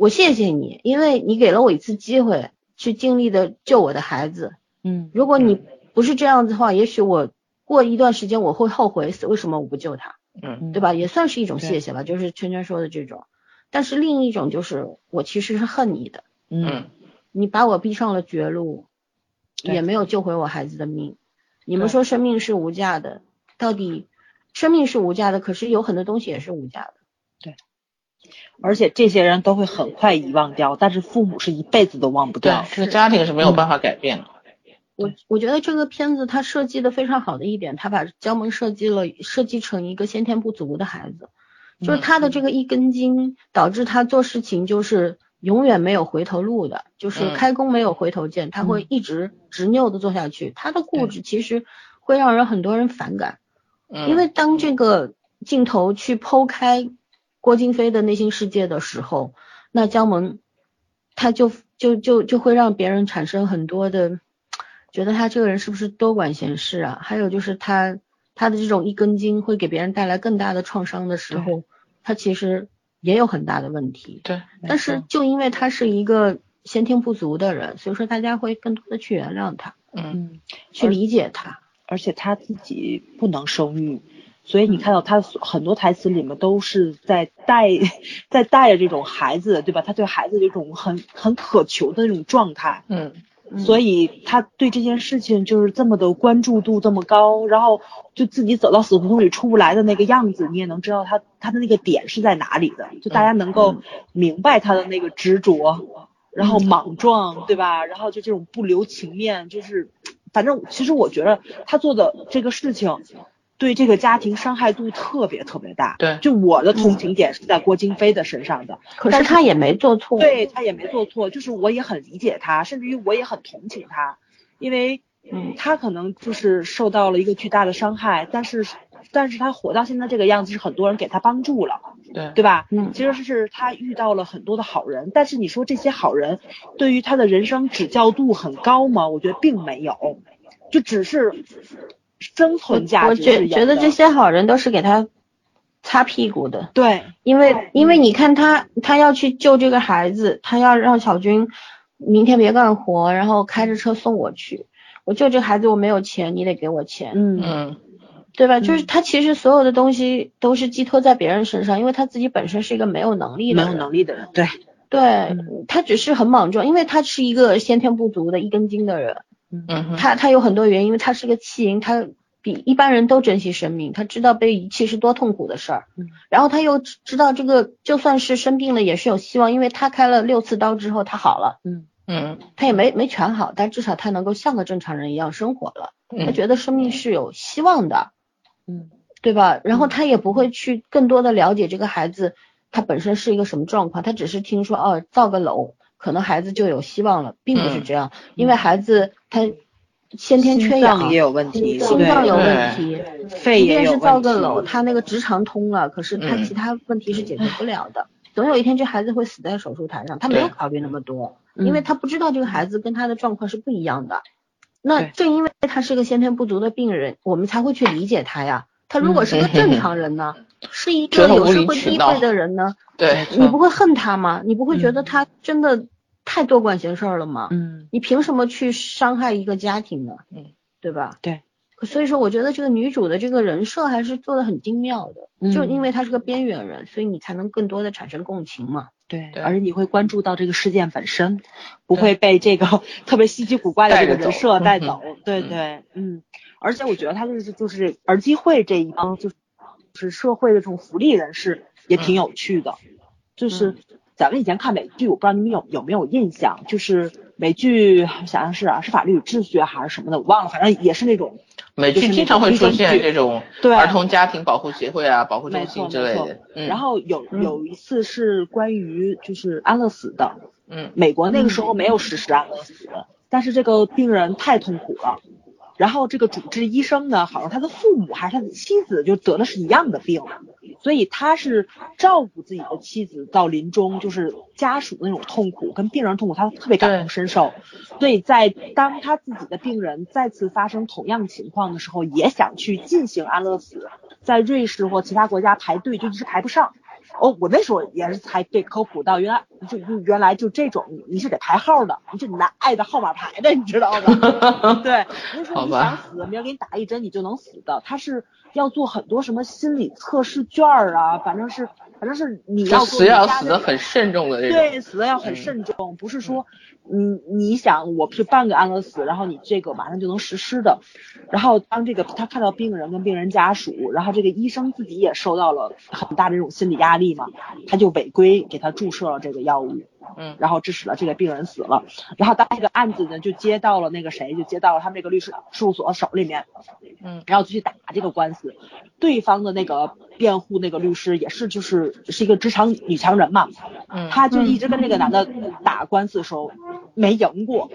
Speaker 1: 我谢谢你，因为你给了我一次机会去尽力的救我的孩子。
Speaker 3: 嗯
Speaker 1: 如果你不是这样子的话，也许我过一段时间我会后悔死，为什么我不救他？
Speaker 2: 嗯
Speaker 3: 嗯
Speaker 1: 对？吧？也算是一种
Speaker 3: 对
Speaker 1: 谢谢吧，就是圈圈说的这种。但是另一种就是，我其实是恨你的，
Speaker 3: 嗯
Speaker 2: 嗯，
Speaker 1: 你把我逼上了绝路，
Speaker 3: 对
Speaker 1: 也没有救回我孩子的命。你们
Speaker 3: 对
Speaker 1: 说生命是无价的，到底生命是无价的，可是有很多东西也是无价的。
Speaker 3: 对，而且这些人都会很快遗忘掉，但是父母是一辈子都忘不
Speaker 2: 对
Speaker 3: 掉，。
Speaker 2: 这个家庭是没有办法改变的。
Speaker 1: 我我觉得这个片子它设计的非常好的一点，它把江萌设计了设计成一个先天不足的孩子，就是他的这个一根筋导致他做事情就是永远没有回头路的，就是
Speaker 2: 嗯
Speaker 1: 开弓没有回头箭，他会一直执拗的做下去。他的固
Speaker 2: 对
Speaker 1: 执其实会让人很多人反感，
Speaker 2: 嗯，
Speaker 1: 因为当这个镜头去剖开郭京飞的内心世界的时候，那江萌他就就就就会让别人产生很多的觉得他这个人是不是多管闲事啊？还有就是他他的这种一根筋会给别人带来更大的创伤的时候，他其实也有很大的问题。
Speaker 2: 对，
Speaker 1: 但是就因为他是一个先天不足的人，所以说大家会更多的去原谅他，
Speaker 2: 嗯
Speaker 3: 嗯，
Speaker 1: 去理解他。
Speaker 3: 而且他自己不能生育，所以你看到他所很多台词里面都是在带在带着这种孩子，对吧？他对孩子这种很很渴求的那种状态，
Speaker 2: 嗯
Speaker 3: 所以他对这件事情就是这么的关注度这么高，然后就自己走到死胡同里出不来的那个样子，你也能知道他他的那个点是在哪里的，就
Speaker 2: 嗯
Speaker 3: 大家能够明白他的那个执着，然
Speaker 2: 嗯
Speaker 3: 后莽撞，对吧？然后就这种不留情面，就是反正其实我觉得他做的这个事情。对这个家庭伤害度特别特别大，
Speaker 2: 对嗯
Speaker 3: 就我的同情点是在郭京飞的身上的，
Speaker 1: 可
Speaker 3: 但
Speaker 1: 是
Speaker 3: 是
Speaker 1: 他也没做错。
Speaker 3: 对他也没做错，就是我也很理解他，甚至于我也很同情他，因为
Speaker 1: 嗯
Speaker 3: 他可能就是受到了一个巨大的伤害，但是但是他活到现在这个样子，是很多人给他帮助了，
Speaker 2: 对
Speaker 3: 对吧？
Speaker 1: 嗯
Speaker 3: 其实是他遇到了很多的好人，但是你说这些好人对于他的人生指教度很高吗？我觉得并没有，就只是生存价
Speaker 1: 我
Speaker 3: 值是
Speaker 1: 觉
Speaker 3: 有
Speaker 1: 觉得
Speaker 3: 的
Speaker 1: 这些好人都是给他擦屁股的，
Speaker 3: 对
Speaker 1: 因
Speaker 3: 嗯
Speaker 1: 为因为你看他他要去救这个孩子，他要让小军明天别干活，然后开着车送我去。我救这个孩子我没有钱，你得给我钱，
Speaker 3: 嗯
Speaker 2: 嗯
Speaker 1: 对吧？就是他其实所有的东西都是寄托在别人身上，因为他自己本身是一个没有能力的
Speaker 3: 没有
Speaker 1: 人，
Speaker 3: 能力的嗯人对
Speaker 1: 对他只是很莽撞，因为他是一个先天不足的一根筋的人，
Speaker 2: 嗯哼，
Speaker 1: 他他有很多原因，因为他是个弃婴，他比一般人都珍惜生命，他知道被遗弃是多痛苦的事儿
Speaker 3: 嗯，
Speaker 1: 然后他又知知道这个就算是生病了也是有希望，因为他开了六次刀之后他好了，
Speaker 3: 嗯
Speaker 2: 嗯
Speaker 1: 他也没没全好，但至少他能够像个正常人一样生活了，他
Speaker 2: 嗯
Speaker 1: 觉得生命是有希望的，
Speaker 3: 嗯
Speaker 1: 对吧？然后他也不会去更多的了解这个孩子他本身是一个什么状况，他只是听说哦造个楼可能孩子就有希望了，并不是
Speaker 2: 嗯
Speaker 1: 这样，因为孩子他先天缺
Speaker 3: 心
Speaker 1: 氧
Speaker 3: 脏也有问题，
Speaker 1: 心脏
Speaker 3: 对
Speaker 1: 有问题，
Speaker 3: 肺
Speaker 1: 即
Speaker 3: 也
Speaker 1: 便
Speaker 3: 有
Speaker 1: 是造个
Speaker 3: 问题
Speaker 1: 楼，他那个直肠通了，可是他
Speaker 2: 嗯
Speaker 1: 其他问题是解决不了的。总有一天这孩子会死在手术台上，他没有
Speaker 2: 对
Speaker 1: 考虑那么多，
Speaker 3: 嗯
Speaker 1: 因为他不知道这个孩子跟他的状况是不一样的。那
Speaker 3: 对
Speaker 1: 正因为他是个先天不足的病人，我们才会去理解他呀。他如果是个正常人呢，是一
Speaker 2: 觉
Speaker 1: 个
Speaker 2: 得
Speaker 1: 有
Speaker 2: 无
Speaker 1: 社
Speaker 2: 理
Speaker 1: 会
Speaker 2: 取
Speaker 1: 地
Speaker 2: 闹
Speaker 1: 位的人呢，
Speaker 2: 对，
Speaker 1: 你不会恨他吗？你不会觉得他真的太多管闲事儿了吗？
Speaker 3: 嗯
Speaker 1: 你凭什么去伤害一个家庭呢？
Speaker 2: 嗯，
Speaker 1: 对吧？
Speaker 3: 对
Speaker 1: 可。所以说，我觉得这个女主的这个人设还是做的很精妙的，
Speaker 3: 嗯
Speaker 1: 就因为她是个边缘人，所以你才能更多的产生共情嘛。
Speaker 3: 对，
Speaker 2: 对
Speaker 3: 而且你会关注到这个事件本身，不
Speaker 2: 对
Speaker 3: 会被这个特别稀奇古怪的这个人设
Speaker 2: 带
Speaker 3: 带
Speaker 2: 着走嗯
Speaker 3: 走。对对，嗯，而且我觉得他就是就是儿基会这一帮就是就是社会的这种福利人士也
Speaker 2: 嗯
Speaker 3: 挺有趣的，就是
Speaker 1: 嗯
Speaker 3: 咱们以前看美剧，我不知道你们有有没有印象，就是美剧好像是啊是法律与秩序还是什么的，我忘了，反正也是那种
Speaker 2: 美剧经常会出现这种
Speaker 3: 对
Speaker 2: 儿童家庭保护协会啊、保护
Speaker 3: 没
Speaker 2: 中
Speaker 3: 错
Speaker 2: 心
Speaker 3: 没
Speaker 2: 之类
Speaker 3: 错
Speaker 2: 的。，嗯，
Speaker 3: 然后有
Speaker 1: 嗯
Speaker 3: 有一次是关于就是安乐死的，
Speaker 2: 嗯
Speaker 3: 美国那个时候没有实施安乐死，但是这个病人太痛苦了。然后这个主治医生呢，好像他的父母还是他的妻子就得的是一样的病，所以他是照顾自己的妻子到临终，就是家属那种痛苦跟病人痛苦，他特别感同身受。所以在当他自己的病人再次发生同样情况的时候，也想去进行安乐死，在瑞士或其他国家排队就一直排不上。哦，我那时候也是才被科普到，原来就就原来就这种你是得排号的，你是拿爱的号码牌的，你知道 吗？对，不是说
Speaker 2: 好
Speaker 3: 你
Speaker 2: 吧
Speaker 3: 想死，明儿给你打一针你就能死的，他是要做很多什么心理测试卷儿啊，反正是反正是你
Speaker 2: 就
Speaker 3: 要做
Speaker 2: 死要
Speaker 3: 你家
Speaker 2: 死
Speaker 3: 那
Speaker 2: 的
Speaker 3: 个
Speaker 2: 很慎重的这种。嗯
Speaker 3: 对，死的要很慎重，不是说你你想我是办个安乐死，然后你这个马上就能实施的。然后当这个他看到病人跟病人家属，然后这个医生自己也受到了很大的这种心理压力嘛，他就违规给他注射了这个药物，
Speaker 2: 嗯
Speaker 3: 然后致使了这个病人死了。然后当这个案子呢就接到了那个谁，就接到了他们这个律师事务所手里面，
Speaker 2: 嗯
Speaker 3: 然后就去打这个官司。对方的那个辩护那个律师也是就是是一个职场女强人嘛，
Speaker 2: 嗯，
Speaker 3: 她就一直跟这个男的打官司的时候没赢过，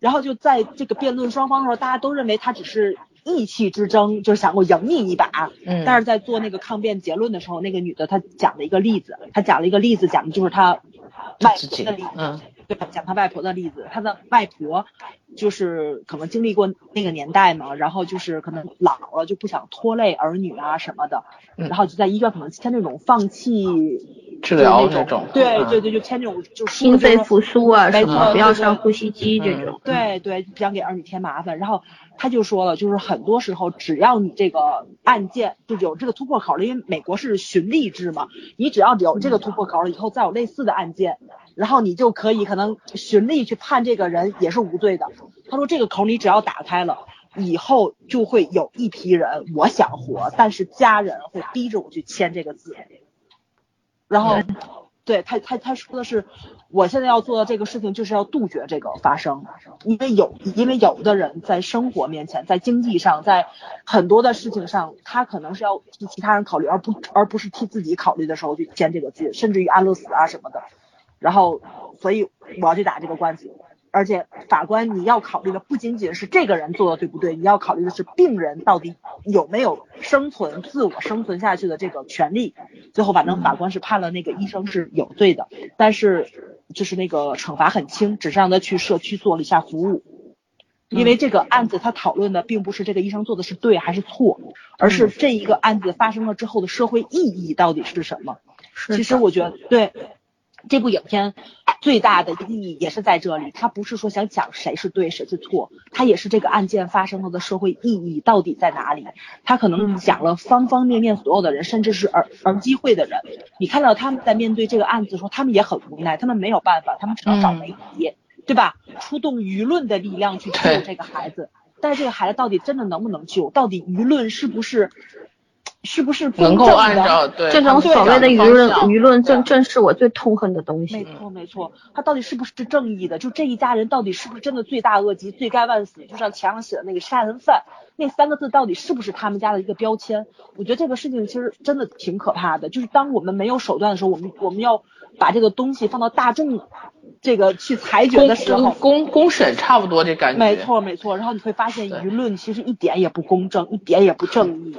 Speaker 3: 然后就在这个辩论双方的时候，大家都认为他只是意气之争，就是想过赢你一把。
Speaker 2: 嗯
Speaker 3: 但是在做那个抗辩结论的时候，那个女的她讲了一个例子，她讲了一个例子，讲的就是她外
Speaker 2: 自
Speaker 3: 婆
Speaker 2: 己
Speaker 3: 的例子，
Speaker 2: 嗯
Speaker 3: 对，讲她外婆的例子，她的外婆就是可能经历过那个年代嘛，然后就是可能老了就不想拖累儿女啊什么的，
Speaker 2: 嗯
Speaker 3: 然后就在医院可能签那种放弃
Speaker 2: 治疗
Speaker 3: 就是那
Speaker 2: 种，
Speaker 3: 对
Speaker 2: 嗯
Speaker 3: 对，对，就签这种就
Speaker 1: 心肺
Speaker 3: 说
Speaker 1: 复苏啊
Speaker 3: 没
Speaker 1: 什
Speaker 3: 错
Speaker 1: 么，不要
Speaker 3: 对对
Speaker 1: 上呼吸机这
Speaker 2: 嗯
Speaker 1: 种。
Speaker 3: 对对，不想给儿女添麻烦。然后他就说了，就是很多时候只要你这个案件就有这个突破口了，因为美国是循例制嘛，你只要有这个突破口了，以后再有类似的案件，然后你就可以可能循例去判这个人也是无罪的。他说这个口你只要打开了。以后就会有一批人，我想活，但是家人会逼着我去签这个字，然后
Speaker 1: 嗯
Speaker 3: 对他，他他说的是，我现在要做的这个事情就是要杜绝这个发生，因为有因为有的人在生活面前，在经济上，在很多的事情上，他可能是要替其他人考虑，而不而不是替自己考虑的时候去签这个字，甚至于安乐死啊什么的。然后，所以我要去打这个官司，而且法官你要考虑的不仅仅是这个人做的对不对，你要考虑的是病人到底有没有生存、自我生存下去的这个权利。最后反正法官是判了那个医生是有罪的，但是就是那个惩罚很轻，只是让他去社区做了一下服务。因为这个案子他讨论的并不是这个医生做的是对还是错，而是这一个案子发生了之后的社会意义到底是什么。
Speaker 1: 是
Speaker 3: 其实
Speaker 1: 的
Speaker 3: 我觉得对这部影片最大的意义也是在这里，它不是说想讲谁是对谁是错，它也是这个案件发生了的社会意义到底在哪里。它可能
Speaker 1: 嗯
Speaker 3: 讲了方方面面所有的人，甚至是儿儿机会的人，你看到他们在面对这个案子的时候，他们也很无奈，他们没有办法，他们只能找
Speaker 2: 嗯
Speaker 3: 媒体。对吧？出动舆论的力量去救
Speaker 2: 对
Speaker 3: 这个孩子，但是这个孩子到底真的能不能救？到底舆论是不是是不是
Speaker 2: 能够
Speaker 3: 公正的
Speaker 2: 按照对
Speaker 1: 这种
Speaker 2: 他们
Speaker 1: 所谓
Speaker 2: 讲
Speaker 1: 的舆
Speaker 2: 方
Speaker 1: 论
Speaker 2: 向
Speaker 1: 舆论正正是我最痛恨的东
Speaker 3: 没
Speaker 1: 西。
Speaker 3: 错没错，他到底是不是正义的？就这一家人到底是不是真的罪大恶极、罪该万死？就像墙上写的那个杀人犯那三个字，到底是不是他们家的一个标签？我觉得这个事情其实真的挺可怕的。就是当我们没有手段的时候，我们我们要把这个东西放到大众这个去裁决的时
Speaker 2: 公
Speaker 3: 候
Speaker 2: 公。公公审差不多这感觉，
Speaker 3: 没，错，没错。然后你会发现，
Speaker 2: 对
Speaker 3: 舆论其实一点也不公正，一点也不正义。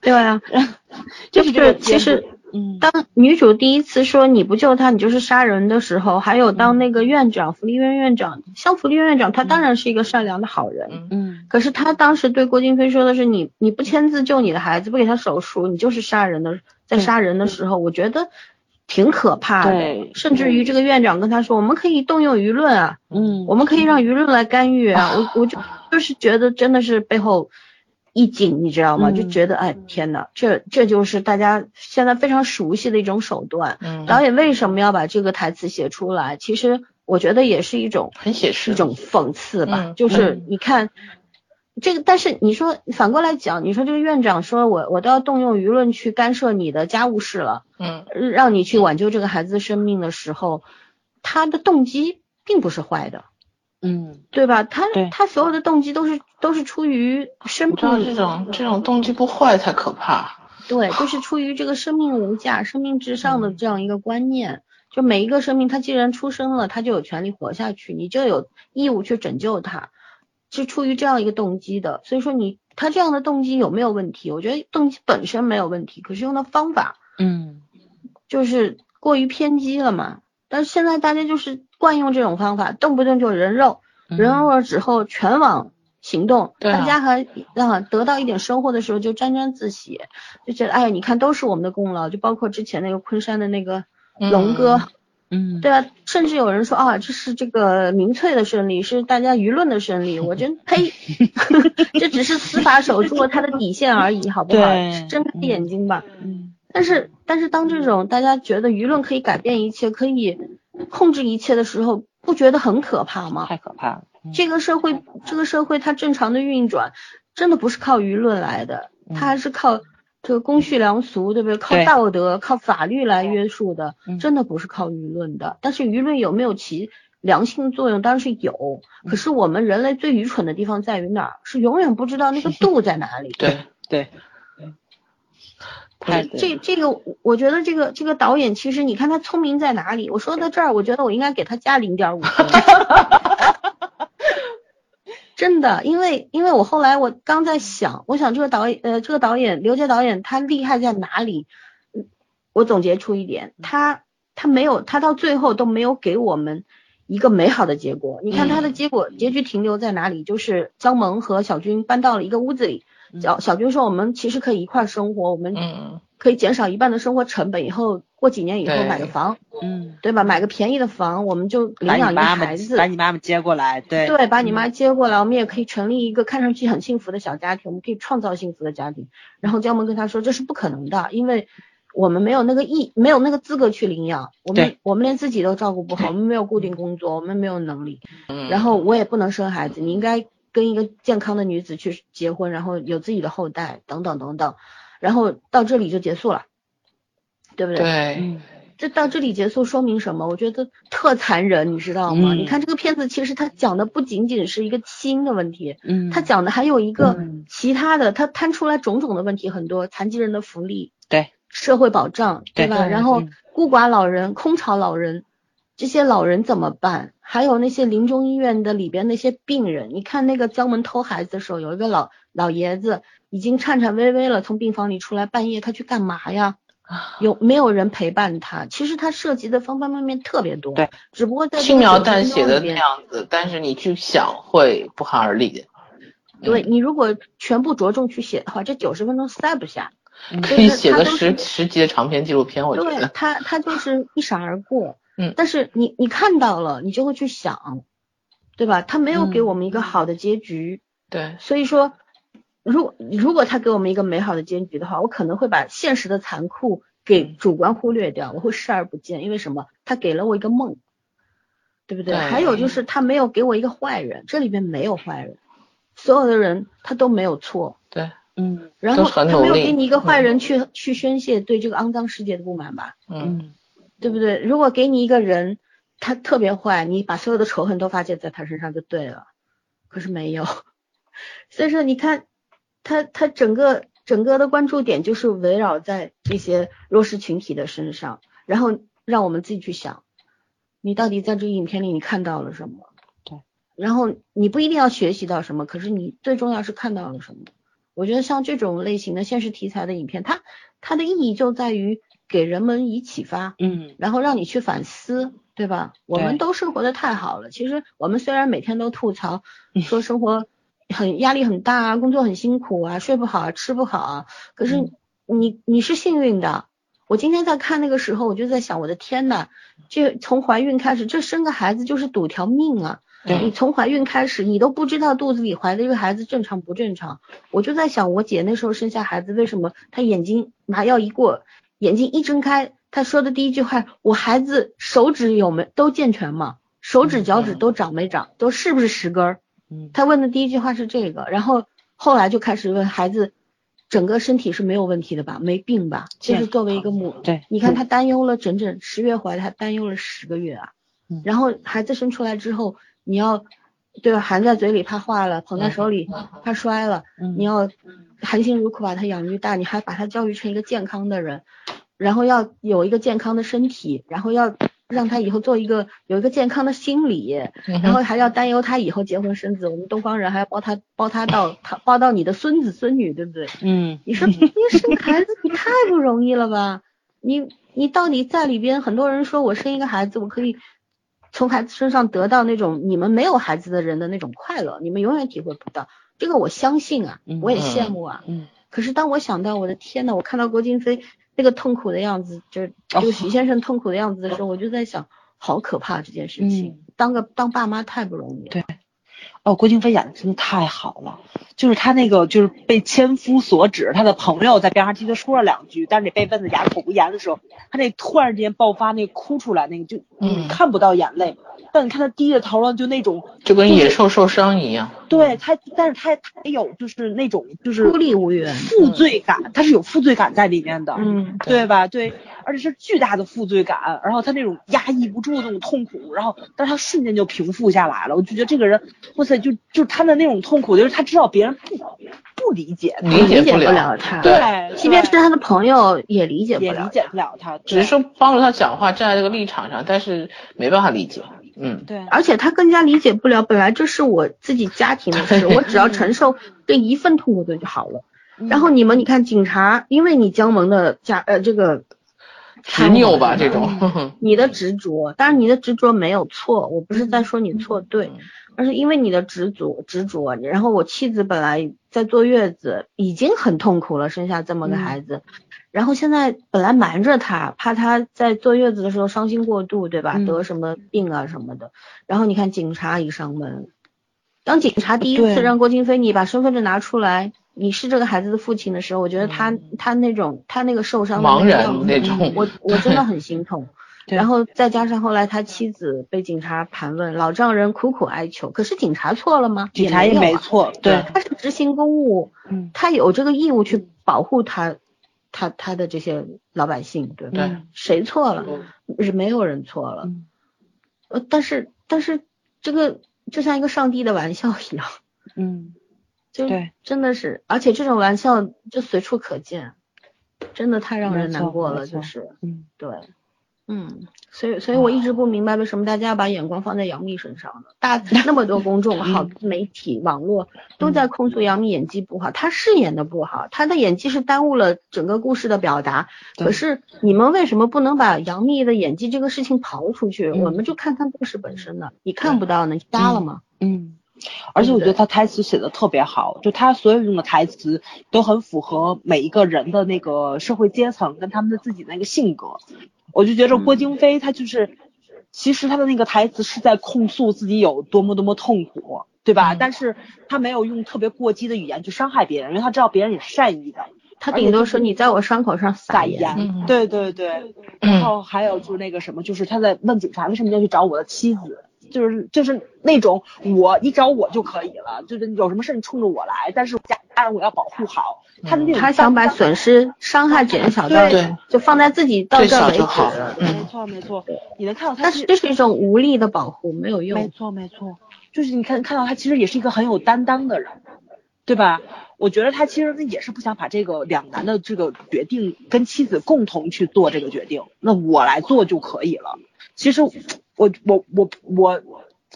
Speaker 1: 对啊， 就
Speaker 3: 就
Speaker 1: 是是
Speaker 3: 这个
Speaker 1: 其实
Speaker 3: 结果，嗯，
Speaker 1: 当女主第一次说你不救他，你就是杀人的时候，还
Speaker 3: 嗯
Speaker 1: 有当那个院长福利院院长，像福利院院长，他当然是一个善良的好人，
Speaker 2: 嗯
Speaker 3: 嗯，
Speaker 1: 可是他当时对郭京飞说的是你你不签字救你的孩子，不给他手术，你就是杀人的，在
Speaker 3: 对嗯
Speaker 1: 杀人的时候，我觉得挺可怕的
Speaker 3: 对。
Speaker 1: 甚至于这个院长跟他说，我们可以动用舆论啊，
Speaker 3: 嗯
Speaker 1: 我们可以让舆论来干预啊。我我就就是觉得真的是背后一紧，你知道吗？
Speaker 3: 嗯
Speaker 1: 就觉得哎天哪，这这就是大家现在非常熟悉的一种手段。
Speaker 2: 嗯，
Speaker 1: 导演为什么要把这个台词写出来？其实我觉得也是一种
Speaker 2: 很写实
Speaker 1: 一种讽刺吧，
Speaker 2: 嗯
Speaker 1: 就是你看。这个，但是你说反过来讲，你说这个院长说我我都要动用舆论去干涉你的家务事了，
Speaker 2: 嗯
Speaker 1: 让你去挽救这个孩子生命的时候，他的动机并不是坏的，
Speaker 3: 嗯，
Speaker 1: 对吧？他
Speaker 3: 对
Speaker 1: 他所有的动机都是都是出于生
Speaker 2: 我知道这
Speaker 1: 命，
Speaker 2: 种这种动机不坏才可怕，
Speaker 1: 对， 就是出于这个生命无价、生命至上的
Speaker 2: 嗯
Speaker 1: 这样一个观念。就每一个生命，他既然出生了，他就有权利活下去，你就有义务去拯救他，是出于这样一个动机的。所以说你他这样的动机有没有问题？我觉得动机本身没有问题，可是用的方法
Speaker 3: 嗯，
Speaker 1: 就是过于偏激了嘛。但是现在大家就是惯用这种方法，动不动就人肉，人肉了之后全网行动，
Speaker 2: 嗯对啊
Speaker 1: 大家还啊得到一点收获的时候就沾沾自喜，就觉得哎呀，你看都是我们的功劳，就包括之前那个昆山的那个
Speaker 2: 嗯
Speaker 1: 龙哥，
Speaker 3: 嗯，
Speaker 1: 对啊，甚至有人说啊，这是这个民粹的胜利，是大家舆论的胜利。我真 呸， 这只是司法守住了他的底线而已，好不好？
Speaker 3: 对
Speaker 1: 睁开眼睛吧。
Speaker 3: 嗯，
Speaker 1: 但是但是当这种大家觉得舆论可以改变一切，可以控制一切的时候，不觉得很可怕吗？
Speaker 3: 太可怕了。嗯
Speaker 1: 这个社会，这个社会它正常的运转，真的不是靠舆论来的，
Speaker 3: 嗯
Speaker 1: 它还是靠这个公序良俗，对不对？靠
Speaker 3: 对
Speaker 1: 道德、靠法律来约束的
Speaker 3: 嗯，
Speaker 1: 真的不是靠舆论的。但是舆论有没有其良性作用？当然是有。
Speaker 3: 嗯
Speaker 1: 可是我们人类最愚蠢的地方在于哪儿？是永远不知道那个度在哪里。
Speaker 2: 对
Speaker 3: 对，太
Speaker 1: 这
Speaker 3: 对
Speaker 1: 这这个，我觉得这个这个导演其实你看他聪明在哪里？我说到这儿，我觉得我应该给他加零点五分。 真的，因为因为我后来我刚在想，我想这个导演呃这个导演刘杰导演他厉害在哪里？嗯我总结出一点，他他没有他到最后都没有给我们一个美好的结果。你看他的结果、结局停留在哪里？就是张萌和小军搬到了一个屋子里，小小军说我们其实可以一块儿生活，我们
Speaker 2: 嗯，
Speaker 1: 可以减少一半的生活成本，以后过几年以后
Speaker 2: 对
Speaker 1: 买个房，
Speaker 3: 嗯，
Speaker 1: 对吧？买个便宜的房，我们就领
Speaker 3: 把
Speaker 1: 养
Speaker 3: 你
Speaker 1: 一个
Speaker 3: 妈妈
Speaker 1: 孩子，
Speaker 3: 把你妈妈接过来，对嗯
Speaker 1: 对，把你妈接过来，我们也可以成立一个看上去很幸福的小家庭，我们可以创造幸福的家庭。然后江萌跟他说这是不可能的，因为我们没有那个义，没有那个资格去领养，我们
Speaker 3: 对
Speaker 1: 我们连自己都照顾不好，我们没有固定工作，我们没有能力，
Speaker 2: 嗯
Speaker 1: 然后我也不能生孩子，你应该跟一个健康的女子去结婚，然后有自己的后代，等等等等，然后到这里就结束了，对不
Speaker 2: 对，
Speaker 3: 嗯
Speaker 1: 这到这里结束说明什么？我觉得特残忍，你知道吗？
Speaker 3: 嗯
Speaker 1: 你看这个片子，其实它讲的不仅仅是一个弃婴的问题，
Speaker 3: 嗯，
Speaker 1: 它讲的还有一个
Speaker 3: 嗯
Speaker 1: 其他的，它摊出来种种的问题很多，残疾人的福利、
Speaker 3: 对
Speaker 1: 社会保障，
Speaker 3: 对
Speaker 1: 吧？
Speaker 3: 嗯
Speaker 1: 然后
Speaker 3: 嗯
Speaker 1: 孤寡老人、空巢老人，这些老人怎么办？还有那些临终医院的里边那些病人，你看那个江门偷孩子的时候，有一个老老爷子已经颤颤巍巍了，从病房里出来，半夜他去干嘛呀？
Speaker 2: 啊
Speaker 1: 有没有人陪伴他？其实他涉及的方方面面特别多，
Speaker 3: 对，
Speaker 1: 只不过在这
Speaker 2: 轻
Speaker 1: 个
Speaker 2: 描
Speaker 1: 90分
Speaker 2: 淡
Speaker 1: 钟
Speaker 2: 写
Speaker 1: 里
Speaker 2: 的那
Speaker 1: 边
Speaker 2: 样子，但是你去想会不寒而栗。
Speaker 1: 对
Speaker 2: 嗯
Speaker 1: 你如果全部着重去写的话，这九十分钟塞不下。
Speaker 3: 嗯
Speaker 2: 可以
Speaker 1: 就是
Speaker 2: 写
Speaker 1: 它
Speaker 2: 个
Speaker 1: 都
Speaker 2: 十
Speaker 1: 是
Speaker 2: 十集的长篇纪录片，我觉
Speaker 1: 对
Speaker 2: 得。
Speaker 1: 他，他就是一闪而过。
Speaker 2: 嗯
Speaker 1: 但是你你看到了，你就会去想，对吧？他没有给我们
Speaker 2: 嗯
Speaker 1: 一个好的结局，
Speaker 2: 对，
Speaker 1: 所以说，如如果他给我们一个美好的结局的话，我可能会把现实的残酷给主观忽略掉，我会视而不见。因为什么？他给了我一个梦，对不对？
Speaker 2: 对
Speaker 1: 还有就是他没有给我一个坏人，这里边没有坏人，所有的人他都没有错。
Speaker 2: 对，
Speaker 3: 嗯
Speaker 1: 然后
Speaker 2: 都是
Speaker 1: 他
Speaker 2: 很
Speaker 1: 没
Speaker 2: 努
Speaker 1: 有
Speaker 2: 力
Speaker 1: 给你一个坏人去、去宣泄对这个肮脏世界的不满吧？
Speaker 2: 嗯，
Speaker 3: 嗯
Speaker 1: 对不对？如果给你一个人，他特别坏，你把所有的仇恨都发泄在他身上就对了。可是没有， 所以说你看，他他整个整个的关注点就是围绕在这些弱势群体的身上，然后让我们自己去想，你到底在这个影片里你看到了什么？
Speaker 3: 对。
Speaker 1: 然后你不一定要学习到什么，可是你最重要是看到了什么。我觉得像这种类型的现实题材的影片，它它的意义就在于给人们以启发，
Speaker 3: 嗯
Speaker 1: 然后让你去反思，对吧？我们都生活的太好了，其实我们虽然每天都吐槽
Speaker 3: 嗯
Speaker 1: 说生活很压力很大啊，工作很辛苦啊，睡不好啊，吃不好啊，可是
Speaker 3: 嗯
Speaker 1: 你你是幸运的。我今天在看那个时候，我就在想，我的天呐，这从怀孕开始，这生个孩子就是赌条命啊！
Speaker 3: 对
Speaker 1: 你从怀孕开始，你都不知道肚子里怀的这个孩子正常不正常。我就在想，我姐那时候生下孩子，为什么她眼睛麻药一过，眼睛一睁开，她说的第一句话，我孩子手指有没都健全吗？手指脚
Speaker 3: 啊
Speaker 1: 趾都长没长，都是不是十根儿？
Speaker 3: 嗯
Speaker 1: 她问的第一句话是这个，然后后来就开始问孩子，整个身体是没有问题的吧？没病吧？这是
Speaker 3: 健
Speaker 1: 作为一个母，
Speaker 3: 对，
Speaker 1: 你看她担忧了整整十月怀，她担忧了十个月啊
Speaker 3: 嗯。
Speaker 1: 然后孩子生出来之后，你要对吧？含在嘴里怕化了，捧在手里怕摔了，
Speaker 3: 嗯
Speaker 1: 你要含辛茹苦把他养育大，你还把他教育成一个健康的人，然后要有一个健康的身体，然后要让他以后做一个有一个健康的心理，
Speaker 3: 嗯
Speaker 1: 然
Speaker 2: 然
Speaker 1: 后还要担忧他以后结婚生子，我们东方人还要抱他抱他到他抱到你的孙子孙女，对不对？
Speaker 3: 嗯
Speaker 1: 你说你生个孩子你太不容易了吧？你你到底在里边，很多人说我生一个孩子，我可以从孩子身上得到那种你们没有孩子的人的那种快乐，你们永远体会不到。这个我相信啊
Speaker 3: 嗯，
Speaker 1: 我也羡慕啊。
Speaker 3: 嗯
Speaker 1: 可是当我想到我的天呐，我看到郭京飞那个痛苦的样子，就是
Speaker 3: 哦
Speaker 1: 这个许先生痛苦的样子的时候，我就在想，好可怕这件事情
Speaker 3: 嗯。
Speaker 1: 当个当爸妈太不容易了。
Speaker 3: 对哦，郭京飞演的真的太好了，就是他那个就是被千夫所指，他的朋友在边上替他说了两句，但是你被问的哑口无言的时候，他那突然之间爆发那个哭出来那个，就你
Speaker 2: 嗯
Speaker 3: 看不到眼泪，但你看他低着头了，就那种
Speaker 2: 就跟
Speaker 3: 就是
Speaker 2: 野兽受伤一样。
Speaker 3: 对他，但是他他也有就是那种就是
Speaker 1: 孤立无援。
Speaker 3: 负罪感，他是有负罪感在里面的，
Speaker 1: 嗯，
Speaker 3: 对吧？对，而且是巨大的负罪感，然后他那种压抑不住的那种痛苦，然后但是他瞬间就平复下来了。我就觉得这个人，哇塞，就就他的那种痛苦，就是他知道别人不不理解他，
Speaker 2: 理解
Speaker 1: 啊解
Speaker 2: 不了
Speaker 1: 了他，
Speaker 2: 对
Speaker 3: 对，
Speaker 1: 即便是
Speaker 3: 对
Speaker 1: 他的朋友也理解不
Speaker 3: 也理
Speaker 1: 了。
Speaker 3: 解不了他，
Speaker 2: 只是说帮助他讲话，站在这个立场上，但是没办法理解。嗯，
Speaker 3: 对
Speaker 1: 而且他更加理解不了，本来这是我自己家庭的 事，我只要承受这一份痛苦的就好了。
Speaker 3: 对，
Speaker 1: 然后你们，你看警察，因为你江门的家呃这个
Speaker 2: 执拗吧，这种。
Speaker 3: 嗯
Speaker 1: 你的执着，当然你的执着没有错，我不是在说你
Speaker 3: 嗯
Speaker 1: 错对，而是因为你的执着执着。然后我妻子本来在坐月子，已经很痛苦了，生下这么
Speaker 3: 嗯
Speaker 1: 个孩子，然后现在本来瞒着他，怕他在坐月子的时候伤心过度，对吧？
Speaker 3: 嗯
Speaker 1: 得什么病啊什么的。然后你看警察一上门，当警察第一
Speaker 3: 对
Speaker 1: 次让郭京飞你把身份证拿出来。你是这个孩子的父亲的时候，我觉得他、
Speaker 3: 嗯
Speaker 1: 他那种他那个受伤的
Speaker 2: 茫
Speaker 1: 那个
Speaker 2: 然
Speaker 1: 状
Speaker 2: 那
Speaker 1: 态
Speaker 2: 种
Speaker 1: 我我真的很心痛。
Speaker 3: 对
Speaker 1: 然后再加上后来他妻子被警察盘问，老丈人苦苦哀求，可是警察错了吗？
Speaker 3: 警察也
Speaker 1: 没
Speaker 3: 没
Speaker 1: 有啊
Speaker 3: 错，
Speaker 2: 对
Speaker 3: 对，
Speaker 1: 他是执行公务，
Speaker 3: 嗯，
Speaker 1: 他有这个义务去保护他，他他的这些老百姓，对吧？
Speaker 2: 对
Speaker 3: 嗯
Speaker 1: 谁错了？是没有人错了。
Speaker 3: 嗯
Speaker 1: 呃，但是但是这个就像一个上帝的玩笑一样，
Speaker 3: 嗯，
Speaker 1: 就
Speaker 3: 对
Speaker 1: 真的是，而且这种玩笑就随处可见，真的太让人
Speaker 3: 没
Speaker 1: 难
Speaker 3: 错
Speaker 1: 过
Speaker 3: 没
Speaker 1: 了，就
Speaker 3: 错
Speaker 1: 是。
Speaker 3: 嗯，
Speaker 1: 对，嗯，所以所以我一直不明白为什么大家把眼光放在杨幂身上呢？大那么多公众号、媒体、网络都在控诉杨幂演技不好，她是演的不好，她的演技是耽误了整个故事的表达。
Speaker 3: 对
Speaker 1: 可是你们为什么不能把杨幂的演技这个事情刨出去？
Speaker 3: 嗯
Speaker 1: 我们就看看故事本身呢？你看不到呢，你瞎了吗？
Speaker 3: 嗯，而且我觉得他台词写的特别好，就他所有用的台词都很符合每一个人的那个社会阶层跟他们的自己那个性格。我就觉着郭京飞他就是，其实他的那个台词是在控诉自己有多么多么痛苦，对吧？
Speaker 2: 嗯
Speaker 3: 但是他没有用特别过激的语言去伤害别人，因为他知道别人也是善意的。
Speaker 1: 她
Speaker 3: 而且
Speaker 1: 顶多
Speaker 3: 就是
Speaker 1: 说你在我伤口上撒
Speaker 3: 撒
Speaker 1: 盐。
Speaker 2: 嗯
Speaker 3: 对对对，然后还有就是那个什么，就是他在问警察为什么要去找我的妻子，就是就是那种我你找我就可以了，就是有什么事你冲着我来，但是家家人我要保护好他的那种。
Speaker 1: 她嗯想 把损失、伤害减小到
Speaker 2: 对
Speaker 1: 就放在自己到
Speaker 2: 最
Speaker 1: 这
Speaker 2: 小
Speaker 1: 儿为止
Speaker 2: 就好了。
Speaker 3: 没
Speaker 2: 嗯，
Speaker 3: 错没错，你能看到他
Speaker 1: 但是这是一种无力的保护，没有
Speaker 3: 没
Speaker 1: 用。
Speaker 3: 错没错，就是你看看到他其实也是一个很有担当的人，对吧？我觉得他其实也是不想把这个两难的这个决定跟妻子共同去做这个决定，那我来做就可以了。其实我我我我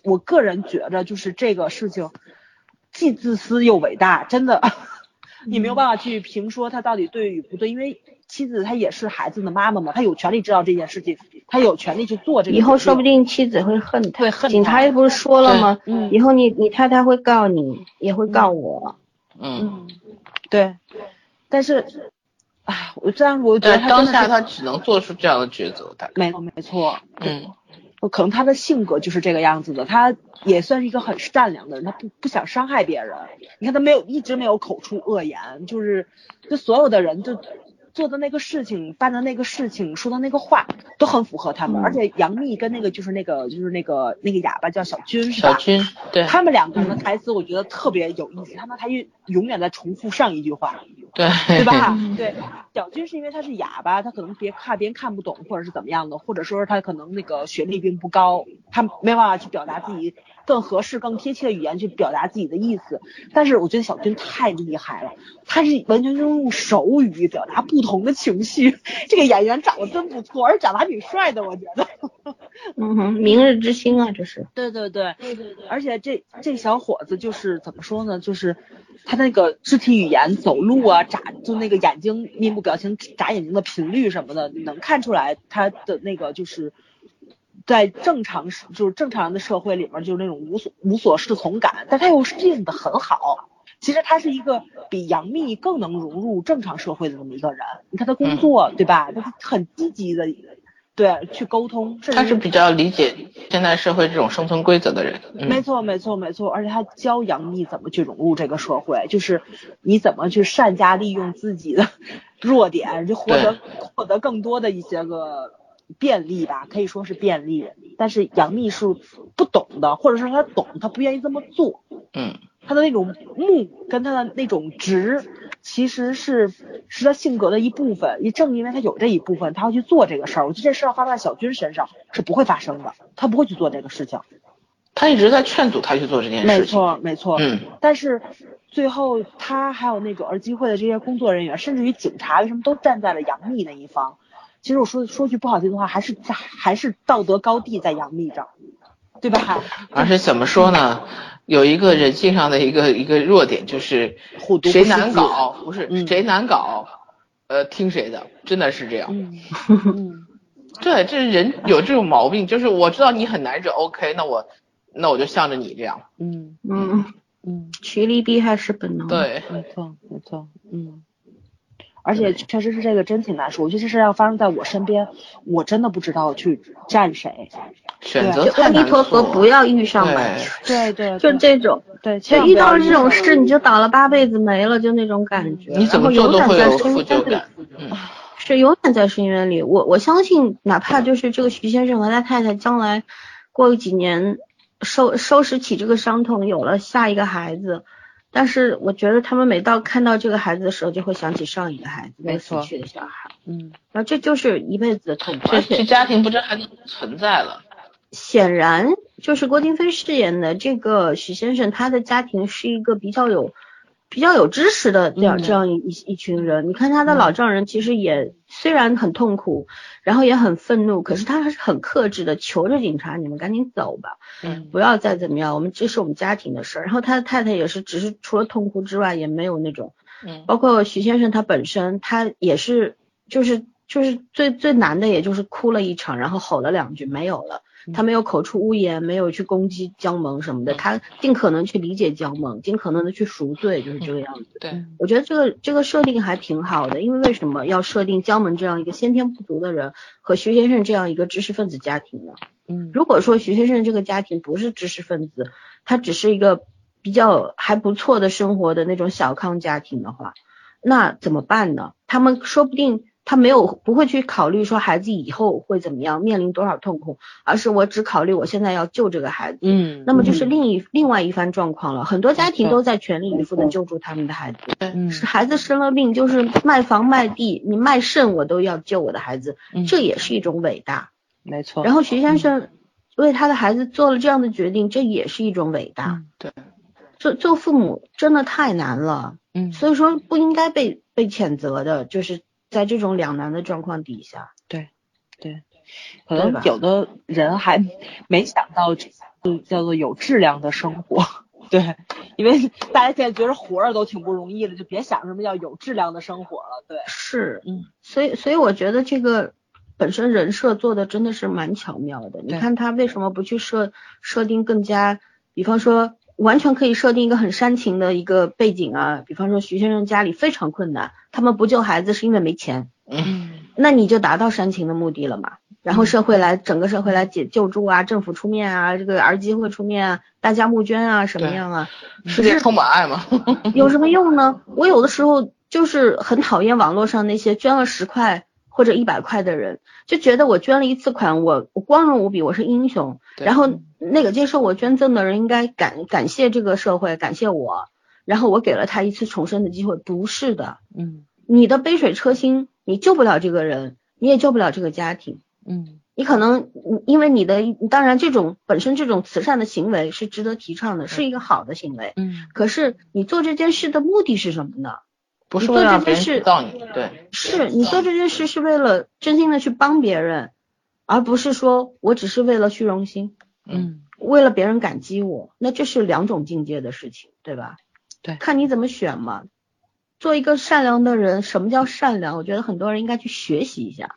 Speaker 3: 我个人觉着就是这个事情既自私又伟大，真的， 你
Speaker 1: 嗯
Speaker 3: 没有办法去评说他到底对与不对，因为妻子她也是孩子的妈妈嘛，她有权利知道这件事情，她有权利去做这个决定。
Speaker 1: 以后说不定妻子会恨他，
Speaker 3: 会恨
Speaker 1: 警
Speaker 3: 他
Speaker 1: 察也不是说了吗？
Speaker 3: 嗯
Speaker 1: 以后你你太太会告你，也会告我。
Speaker 2: 嗯，
Speaker 3: 嗯，对，但是，哎，我这样我觉得
Speaker 2: 但
Speaker 3: 他
Speaker 2: 呃当
Speaker 3: 真的
Speaker 2: 下
Speaker 3: 是
Speaker 2: 他只能做出这样的抉择，大概。
Speaker 3: 没错没错，
Speaker 2: 嗯，
Speaker 3: 我可能他的性格就是这个样子的，他也算是一个很善良的人，他不不想伤害别人。你看他没有一直没有口出恶言，就是就所有的人就做的那个事情、办的那个事情、说的那个话都很符合他们，
Speaker 1: 嗯
Speaker 3: 而且杨幂跟那个就是那个就是那个那个哑巴叫小军是吧？
Speaker 2: 小军，嗯对
Speaker 3: 他们两个人的台词我觉得特别有意思，他们还永远在重复上一句话。
Speaker 2: 对
Speaker 3: 对吧？
Speaker 1: 嗯
Speaker 3: 对，小军是因为他是哑巴，他可能别看别人看不懂，或者是怎么样的，或者说是他可能那个学历并不高，他没办法去表达自己更合适、更贴切的语言去表达自己的意思。但是我觉得小军太厉害了，他是完全就是用手语表达不同的情绪。 这个演员长得真不错，而且长得还挺帅的，我觉得。
Speaker 1: 嗯哼，明日之星啊，这是。
Speaker 3: 对对对，而且这这小伙子就是怎么说呢？就是他那个肢体语言、走路啊、眨就那个眼睛面部表情、眨眼睛的频率什么的，你能看出来他的那个就是在正常社就是正常的社会里面就是那种无所无所适从感，但他又适应的很好。其实他是一个比杨幂更
Speaker 2: 嗯
Speaker 3: 能融入正常社会的这么一个人。你看他工作、对吧？他是很积极的对去沟通，甚
Speaker 2: 他
Speaker 3: 至
Speaker 2: 是比较理解现代社会这种生存规则的人。
Speaker 3: 没
Speaker 2: 嗯
Speaker 3: 错，没错，没错，而且他教杨幂怎么去融入这个社会，就是你怎么去善加利用自己的 弱点，就获得获得更多的一些个便利吧，可以说是便利。但是杨幂是不懂的，或者说她懂，她不愿意这么做，
Speaker 2: 嗯，
Speaker 3: 她的那种木跟她的那种直，其实是是她性格的一部分。也正因为她有这一部分，她要去做这个事儿。我觉得这事儿发生在小军身上是不会发生的，她不会去做这个事情。
Speaker 2: 他一直在劝阻他去做这件
Speaker 3: 没
Speaker 2: 事情。
Speaker 3: 错，没错。
Speaker 2: 嗯，
Speaker 3: 但是最后他还有那个儿基会的这些工作人员，甚至于警察，为什么都站在了杨幂那一方？其实我说说句不好听的话，还是还是道德高地在杨幂这儿，对吧？
Speaker 2: 而且怎么说
Speaker 3: 嗯
Speaker 2: 呢，有一个人性上的一个一个弱点就是
Speaker 3: 虎毒不
Speaker 2: 谁
Speaker 3: 食
Speaker 2: 难
Speaker 3: 子
Speaker 2: 搞，不是、
Speaker 3: 嗯
Speaker 2: 谁难搞，呃，听谁的，真的是这样。
Speaker 3: 嗯嗯，
Speaker 2: 对，这人有这种毛病，就是我知道你很难惹，OK，那我那我就向着你这样。
Speaker 3: 嗯
Speaker 1: 嗯，
Speaker 3: 嗯，
Speaker 1: 趋利避害是本能。，
Speaker 2: 对，
Speaker 3: 没错没错，嗯。而且确实是这个真挺难说，我觉得这事儿要发生在我身边，我真的不知道去站谁。
Speaker 2: 选择
Speaker 1: 就
Speaker 2: 太
Speaker 1: 阿弥
Speaker 2: 难
Speaker 1: 陀
Speaker 2: 做
Speaker 1: 佛，不
Speaker 2: 了。
Speaker 1: 要遇上吧。
Speaker 2: 对
Speaker 3: 对对，
Speaker 1: 就
Speaker 3: 对
Speaker 1: 这种，
Speaker 3: 对，千
Speaker 1: 就
Speaker 3: 万不
Speaker 1: 遇
Speaker 3: 要
Speaker 1: 到这种
Speaker 3: 上
Speaker 1: 事你就倒了八辈子霉了，就那种感觉。
Speaker 2: 你怎么
Speaker 1: 然后
Speaker 2: 做都
Speaker 1: 永
Speaker 2: 会
Speaker 1: 远
Speaker 2: 有
Speaker 1: 在深
Speaker 2: 负疚
Speaker 1: 渊里
Speaker 2: 感。嗯，
Speaker 1: 是永远在深渊里。我我相信，哪怕就是这个徐先生和他太太将来过几年收收拾起这个伤痛，有了下一个孩子，但是我觉得他们每到看到这个孩子的时候，就会想起上一个孩子
Speaker 3: 没错
Speaker 1: 死去的小孩，
Speaker 3: 嗯，
Speaker 1: 然后这就是一辈子的痛苦。
Speaker 2: 这
Speaker 1: 而
Speaker 2: 这
Speaker 1: 且
Speaker 2: 家庭不知还存在了。
Speaker 1: 显然，就是郭京飞饰演的这个徐先生，他的家庭是一个比较有。比较有知识的这样
Speaker 3: 嗯
Speaker 1: 这样一一一群人，你看他的老丈人其实也虽然很痛苦，然后也很愤怒，可是他还是很克制的，求着警察你们赶紧走吧，
Speaker 3: 嗯
Speaker 1: 不要再怎么样，我们这是我们家庭的事儿。然后他的太太也是，只是除了痛哭之外，也没有那种
Speaker 2: 嗯，
Speaker 1: 包括徐先生他本身，他也是就是就是最最难的，也就是哭了一场，然后吼了两句，没有了。他没有口出污言，没有去攻击江萌什么的，他尽可能去理解江萌，尽可能的去赎罪，就是这个样子。
Speaker 2: 对，
Speaker 3: 嗯
Speaker 1: 我觉得这个这个设定还挺好的，因为为什么要设定江萌这样一个先天不足的人和徐先生这样一个知识分子家庭呢？
Speaker 3: 嗯
Speaker 1: 如果说徐先生这个家庭不是知识分子，他只是一个比较还不错的生活的那种小康家庭的话，那怎么办呢？他们说不定他没有不会去考虑说孩子以后会怎么样，面临多少痛苦，而是我只考虑我现在要救这个孩子。
Speaker 3: 嗯，
Speaker 1: 那么就是另一、另外一番状况了，很多家庭
Speaker 3: 没错
Speaker 1: 都在全力以赴的救助他们的孩子，
Speaker 3: 嗯
Speaker 1: 是孩子生了病，就是卖房卖地，你卖肾我都要救我的孩子，
Speaker 3: 嗯
Speaker 1: 这也是一种伟大。
Speaker 3: 没错，
Speaker 1: 然后徐
Speaker 3: 嗯
Speaker 1: 先生为他的孩子做了这样的决定，这也是一种伟大。
Speaker 3: 嗯
Speaker 2: 对，
Speaker 1: 做做父母真的太难了，
Speaker 3: 嗯，
Speaker 1: 所以说不应该被被谴责的，就是在这种两难的状况底下。
Speaker 3: 可
Speaker 1: 对
Speaker 3: 能
Speaker 1: 吧
Speaker 3: 有的人还没想到，就叫做有质量的生活。 对，因为大家现在觉得活着都挺不容易的，就别想什么叫有质量的生活了。对，
Speaker 1: 是，
Speaker 3: 嗯，
Speaker 1: 所以所以我觉得这个本身人设做的真的是蛮巧妙的。你
Speaker 3: 对
Speaker 1: 看他为什么不去设设定更加，比方说完全可以设定一个很煽情的一个背景啊，比方说徐先生家里非常困难，他们不救孩子是因为没钱，
Speaker 3: 嗯
Speaker 1: 那你就达到煽情的目的了嘛。然
Speaker 2: 嗯
Speaker 1: 后社会来，整个社会来解救助啊，政府出面啊，这个儿基会出面啊，大家募捐啊，什么
Speaker 2: 对
Speaker 1: 样啊？
Speaker 2: 世界充满爱 嘛。
Speaker 1: 有什么用呢？我有的时候就是很讨厌网络上那些捐了十块或者一百块的人，就觉得我捐了一次款，我我光荣无比，我是英雄。
Speaker 2: 对
Speaker 1: 然后那个接受我捐赠的人应该感感谢这个社会，感谢我，然后我给了他一次重生的机会。不是的，
Speaker 3: 嗯
Speaker 1: 你的杯水车薪，你救不了这个人，你也救不了这个家庭。
Speaker 3: 嗯
Speaker 1: 你可能你因为你的，当然这种本身这种慈善的行为是值得提倡的，是一个好的行为。
Speaker 3: 嗯，
Speaker 1: 可是你做这件事的目的是什么呢？
Speaker 2: 不是
Speaker 1: 你
Speaker 2: 为
Speaker 1: 做
Speaker 2: 了
Speaker 1: 这
Speaker 2: 让
Speaker 1: 件
Speaker 2: 别人
Speaker 1: 事
Speaker 2: 知道你，对，
Speaker 1: 是你做这件事是为了真心的去帮别人，而不是说我只是为了虚荣心，
Speaker 3: 嗯
Speaker 1: 为了别人感激我，那这是两种境界的事情，对吧？
Speaker 3: 对
Speaker 1: 看你怎么选嘛。做一个善良的人，什么叫善良？我觉得很多人应该去学习一下。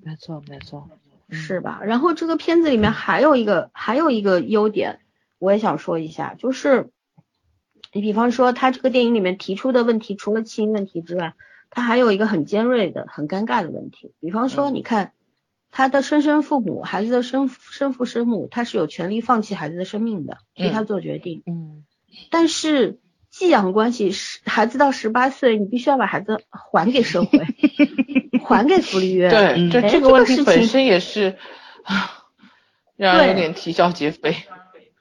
Speaker 3: 没错没错，嗯
Speaker 1: 是吧？然后这个片子里
Speaker 2: 嗯
Speaker 1: 面还有一个还有一个优点，我也想说一下，就是你比方说他这个电影里面提出的问题，除了弃婴问题之外，他还有一个很尖锐的、很尴尬的问题。比方说，
Speaker 2: 嗯
Speaker 1: 你看他的生身父母，孩子的生生父生母，他是有权利放弃孩子的生命的，替他做决定。
Speaker 3: 嗯
Speaker 1: 但是寄养关系是孩子到十八岁，你必须要把孩子还给社 会，还给福利院。
Speaker 2: 对，
Speaker 3: 嗯
Speaker 2: 这
Speaker 1: 哎
Speaker 2: 这
Speaker 1: 这
Speaker 2: 个
Speaker 1: 个
Speaker 2: 问题
Speaker 1: 事
Speaker 2: 本
Speaker 1: 情
Speaker 2: 身也是 啊让人有
Speaker 1: 对
Speaker 2: 点啼笑皆非。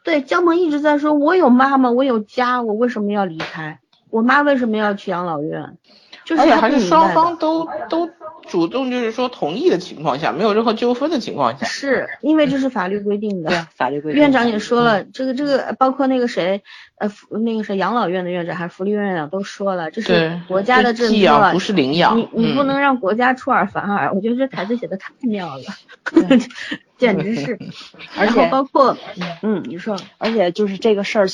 Speaker 1: 对，江萌一直在说，我有妈妈，我有家，我为什么要离开？我妈为什么要去养老院？就是
Speaker 2: 而且
Speaker 1: 她
Speaker 2: 还
Speaker 1: 不
Speaker 2: 是
Speaker 1: 明
Speaker 2: 双
Speaker 1: 白的
Speaker 2: 方都都主动，就是说同意的情况下，没有任何纠纷的情况下，
Speaker 1: 是因为这是法律规定的。
Speaker 3: 对啊，法律规定。
Speaker 1: 院长也说了，这个这个包括那个谁，呃，福那个谁养老院的院长还是福利院院长都说了，这
Speaker 2: 对
Speaker 1: 是国家的
Speaker 2: 就
Speaker 1: 政
Speaker 2: 寄
Speaker 1: 策
Speaker 2: 养不，是领养，
Speaker 1: 你你不
Speaker 2: 嗯
Speaker 1: 能让国家出尔反尔。我觉得这台词写的太妙了， 简直是。
Speaker 3: 而
Speaker 1: 然
Speaker 3: 且
Speaker 1: 后包括，嗯，你说，
Speaker 3: 而且就是这个事儿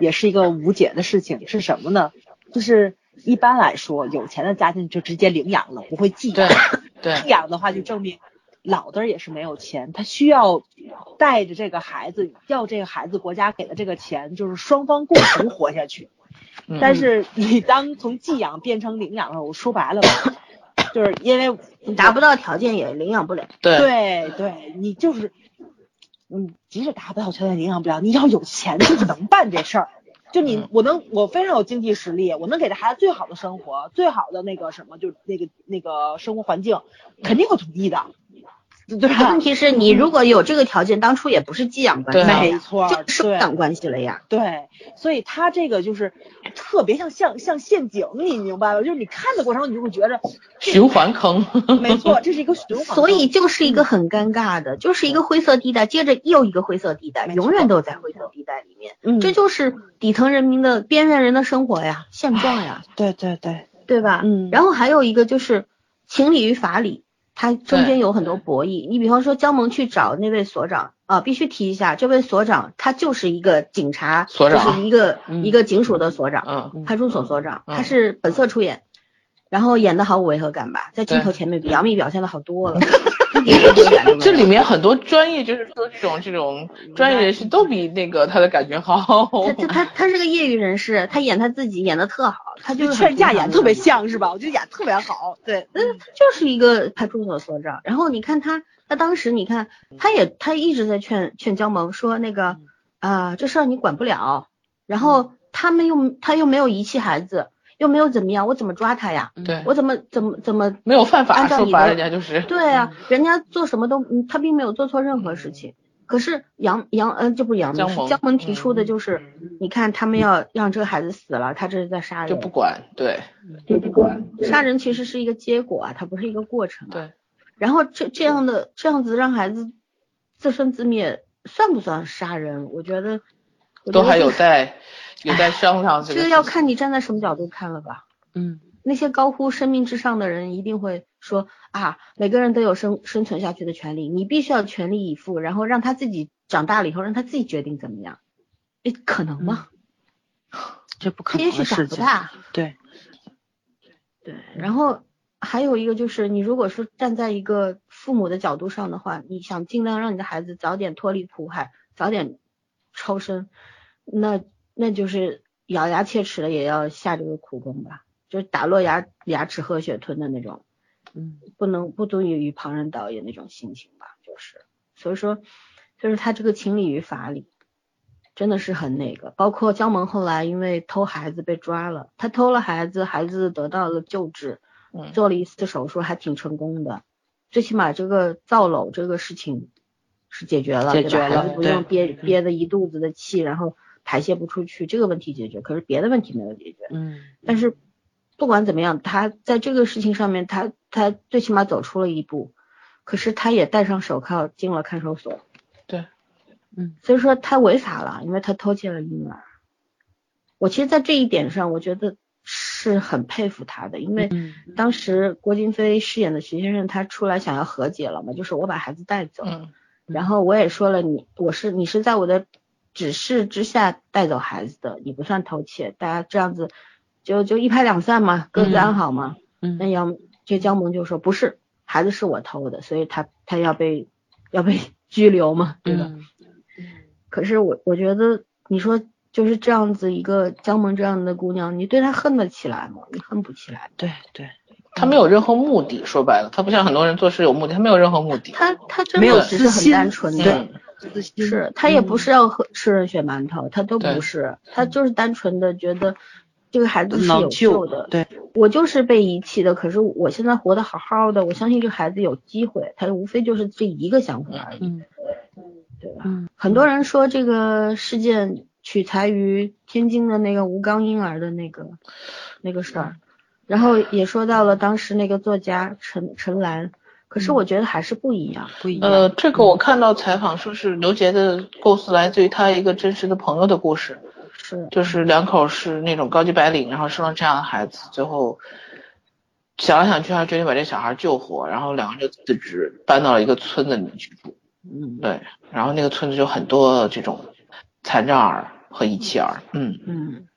Speaker 3: 也是一个无解的事情，是什么呢？就是一般来说，有钱的家庭就直接领养了，不会寄
Speaker 2: 对
Speaker 3: 养。
Speaker 2: 对
Speaker 3: 寄 养的话，就证明老的也是没有钱，他需要带着这个孩子，要这个孩子国家给的这个钱，就是双方共同活下去。
Speaker 2: 嗯
Speaker 3: 但是你当从寄养变成领养的时候，我说白了吧，就是因为
Speaker 1: 你达不到条件也领养不了。
Speaker 2: 对
Speaker 3: 对对，你就是，嗯，即使达不到条件，领养不了，你要有钱就能办 这事儿。就你
Speaker 2: 嗯，
Speaker 3: 我能，我非常有经济实力，我能给这孩子最好的生活，最好的那个什么，就那个那个生活环境，肯定会同意的，对吧
Speaker 1: 问？题
Speaker 3: 嗯
Speaker 1: 是你如果有这个条件，当初也不是寄养关系
Speaker 2: 对啊
Speaker 1: 了
Speaker 3: 没
Speaker 1: 呀，
Speaker 3: 错，
Speaker 1: 就是收
Speaker 3: 对
Speaker 1: 养关系了呀。
Speaker 3: 对，所以他这个就是特别像像像陷阱，你明白吧？就是你看的过程，你就 会觉着，
Speaker 2: 循环坑，
Speaker 3: 没错，这是一个循环。
Speaker 1: 所以就是
Speaker 3: 嗯
Speaker 1: 一个很尴尬的，就是一个灰色地带，接着又一个灰色地带，
Speaker 3: 没错
Speaker 1: 永远都在灰色地带里面。
Speaker 3: 嗯，
Speaker 1: 这就是底层人民的边缘人的生活呀，现状呀，
Speaker 3: 对对对，
Speaker 1: 对吧？
Speaker 3: 嗯
Speaker 1: 然后还有一个就是情理与法理，它中
Speaker 2: 对
Speaker 1: 间有很多博弈。你比方说江萌去找那位所长啊、必须提一下，这位所长他就是一个警察，
Speaker 2: 所长
Speaker 1: 就是一个、
Speaker 2: 嗯
Speaker 1: 一个警署的所长，
Speaker 2: 嗯，
Speaker 1: 派出所所长，
Speaker 2: 嗯
Speaker 1: 他是本色出演，然后演的毫无违和感吧，在镜头前面
Speaker 3: 嗯
Speaker 1: 比杨幂表现的好多了， 一点违和感都没有。
Speaker 2: 这里面很多专业，就是说这种这种专业人士都比那个他的感觉好。
Speaker 1: 嗯他他他他是个业余人士，他演他自己演的特好，他就是
Speaker 3: 劝架演
Speaker 1: 演
Speaker 3: 特别像是吧？我觉得演特别好，对，
Speaker 1: 嗯，他就是一个派出所所长。然后你看他，他当时你看，他也他一直在劝劝江萌说那个
Speaker 3: 嗯
Speaker 1: 啊、这事儿你管不了。然后他们又他又没有遗弃孩子，又没有怎么样，我怎么抓他呀？
Speaker 2: 对，
Speaker 1: 我怎么怎么怎么？
Speaker 2: 没有犯法，
Speaker 1: 按照
Speaker 2: 说
Speaker 1: 你
Speaker 2: 白
Speaker 1: 的
Speaker 2: 了，人家就是
Speaker 1: 对啊，人家做什么都，嗯他并没有做错任何事情。可是杨杨嗯、这不是杨
Speaker 2: 江
Speaker 1: 明是
Speaker 2: 萌
Speaker 1: 江萌提出的
Speaker 2: 嗯
Speaker 1: 就是，你看他们要让这个孩子死了，他这是在杀人，
Speaker 2: 就不管，对
Speaker 1: 对不管杀人其实是一个结果啊，它不是一个过程、啊。
Speaker 2: 对，
Speaker 1: 然后这这样的这样子让孩子自生自灭，算不算杀人？我觉得我觉得
Speaker 2: 都还
Speaker 1: 这
Speaker 2: 有
Speaker 1: 个
Speaker 2: 待有待商量这
Speaker 1: 这
Speaker 2: 个
Speaker 1: 个
Speaker 2: 事
Speaker 1: 要
Speaker 2: 情
Speaker 1: 看你站在什么角度看了吧。
Speaker 3: 嗯，
Speaker 1: 那些高呼生命至上的人一定会说啊，每个人都有生生存下去的权利，你必须要全力以赴，然后让他自己长大了以后，让他自己决定怎么样。诶，可能吗？
Speaker 3: 这不嗯可
Speaker 1: 他
Speaker 3: 能
Speaker 1: 也许
Speaker 3: 的
Speaker 1: 长
Speaker 3: 事
Speaker 1: 不
Speaker 3: 情。
Speaker 1: 大。
Speaker 3: 对，
Speaker 1: 对，然后还有一个就是，你如果说站在一个父母的角度上的话，你想尽量让你的孩子早点脱离苦海，早点超生，那那就是咬牙切齿的也要下这个苦功吧，就是打落牙牙齿喝血吞的那种，
Speaker 3: 嗯，
Speaker 1: 不能不足以与旁人导演那种心情吧，就是，所以说，就是他这个情理与法理。真的是很那个，包括江萌后来因为偷孩子被抓了，他偷了孩子，孩子得到了救治，
Speaker 2: 嗯
Speaker 1: 做了一次手术，还挺成功的。最起码这个造瘘这个事情是解决了，对
Speaker 3: 解
Speaker 1: 吧
Speaker 3: 决了
Speaker 1: 孩子不
Speaker 3: 对
Speaker 1: 用憋憋的一肚子的气，然后排泄不出去，这个问题解决。可是别的问题没有解决。
Speaker 3: 嗯，
Speaker 1: 但是不管怎么样，他在这个事情上面，他他最起码走出了一步。可是他也戴上手铐进了看守所，
Speaker 2: 对，
Speaker 1: 所以说他违法了，因为他偷窃了婴儿。我其实，在这一点上，我觉得是很佩服他的，因为
Speaker 3: 嗯
Speaker 1: 当时郭京飞饰演的徐先生，他出来想要和解了嘛，就是我把孩子带走，
Speaker 2: 嗯
Speaker 1: 然后我也说了你，我是你是在我的指示之下带走孩子的，你不算偷窃，大家这样子就就一拍两散嘛，各自安好嘛。那
Speaker 3: 嗯，
Speaker 1: 杨这江萌就说不是，孩子是我偷的，所以他他要被要被 拘留嘛，对吧？
Speaker 3: 嗯
Speaker 1: 可是我我觉得你说就是这样子一个江萌这样的姑娘，你对她恨得起来吗？你恨不起来。
Speaker 3: 对对，
Speaker 2: 他没有任何目的，说白了，他不像很多人做事有目的，他没有任何目的。
Speaker 1: 他他真
Speaker 3: 没有
Speaker 1: 的只
Speaker 3: 私
Speaker 1: 是很
Speaker 3: 心
Speaker 1: 单纯的，
Speaker 2: 嗯，
Speaker 3: 自信
Speaker 1: 是他也不是要喝吃人血馒头，他都
Speaker 2: 对
Speaker 1: 不是，他就是单纯的觉得这个孩子是有
Speaker 3: 能
Speaker 1: 救的。
Speaker 3: 对，
Speaker 1: 我就是被遗弃的，可是我现在活得好好的，我相信这个孩子有机会。他无非就是这一个想法而已。
Speaker 3: 嗯嗯
Speaker 1: 很多人说这个事件取材于天津的那个吴刚婴儿的那个那个事儿，然后也说到了当时那个作家陈陈兰，可是我觉得还是不一样。
Speaker 3: 不一样，
Speaker 2: 呃，这个我看到采访说是刘杰的构思来自于他一个真实的朋友的故事，
Speaker 1: 是，
Speaker 2: 就是两口是那种高级白领，然后生了这样的孩子，最后想来想去还是决定把这小孩救活，然后两个人就辞职搬到了一个村子里面去住。
Speaker 3: 嗯
Speaker 2: 对，然后那个村子有很多这种残障儿和遗弃儿，嗯，
Speaker 1: 嗯，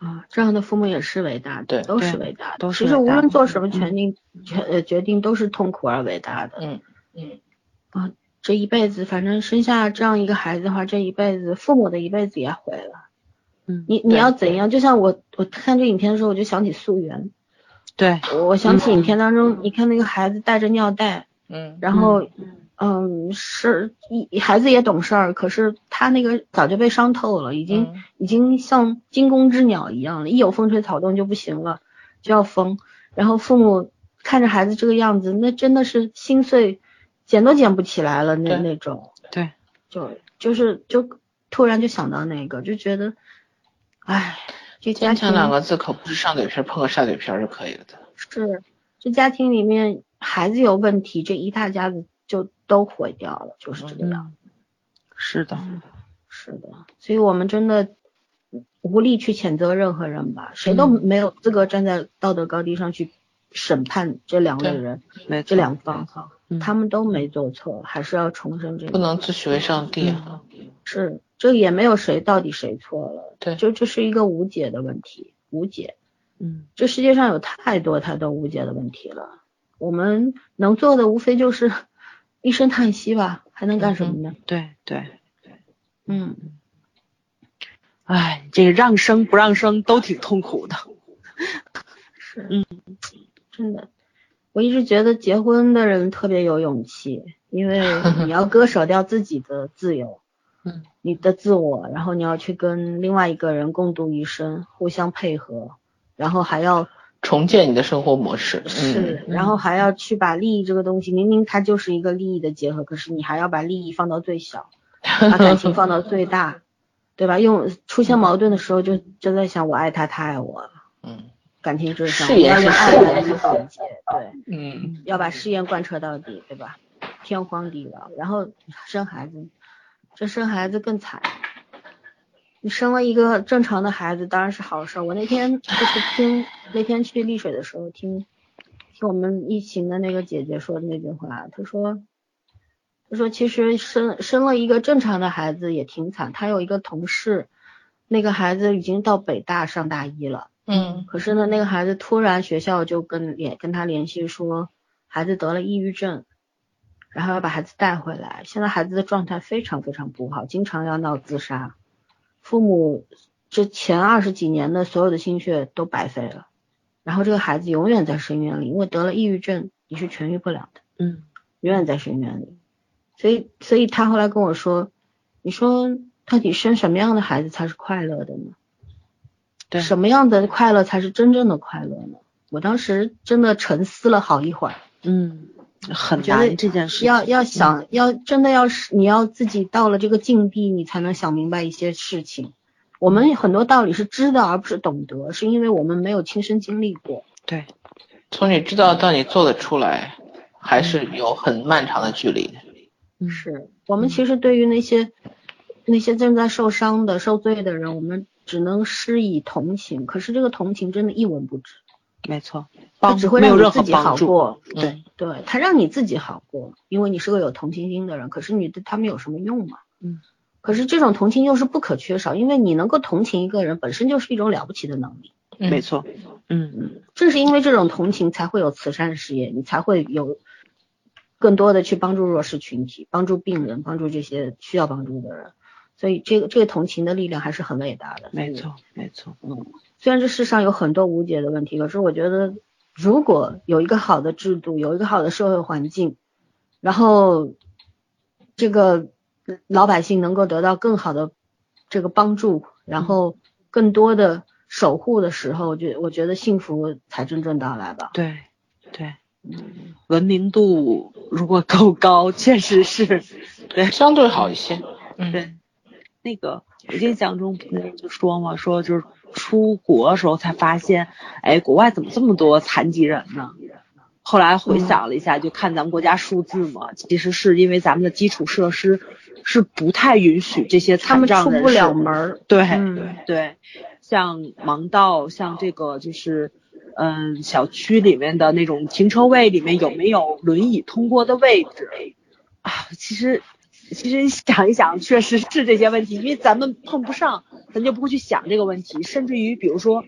Speaker 1: 啊，这样的父母也是伟大的，
Speaker 2: 对
Speaker 1: 都是
Speaker 3: 对
Speaker 1: 伟大的。
Speaker 3: 都是
Speaker 1: 其实
Speaker 3: 伟
Speaker 1: 无
Speaker 3: 大
Speaker 1: 论
Speaker 3: 的
Speaker 1: 做什么决定，决呃决定都是痛苦而伟大的。
Speaker 2: 嗯
Speaker 1: 啊，这一辈子，反正生下这样一个孩子的话，这一辈子父母的一辈子也毁了。
Speaker 3: 嗯
Speaker 1: 你你
Speaker 2: 对
Speaker 1: 要怎样？就像我我看这影片的时候，我就想起溯源，
Speaker 3: 对
Speaker 1: 我我想起影片当中，你看那个孩子带着尿袋，
Speaker 2: 嗯
Speaker 1: 然后嗯是一孩子也懂事儿，可是他那个早就被伤透了，已经、
Speaker 2: 嗯
Speaker 1: 已经像惊弓之鸟一样了，一有风吹草动就不行了，就要疯。然后父母看着孩子这个样子，那真的是心碎，捡都捡不起来了那
Speaker 2: 对
Speaker 1: 那种。
Speaker 3: 对，
Speaker 1: 就就是就突然就想到那个，就觉得，唉，这家
Speaker 2: 坚
Speaker 1: 庭
Speaker 2: 强两个字可不是上嘴皮儿碰个下嘴皮儿就可以了的。
Speaker 1: 是这家庭里面孩子有问题，这一大家子就都毁掉了，就是这个样。
Speaker 3: 嗯，是的，
Speaker 1: 是的，所以我们真的无力去谴责任何人吧，谁都
Speaker 3: 嗯
Speaker 1: 没有资格站在道德高地上去审判这两类人，
Speaker 3: 没
Speaker 1: 这
Speaker 3: 错
Speaker 1: 两方哈，
Speaker 3: 嗯
Speaker 1: 他们都没做错，还是要重申这
Speaker 2: 不
Speaker 1: 个
Speaker 2: 能自诩为上帝啊。
Speaker 3: 嗯
Speaker 1: 是，这也没有谁到底谁错了，
Speaker 2: 对
Speaker 1: 就这是一个无解的问题，无解。
Speaker 3: 嗯
Speaker 1: 这世界上有太多太多无解的问题了，我们能做的无非就是 一声叹息吧，还能
Speaker 3: 嗯
Speaker 1: 干什么呢？
Speaker 3: 对对，
Speaker 1: 嗯，
Speaker 3: 哎，这个让生不让生都挺痛苦 的，
Speaker 1: 是，
Speaker 3: 嗯，
Speaker 1: 真的，我一直觉得结婚的人特别有勇气，因为你要割舍掉自己的自由，
Speaker 3: 嗯，
Speaker 1: 你的自我，然后你要去跟另外一个人共度一生，互相配合，然后还要
Speaker 2: 重建你的生活模式。
Speaker 1: 是，
Speaker 2: 嗯、
Speaker 1: 然后还要去把利益这个东西，明明它就是一个利益的结合，可是你还要把利益放到最小，把感情放到最大，对吧？用出现矛盾的时候就就在想我爱他，他爱我，
Speaker 2: 嗯
Speaker 1: 感情至上，
Speaker 2: 誓言
Speaker 1: 要
Speaker 2: 是
Speaker 1: 用爱
Speaker 2: 誓
Speaker 1: 来
Speaker 2: 言
Speaker 1: 去解决，对，
Speaker 2: 嗯，
Speaker 1: 要把誓言贯彻到底，对吧？天荒地老，然后生孩子，这生孩子更惨。你生了一个正常的孩子当然是好事儿。我那天就是听那天去丽水的时候听听我们疫情的那个姐姐说的那句话，她说她说其实生生了一个正常的孩子也挺惨。她有一个同事，那个孩子已经到北大上大一了，
Speaker 2: 嗯
Speaker 1: 可是呢，那个孩子突然学校就跟联跟他联系说，孩子得了抑郁症，然后要把孩子带回来。现在孩子的状态非常非常不好，经常要闹自杀，父母这前二十几年的所有的心血都白费了。然后这个孩子永远在深渊里，因为得了抑郁症你是痊愈不了的，
Speaker 3: 嗯
Speaker 1: 永远在深渊里。所以，所以他后来跟我说，你说到底生什么样的孩子才是快乐的呢？
Speaker 3: 对，
Speaker 1: 什么样的快乐才是真正的快乐呢？我当时真的沉思了好一会儿，
Speaker 3: 嗯很
Speaker 1: 觉得
Speaker 3: 难这件事情，
Speaker 1: 要要想、
Speaker 3: 嗯
Speaker 1: 要真的要是你要自己到了这个境地，你才能想明白一些事情。我
Speaker 3: 嗯
Speaker 1: 们很多道理是知道而不是懂得，是因为我们没有亲身经历过。
Speaker 3: 对
Speaker 2: 从你知道到你做得出来，还是有很漫长的距离的。
Speaker 3: 嗯
Speaker 1: 是我们其实对于那些那些正在受伤的、受罪的人，我们只能施以同情，可是这个同情真的一文不值，
Speaker 3: 没错，
Speaker 1: 它
Speaker 3: 帮
Speaker 1: 只会
Speaker 3: 没
Speaker 1: 让
Speaker 3: 有
Speaker 1: 你
Speaker 3: 任
Speaker 1: 自
Speaker 3: 何
Speaker 1: 己好
Speaker 3: 帮助，
Speaker 1: 过。
Speaker 3: 对
Speaker 2: 嗯
Speaker 1: 对他让你自己好过，因为你是个有同情心的人，可是你对他们有什么用嘛？
Speaker 3: 嗯。
Speaker 1: 可是这种同情又是不可缺少，因为你能够同情一个人，本身就是一种了不起的能力。
Speaker 2: 嗯
Speaker 3: 没错，嗯
Speaker 1: 正是因为这种同情，才会有慈善事业，你才会有更多的去帮助弱势群体，帮助病人，帮助这些需要帮助的人。所以这个这个同情的力量还是很伟大的。嗯
Speaker 3: 没。错没错，
Speaker 1: 虽然这世上有很多无解的问题，可是我觉得如果有一个好的制度，有一个好的社会环境，然后这个老百姓能够得到更好的这个帮助，
Speaker 3: 嗯
Speaker 1: 然后更多的守护的时候，我觉我觉得幸福才真正到来吧。
Speaker 3: 对对，文明度如果够高， 确实是，对
Speaker 2: 相对好一些。嗯，
Speaker 3: 对。那个我印象中不是就说嘛，说就是出国的时候才发现，哎，国外怎么这么多残疾人呢？后来回想了一下，就看咱们国家数字嘛，其实是因为咱们的基础设施是不太允许这些
Speaker 1: 他
Speaker 3: 残
Speaker 1: 们
Speaker 3: 障
Speaker 1: 出
Speaker 3: 人
Speaker 1: 不
Speaker 3: 士
Speaker 1: 了门儿。
Speaker 3: 对、
Speaker 1: 嗯
Speaker 3: 对，像盲道，像这个就是，嗯，小区里面的那种停车位里面有没有轮椅通过的位置啊？其实其实想一想，确实是这些问题，因为咱们碰不上，咱就不会去想这个问题，甚至于比如说。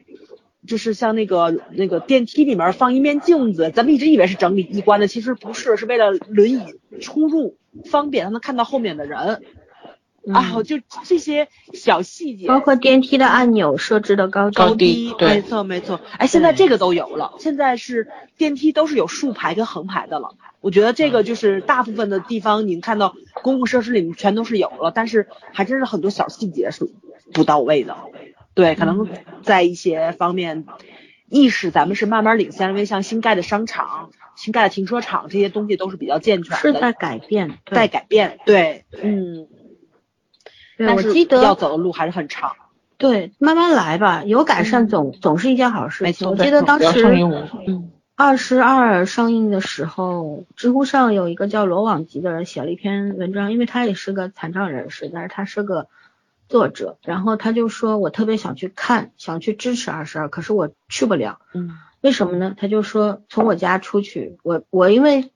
Speaker 3: 就是像那个那个电梯里面放一面镜子，咱们一直以为是整理衣冠的，其实不是，是为了轮椅出入方便，他能看到后面的人。啊，我就这些小细节，
Speaker 1: 嗯包括电梯的按钮设置的高
Speaker 2: 高
Speaker 1: 度，
Speaker 2: 低对
Speaker 3: 没错没错。哎，现在这个都有了，现在是电梯都是有竖排跟横排的了。我觉得
Speaker 1: 嗯
Speaker 3: 这个就是大部分的地方，您看到公共设施里面全都是有了，但是还真是很多小细节是不到位的。对，可能
Speaker 1: 嗯
Speaker 3: 在一些方面意识咱们是慢慢领先，因为像新盖的商场、新盖的停车场这些东西都是比较健全的，
Speaker 1: 是在改变。对
Speaker 3: 在改变。对，嗯，
Speaker 1: 对，
Speaker 3: 但
Speaker 1: 我
Speaker 3: 是
Speaker 1: 记
Speaker 3: 要
Speaker 1: 得
Speaker 3: 走的路还是很长。
Speaker 1: 对，慢慢来吧，有改善总、总是一件好事
Speaker 3: 嗯没
Speaker 1: 情。
Speaker 3: 错
Speaker 1: 我
Speaker 3: 没
Speaker 1: 记得
Speaker 3: 错
Speaker 1: 当
Speaker 2: 不要生于
Speaker 1: 时
Speaker 2: 无。
Speaker 3: 嗯
Speaker 1: 二十二上映的时候，知乎上有一个叫罗网吉的人写了一篇文章，因为他也是个残障人士，但是他是个作者，然后他就说我特别想去看，想去支持二十二，可是我去不了。
Speaker 3: 嗯。
Speaker 1: 为什么呢？他就说从我家出去，我我因为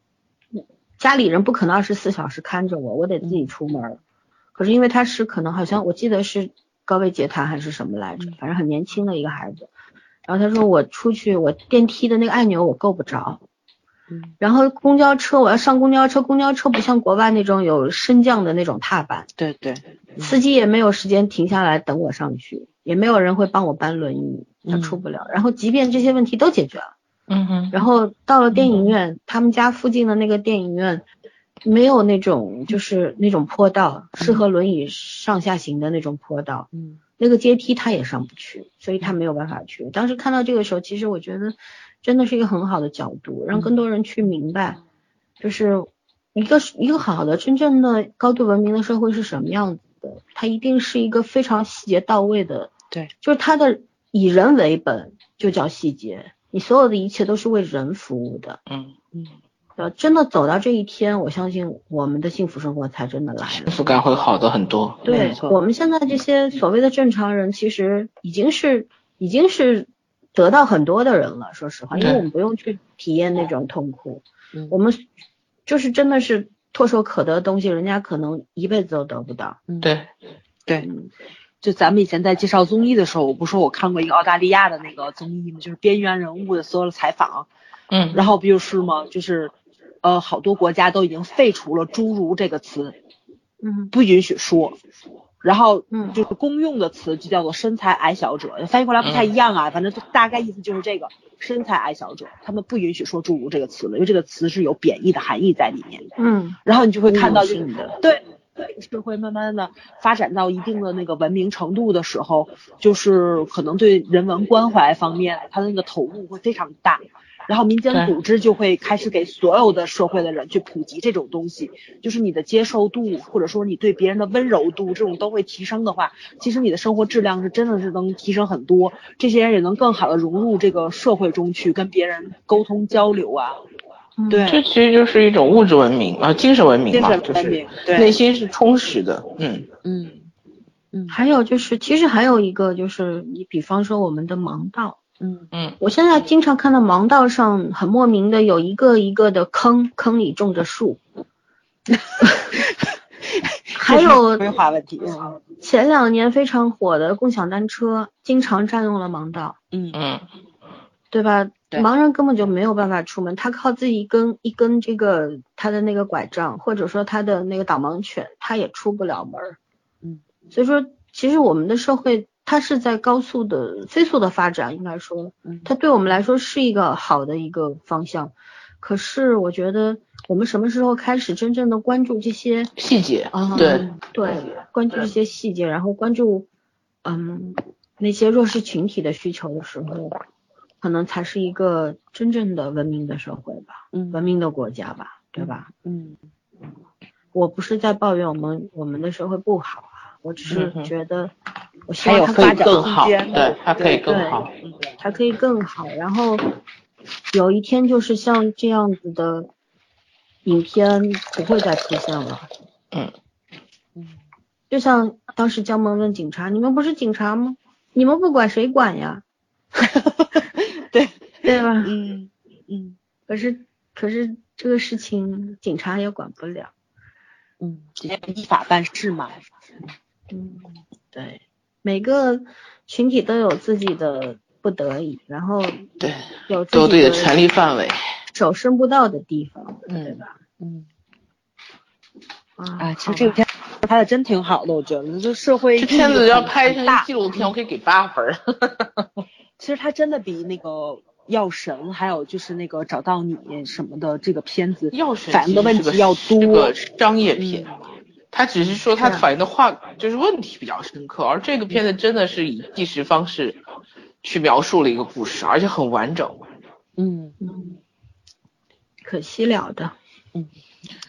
Speaker 1: 家里人不可能二十四小时看着我，我得自己出门儿。可是因为他是可能好像我记得是高位截瘫还是什么来
Speaker 3: 嗯
Speaker 1: 着，反正很年轻的一个孩子。然后他说我出去，我电梯的那个按钮我够不着
Speaker 3: 嗯。
Speaker 1: 然后公交车，我要上公交车，公交车不像国外那种有升降的那种踏板，
Speaker 3: 对对，嗯
Speaker 1: 司机也没有时间停下来等我上去，也没有人会帮我搬轮椅，他
Speaker 3: 嗯
Speaker 1: 出不了。然后即便这些问题都解决了。
Speaker 2: 嗯哼，
Speaker 1: 然后到了电影院，他们家附近的那个电影院没有那种就是那种坡道，适合轮椅上下行的那种坡道，
Speaker 3: 嗯
Speaker 1: 那个阶梯他也上不去，所以他没有办法去。当时看到这个时候，其实我觉得真的是一个很好的角度，让更多人去明白，就是一个一个好的、真正的高度文明的社会是什么样子的。它一定是一个非常细节到位的，
Speaker 3: 对，
Speaker 1: 就是它的以人为本就叫细节，你所有的一切都是为人服务的。
Speaker 2: 嗯，
Speaker 3: 嗯，
Speaker 1: 呃，真的走到这一天，我相信我们的幸福生活才真的来了
Speaker 2: 幸。福感会好的很多。嗯
Speaker 1: 对
Speaker 3: 没错
Speaker 1: 我们现在这些所谓的正常人，其实已经是已经是得到很多的人了。说实话，因为
Speaker 2: 对
Speaker 1: 我们不用去体验那种痛苦，
Speaker 3: 嗯
Speaker 1: 我们就是真的是唾手可得的东西，人家可能一辈子都得不到。
Speaker 2: 对，
Speaker 3: 对，
Speaker 1: 嗯，
Speaker 3: 就咱们以前在介绍综艺的时候，我不说我看过一个澳大利亚的那个综艺吗？就是边缘人物的所有的采访，
Speaker 2: 嗯，
Speaker 3: 然后不就是吗？就是呃，好多国家都已经废除了“侏儒”这个词，
Speaker 1: 嗯
Speaker 3: 不允许说。然后，
Speaker 1: 嗯
Speaker 3: 就是公用的词就叫做身材矮小者，翻译过来不太一样啊，反正就大概意思就是这个身材矮小者，他们不允许说“侏儒”这个词了，因为这个词是有贬义的含义在里面。
Speaker 1: 嗯，
Speaker 3: 然后你就会看到，
Speaker 1: 侮辱
Speaker 3: 就是
Speaker 1: 性的
Speaker 3: 对对，社会慢慢的发展到一定的那个文明程度的时候，就是可能对人文关怀方面，它的那个投入会非常大。然后民间
Speaker 2: 对
Speaker 3: 组织就会开始给所有的社会的人去普及这种东西，就是你的接受度，或者说你对别人的温柔度，这种都会提升的话，其实你的生活质量是真的是能提升很多。这些人也能更好的融入这个社会中去，跟别人沟通交流啊，
Speaker 1: 嗯
Speaker 3: 对，
Speaker 2: 这其实就是一种物质文明啊，精神文明
Speaker 3: 精
Speaker 2: 嘛，
Speaker 3: 神
Speaker 2: 就
Speaker 3: 文
Speaker 2: 是
Speaker 3: 明，对，
Speaker 2: 内心是充实的。嗯，
Speaker 3: 嗯嗯
Speaker 1: 还有就是，其实还有一个就是，你比方说我们的盲道，
Speaker 3: 嗯
Speaker 1: 我现在经常看到盲道上很莫名的有一个一个的坑，坑里种着树。 还有
Speaker 3: 规划问题，啊
Speaker 1: 前两年非常火的共享单车，经常占用了盲道，
Speaker 3: 嗯
Speaker 2: 嗯
Speaker 1: 对吧？
Speaker 3: 对
Speaker 1: 盲人根本就没有办法出门，他靠自己一根一根这个他的那个拐杖，或者说他的那个导盲犬，他也出不了门儿。
Speaker 3: 嗯，
Speaker 1: 所以说，其实我们的社会它是在高速的飞速的发展，应该说，它对我们来说是一个好的一个方向。可是我觉得我们什么时候开始真正的关注这些
Speaker 2: 细节，
Speaker 1: 啊、
Speaker 3: 嗯
Speaker 2: 对
Speaker 1: 对，关注一些细节，然后关注嗯那些弱势群体的需求的时候，可能才是一个真正的文明的社会吧，
Speaker 3: 嗯
Speaker 1: 文明的国家吧，对吧？
Speaker 3: 嗯
Speaker 1: 我不是在抱怨我们我们的社会不好啊，我只是
Speaker 2: 嗯哼
Speaker 1: 觉得我希
Speaker 2: 还
Speaker 1: 望
Speaker 2: 有
Speaker 1: 它
Speaker 2: 可
Speaker 1: 发
Speaker 2: 以
Speaker 1: 展
Speaker 2: 更好，
Speaker 3: 空间
Speaker 2: 对，它可以更好，
Speaker 1: 还可以更好。然后有一天就是像这样子的影片不会再出现了。
Speaker 2: 嗯，
Speaker 3: 嗯
Speaker 1: 就像当时江萌问警察：“你们不是警察吗？你们不管谁管呀？”
Speaker 3: 对
Speaker 1: 对吧？
Speaker 3: 嗯嗯
Speaker 1: 可是可是这个事情警察也管不了。
Speaker 3: 嗯，直接依法办事嘛。
Speaker 1: 嗯，对，每个群体都有自己的不得已，然后
Speaker 2: 对，
Speaker 1: 有
Speaker 2: 都有
Speaker 1: 自
Speaker 2: 自
Speaker 1: 己
Speaker 2: 己的权利范围，
Speaker 1: 手伸不到的地方，对
Speaker 2: 嗯，
Speaker 1: 吧？
Speaker 3: 嗯
Speaker 1: 啊
Speaker 3: 啊，其实这个片拍的真挺好的，我觉得就社会
Speaker 2: 这片子要拍
Speaker 3: 很
Speaker 2: 成
Speaker 3: 大
Speaker 2: 纪，录片，我可以给八分 儿，
Speaker 3: 其实它真的比那个。药神，还有就是那个找到你什么的这个片子，
Speaker 2: 药神
Speaker 3: 反映的
Speaker 2: 其实
Speaker 3: 问
Speaker 2: 是
Speaker 3: 题
Speaker 2: 个嗯
Speaker 3: 要
Speaker 2: 是
Speaker 3: 多嗯
Speaker 2: 个。商业片。他只是说他
Speaker 1: 是啊
Speaker 2: 反映的话就是问题比较深刻，而这个片子真的是以纪实方式去描述了一个故事，而且很完整。
Speaker 3: 嗯，
Speaker 1: 嗯，可惜了的。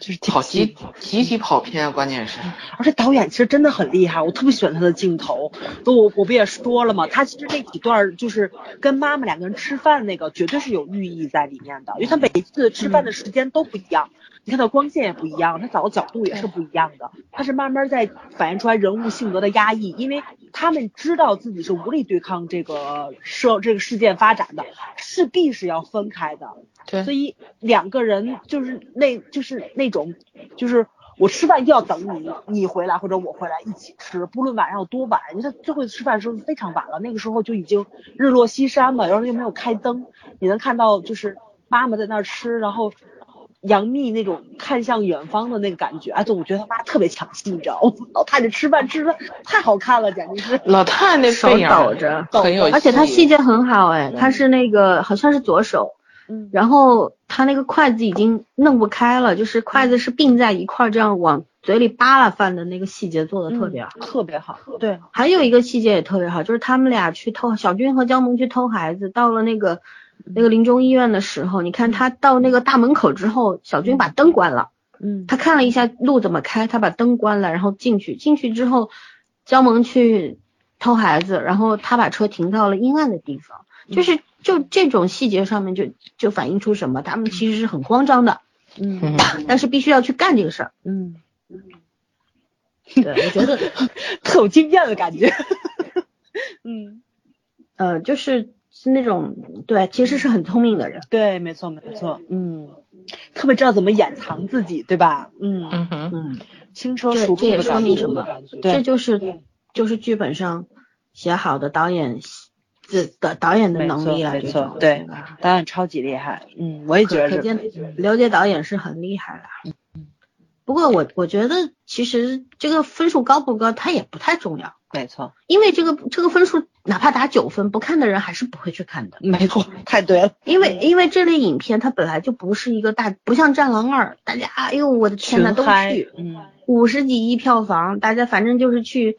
Speaker 3: 就是挺
Speaker 2: 跑
Speaker 3: 新
Speaker 2: 集集体跑偏啊，关键是
Speaker 3: 而且导演其实真的很厉害，我特别喜欢他的镜头。都我我不也说了吗？他其实那几段儿就是跟妈妈两个人吃饭那个，绝对是有寓意在里面的，因为他每一次吃饭的时间都不一样，你看到光线也不一样，他找的角度也是不一样的。他是慢慢在反映出来人物性格的压抑，因为他们知道自己是无力对抗这个社这个事件发展的，势必是要分开的。
Speaker 2: 对
Speaker 3: 所以两个人就是那就是那种就是我吃饭一定要等你你回来或者我回来一起吃，不论晚上有多晚，因为他最后一次吃饭的时候非常晚了，那个时候就已经日落西山嘛，然后又没有开灯，你能看到就是妈妈在那儿吃，然后。杨幂那种看向远方的那个感觉，哎，对，我觉得他妈特别抢戏，你知道吗？老太太吃饭吃的太好看了，简直是。
Speaker 2: 老太那
Speaker 1: 手
Speaker 2: 背影儿
Speaker 1: 抖着
Speaker 2: 很有，
Speaker 1: 而且他细节很好哎，他是那个好像是左手，
Speaker 3: 嗯
Speaker 1: 然后他那个筷子已经弄不开了，就是筷子是并在一块儿这样往嘴里扒拉饭的那个细节做的特别好。
Speaker 3: 嗯特别好，对，
Speaker 1: 还有一个细节也特别好，就是他们俩去偷小军和江萌去偷孩子，到了那个那个临终医院的时候，你看他到那个大门口之后，小军把灯关了，
Speaker 3: 嗯
Speaker 1: 他看了一下路怎么开，他把灯关了，然后进去，进去之后，江萌去偷孩子，然后他把车停到了阴暗的地方，就是
Speaker 3: 嗯
Speaker 1: 就这种细节上面就就反映出什么，他们其实是很慌张的，
Speaker 3: 嗯
Speaker 2: 嗯，
Speaker 1: 但是必须要去干这个事儿。
Speaker 3: 嗯，
Speaker 1: 对，我觉得
Speaker 3: 特有经验的 感觉，嗯。
Speaker 1: 呃就是是那种对，其实是很聪明的人。
Speaker 3: 对，没错，没错，嗯，特别知道怎么掩藏自己，对吧？嗯，
Speaker 2: 嗯哼，
Speaker 1: 嗯，
Speaker 3: 轻车
Speaker 1: 对
Speaker 3: 熟
Speaker 1: 这
Speaker 3: 路
Speaker 1: 也
Speaker 3: 的
Speaker 1: 说
Speaker 3: 感
Speaker 1: 明
Speaker 3: 觉，
Speaker 1: 什么这
Speaker 3: 对，
Speaker 1: 就是就是剧本上写好的导演自的导演的
Speaker 3: 没
Speaker 1: 能
Speaker 3: 错
Speaker 1: 力啊，
Speaker 3: 没
Speaker 1: 这
Speaker 3: 错
Speaker 1: 种
Speaker 3: 对
Speaker 1: 吧
Speaker 3: 导演超级厉害，嗯，我也觉
Speaker 1: 可
Speaker 3: 得
Speaker 1: 可
Speaker 3: 是，
Speaker 1: 见刘杰导演是很厉害啦。
Speaker 3: 嗯
Speaker 1: 不过我我觉得其实这个分数高不高，它也不太重要，
Speaker 3: 没错，
Speaker 1: 因为这个这个分数哪怕打九分，不看的人还是不会去看的。
Speaker 3: 没错，太对了，
Speaker 1: 因为因为这类影片它本来就不是一个大，不像《战狼二》，大家哎呦我的天呐
Speaker 3: 群
Speaker 1: 都
Speaker 3: 嗨
Speaker 1: 去，，
Speaker 3: 嗯，
Speaker 1: 五十几亿票房，大家反正就是去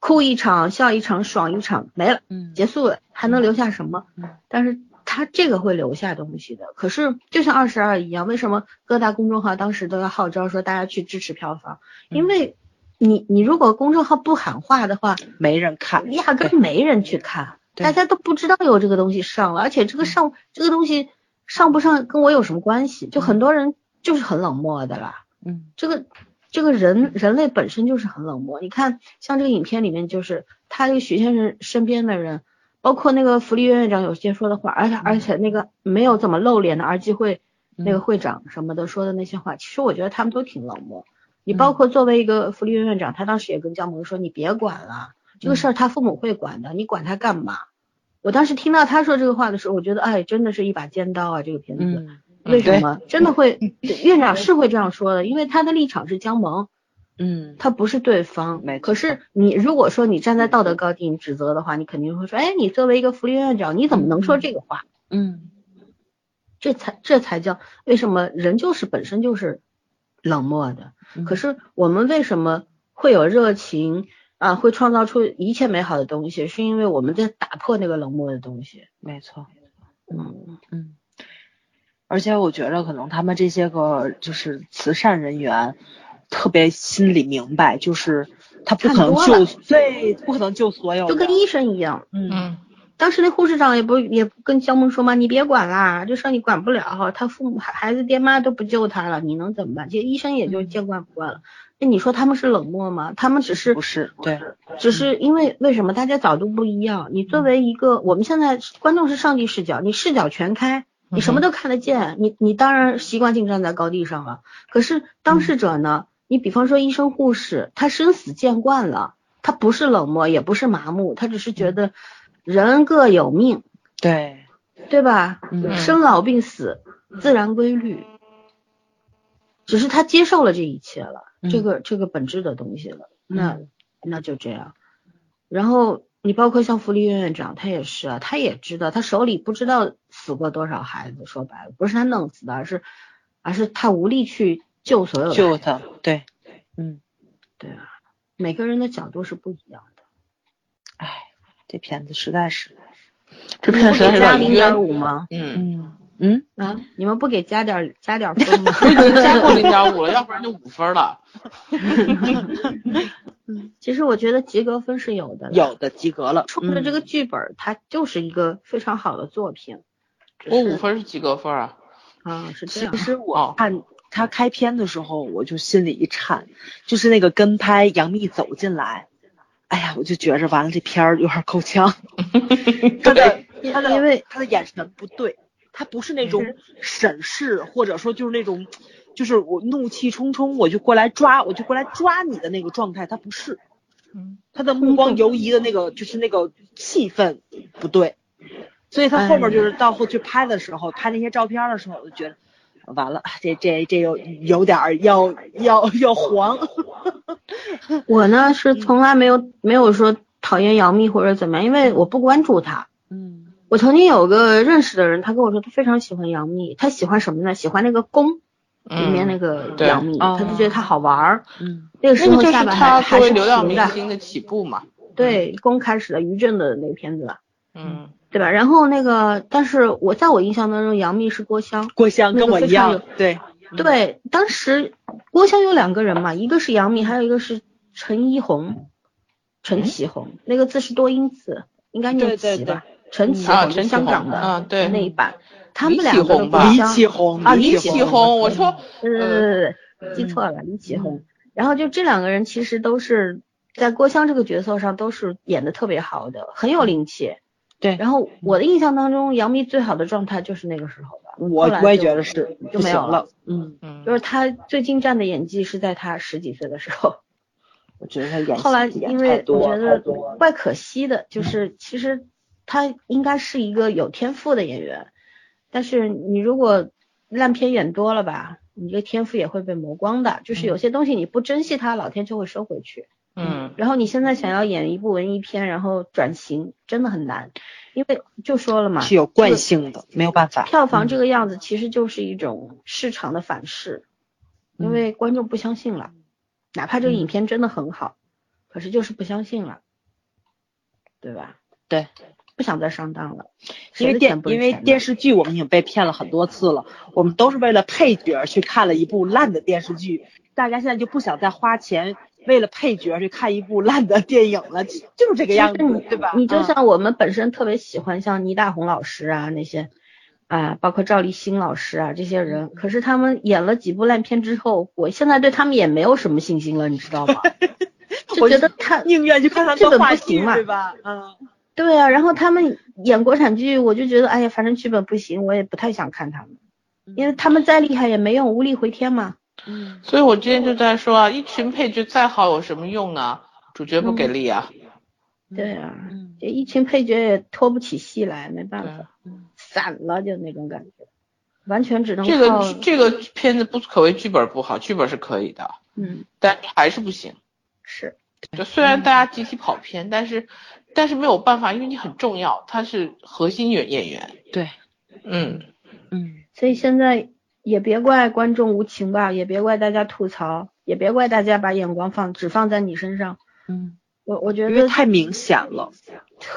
Speaker 1: 哭一场、笑一场、爽一场，没了。
Speaker 3: 嗯，
Speaker 1: 结束了，还能留下什么
Speaker 3: 嗯？
Speaker 1: 但是他这个会留下东西的。可是就像二十二一样，为什么各大公众号当时都要号召说大家去支持票房？因
Speaker 3: 嗯
Speaker 1: 为你你如果公众号不喊话的话，
Speaker 3: 没人看，
Speaker 1: 压根儿没人去看，
Speaker 3: 对嗯
Speaker 1: 大家都不知道有这个东西上了，而且这个上这个东西上不上跟我有什么关系？就很多人就是很冷漠的啦。
Speaker 3: 嗯，
Speaker 1: 这个这个人人类本身就是很冷漠。你看，像这个影片里面，就是他这个许先生身边的人，包括那个福利院院长有些说的话，而且而且那个没有怎么露脸的儿基会那个会长什么的说的那些话，其实我觉得他们都挺冷漠。你包括作为一个福利院院长，他当时也跟江萌说：“你别管了，这个事儿他父母会管的，你管他干嘛？”我当时听到他说这个话的时候，我觉得，哎，真的是一把尖刀啊！这个片子，
Speaker 3: 嗯，
Speaker 1: 为什
Speaker 3: 对
Speaker 1: 么真的会对院长是会这样说的？因为他的立场是江萌，
Speaker 3: 嗯，
Speaker 1: 他不是对方。
Speaker 3: 没错
Speaker 1: 可是你如果说你站在道德高地你指责的话，你肯定会说，哎，你作为一个福利院长，你怎么能说这个话？
Speaker 3: 嗯，
Speaker 1: 这才这才叫为什么人就是本身就是冷漠的。
Speaker 3: 嗯
Speaker 1: 可是我们为什么会有热情啊？会创造出一切美好的东西，是因为我们在打破那个冷漠的东西。
Speaker 3: 没错，
Speaker 1: 嗯
Speaker 3: 嗯，而且我觉得可能他们这些个就是慈善人员，特别心里明白，就是他不可能
Speaker 1: 看多
Speaker 3: 救
Speaker 1: 了，
Speaker 3: 对，不可能救所有
Speaker 1: 就
Speaker 3: 人，
Speaker 1: 跟医生一样，
Speaker 3: 嗯，
Speaker 4: 嗯
Speaker 1: 当时那护士长也不也跟肖梦说嘛，你别管啦，这事儿你管不了，他父母孩孩子爹妈都不救他了，你能怎么办？这医生也就见怪不怪了。那你说他们是冷漠吗？他们只是
Speaker 3: 不是，对，
Speaker 1: 只是因为为什么大家角度不一样？你作为一个我们现在观众是上帝视角，你视角全开，你什么都看得见，你你当然习惯性站在高地上了。可是当事者呢？你比方说医生护士，他生死见惯了，他不是冷漠，也不是麻木，他只是觉得人各有命，
Speaker 3: 对，
Speaker 1: 对吧？
Speaker 3: 嗯
Speaker 1: 生老病死，自然规律。只是他接受了这一切了，
Speaker 3: 嗯
Speaker 1: 这个这个本质的东西了。那、
Speaker 3: 嗯
Speaker 1: 那就这样。然后你包括像福利院院长，他也是啊，他也知道他手里不知道死过多少孩子，说白了不是他弄死的，而是而是他无力去救所有的
Speaker 3: 救
Speaker 1: 孩子
Speaker 3: 他，对，嗯，
Speaker 1: 对啊，每个人的角度是不一样的。
Speaker 3: 哎，这片子实在是，
Speaker 2: 这片实在是
Speaker 1: 加
Speaker 2: 让
Speaker 1: 零
Speaker 2: 人冤
Speaker 1: 点五吗？
Speaker 2: 嗯，
Speaker 3: 嗯嗯，
Speaker 1: 啊，你们不给加点儿加点儿分吗？
Speaker 2: 加 过零点五了，要不然就五分了。
Speaker 1: 其实我觉得及格分是有的啦，
Speaker 3: 有的及格了，
Speaker 1: 冲着这
Speaker 3: 嗯
Speaker 1: 个剧本儿，它就是一个非常好的作品
Speaker 2: 我五分是几个分啊？
Speaker 1: 啊，是这
Speaker 3: 其
Speaker 1: 样。
Speaker 3: 实我
Speaker 2: 哦
Speaker 3: 看他开篇的时候，我就心里一颤，就是那个跟拍杨幂走进来，哎呀，我就觉着完了，这片儿有点够呛。他的他的
Speaker 1: 因为
Speaker 3: 他的眼神不对，他不是那
Speaker 1: 嗯
Speaker 3: 种审视，或者说就是那种就是我怒气冲冲，我就过来抓，我就过来抓你的那个状态，他不是，
Speaker 4: 嗯
Speaker 3: 他的目光游移的那
Speaker 1: 嗯
Speaker 3: 个就是那个气氛不对，所以他后面就是到后去拍的时候，拍那些照片的时候，我就觉得完了，这这这有有点儿要要要黄，
Speaker 1: 我呢是
Speaker 2: 嗯
Speaker 1: 从来没有没有说讨厌杨幂或者怎么样，因为我不关注她。
Speaker 3: 嗯
Speaker 1: 我曾经有个认识的人，他跟我说他非常喜欢杨幂，他喜欢什么呢？喜欢那个宫
Speaker 2: 嗯
Speaker 1: 里面那个
Speaker 2: 对
Speaker 1: 杨幂，
Speaker 3: 哦
Speaker 1: 他就觉得她好玩儿。
Speaker 3: 嗯
Speaker 1: 那个
Speaker 2: 那
Speaker 1: 时
Speaker 2: 个
Speaker 1: 候
Speaker 2: 就是
Speaker 1: 下巴还
Speaker 2: 他
Speaker 1: 还
Speaker 2: 作为
Speaker 1: 是
Speaker 2: 流量
Speaker 1: 平
Speaker 2: 明
Speaker 1: 的，
Speaker 2: 星的嗯起步嘛。
Speaker 1: 对，宫开始的于正的那个片子吧，
Speaker 2: 嗯，
Speaker 1: 对吧？然后那个，但是我在我印象当中，杨幂是郭襄，
Speaker 3: 郭襄跟我一
Speaker 1: 那
Speaker 3: 样
Speaker 1: 个非，
Speaker 3: 对
Speaker 1: 对，当时郭襄有两个人嘛，一个是杨幂，还有一个是陈一红，陈绮红，那个字是多音字，应该念
Speaker 3: 对对
Speaker 1: 绮吧？
Speaker 3: 嗯
Speaker 1: 陈绮
Speaker 2: 啊
Speaker 1: 红，
Speaker 2: 陈绮
Speaker 1: 香
Speaker 2: 红
Speaker 1: 港的，
Speaker 2: 啊对
Speaker 1: 那一版，他们
Speaker 2: 李
Speaker 1: 两
Speaker 2: 绮
Speaker 1: 个的
Speaker 2: 红
Speaker 1: 郭
Speaker 2: 吧
Speaker 3: 李
Speaker 1: 襄，
Speaker 3: 绮红
Speaker 1: 啊
Speaker 2: 李
Speaker 1: 李
Speaker 2: 启
Speaker 1: 启
Speaker 2: 红，我说
Speaker 1: 呃，记错了，李绮红。然后就这两个人其实都是在郭襄这个角色上都是演的特别好的，很有灵气。
Speaker 3: 对
Speaker 1: 然后我的印象当中，杨幂最好的状态就是那个时候吧。
Speaker 3: 我
Speaker 1: 嗯后来
Speaker 3: 我也
Speaker 1: 就
Speaker 3: 觉得是
Speaker 1: 就
Speaker 3: 不
Speaker 1: 没
Speaker 3: 行
Speaker 1: 有了
Speaker 3: 了，嗯，
Speaker 4: 嗯
Speaker 1: 就是她最精湛的演技是在她十几岁的时候。
Speaker 3: 我觉得他演
Speaker 1: 后来
Speaker 3: 戏演
Speaker 1: 因
Speaker 3: 太
Speaker 1: 为
Speaker 3: 多
Speaker 1: 我觉
Speaker 3: 太
Speaker 1: 得
Speaker 3: 多了
Speaker 1: 怪可惜的，就是其实她应该是一个有天赋的演员，但是你如果烂片演多了吧，你这天赋也会被磨光的。就是
Speaker 3: 嗯
Speaker 1: 有些东西你不珍惜它，老天就会收回去。
Speaker 2: 嗯，
Speaker 1: 然后你现在想要演一部文艺片，然后转型真的很难，因为就说了嘛，
Speaker 3: 是有惯性的，没有办法，
Speaker 1: 票房这个样子其实就是一种市场的反噬，
Speaker 3: 嗯
Speaker 1: 因为观众不相信了，哪怕这个影片真的很好，可是就是不相信了，对吧？
Speaker 3: 对，
Speaker 1: 不想再上当了，
Speaker 3: 因为电因为电
Speaker 1: 视
Speaker 3: 视剧我们已经被骗了很多次了，我们都是为了配角去看了一部烂的电视剧，大家现在就不想再花钱为了配角去看一部烂的电影了，就就是这个样子，对吧？
Speaker 1: 你就
Speaker 3: 嗯
Speaker 1: 像我们本身特别喜欢像倪大红老师啊那些。啊，包括赵立新老师啊，这些
Speaker 3: 嗯
Speaker 1: 人，可是他们演了几部烂片之后，我现在对他们也没有什么信心了，你知道 吗？就
Speaker 3: 我
Speaker 1: 觉得他
Speaker 3: 宁愿去看他
Speaker 1: 这本
Speaker 3: 们的
Speaker 1: 不
Speaker 3: 话
Speaker 1: 行
Speaker 3: 剧，
Speaker 1: 嘛
Speaker 3: 对吧？嗯，
Speaker 1: 对啊，然后他们演国产剧，我就觉得，哎呀，反正剧本不行，我也不太想看他们，因为他们再厉害也没用，无力回天嘛。
Speaker 3: 嗯
Speaker 2: 所以我之前就在说啊，一群配角再好有什么用呢？主角不给力啊。
Speaker 1: 对啊，
Speaker 3: 嗯
Speaker 1: 这一群配角也拖不起戏来，没办
Speaker 2: 对
Speaker 1: 法，，散了就那种感觉，完全只能
Speaker 2: 这
Speaker 1: 靠
Speaker 2: 个这个片子不可谓剧本不好，剧本是可以的，
Speaker 1: 嗯，
Speaker 2: 但是还是不行。
Speaker 1: 是，
Speaker 2: 就
Speaker 1: 嗯
Speaker 2: 虽然大家集体跑偏，但是但是没有办法，因为你很重要，他是核心演演员。
Speaker 3: 对，
Speaker 2: 嗯，
Speaker 3: 嗯，
Speaker 1: 所以现在也别怪观众无情吧，也别怪大家吐槽，也别怪大家把眼光放只放在你身上。
Speaker 3: 嗯，
Speaker 1: 我我觉
Speaker 3: 因为
Speaker 1: 得
Speaker 3: 太明显了。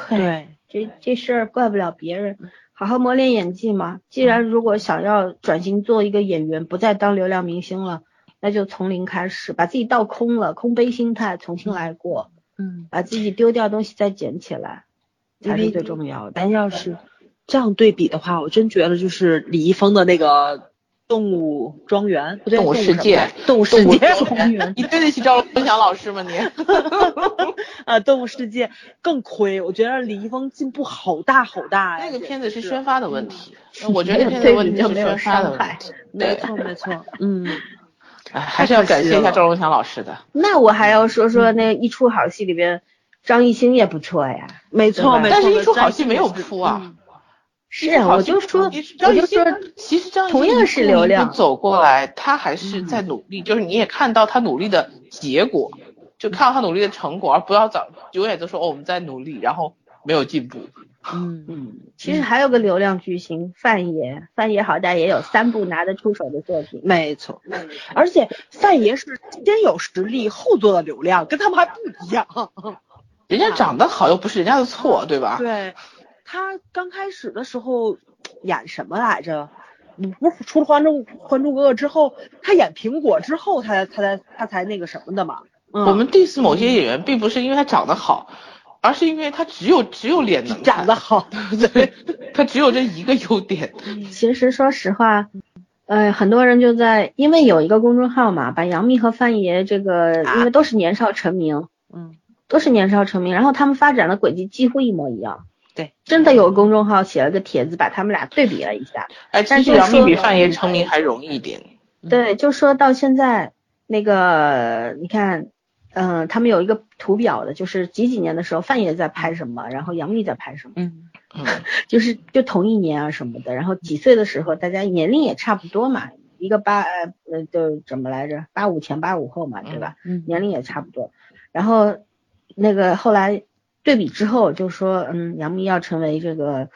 Speaker 1: 对
Speaker 3: 对，
Speaker 1: 这这事儿怪不了别人，好好磨练演技嘛。既然如果想要转型做一个演员，不再当流量明星了，那就从零开始，把自己倒空了，空杯心态重新来过，
Speaker 3: 嗯，
Speaker 1: 把自己丢掉的东西再捡起来，才
Speaker 3: 因
Speaker 1: 是
Speaker 3: 为
Speaker 1: 最重要的。
Speaker 3: 咱要是这样对比的话，我真觉得就是李易峰的那个动物庄园，不对，
Speaker 2: 动物世界
Speaker 3: 动物世
Speaker 2: 动物
Speaker 3: 界
Speaker 2: 庄园，你对得起赵文祥老师吗？你
Speaker 3: 啊，动物世界更亏。我觉得李易峰进步好大好大呀。
Speaker 2: 那个
Speaker 3: 简
Speaker 2: 片子是
Speaker 3: 直
Speaker 2: 宣发的
Speaker 1: 嗯
Speaker 2: 问题，我觉得
Speaker 1: 没有
Speaker 2: 那片子
Speaker 1: 对
Speaker 2: 的问
Speaker 1: 比
Speaker 2: 题
Speaker 1: 就是没有
Speaker 2: 宣发的
Speaker 1: 伤
Speaker 2: 问
Speaker 1: 害
Speaker 2: 题。
Speaker 3: 没
Speaker 2: 对，
Speaker 3: 错没错，嗯，
Speaker 2: 哎，还是要感谢一
Speaker 3: 太可惜
Speaker 2: 下
Speaker 3: 了
Speaker 2: 赵文祥老师的。
Speaker 1: 那我还要说说那一出好戏里边，张艺兴也不错呀。
Speaker 3: 没
Speaker 1: 对吧
Speaker 3: 错没错。
Speaker 2: 但是一出好
Speaker 3: 张
Speaker 2: 戏
Speaker 3: 译
Speaker 2: 没有
Speaker 3: 也是
Speaker 2: 出啊
Speaker 3: 嗯
Speaker 1: 是啊，我就说，我
Speaker 2: 张艺
Speaker 1: 就
Speaker 2: 兴
Speaker 1: 说，
Speaker 2: 其实张艺兴
Speaker 1: 同样是
Speaker 2: 一步
Speaker 1: 流
Speaker 2: 一
Speaker 1: 量嗯
Speaker 2: 步走过来，他还是在努力，就是你也看到他努力的结果，就看到他努力的成果，而不要早永远都说哦我们在努力，然后没有进步。
Speaker 3: 嗯
Speaker 1: 嗯，其实还有个流量巨星范爷，范爷好歹也有三部拿得出手的作品。
Speaker 3: 没错，而且范爷是先有实力后做的流量，跟他们还不一样。
Speaker 2: 人
Speaker 1: 啊
Speaker 2: 家长得好又不是人家的
Speaker 1: 嗯
Speaker 2: 错，对吧？
Speaker 3: 对，他刚开始的时候演什么来着？嗯不是除了《还珠还珠格格》之后，他演苹果之后，他才他才他才那个什么的嘛。嗯，
Speaker 2: 我们 diss 某些演员，并不是因为他长得好，而是因为他只有只有脸能看
Speaker 3: 长得，好，
Speaker 2: 对，他只有这一个优点。
Speaker 3: 嗯
Speaker 1: 其实说实话，呃，很多人就在因为有一个公众号嘛，把杨幂和范爷这个，
Speaker 3: 啊
Speaker 1: 因为都是年少成名，
Speaker 3: 嗯，
Speaker 1: 都是年少成名，然后他们发展的轨迹几乎一模一样。
Speaker 3: 对，
Speaker 1: 真的有个公众号写了个帖子，把他们俩对比了一下。
Speaker 2: 哎，
Speaker 1: 但是
Speaker 2: 其实杨幂
Speaker 1: 说
Speaker 2: 比范爷成名还容易一点。
Speaker 3: 嗯
Speaker 1: 对，就说到现在那个，你看，嗯、他们有一个图表的，就是几几年的时候，范爷在拍什么，然后杨幂在拍什么，
Speaker 3: 嗯，
Speaker 2: 嗯，
Speaker 1: 就是就同一年啊什么的，然后几岁的时候，大家年龄也差不多嘛，一个八呃呃就怎么来着，八五前八五后嘛，对吧？
Speaker 3: 嗯
Speaker 1: 年龄也差不多。然后那个后来对比之后，就说嗯，杨幂要成为这个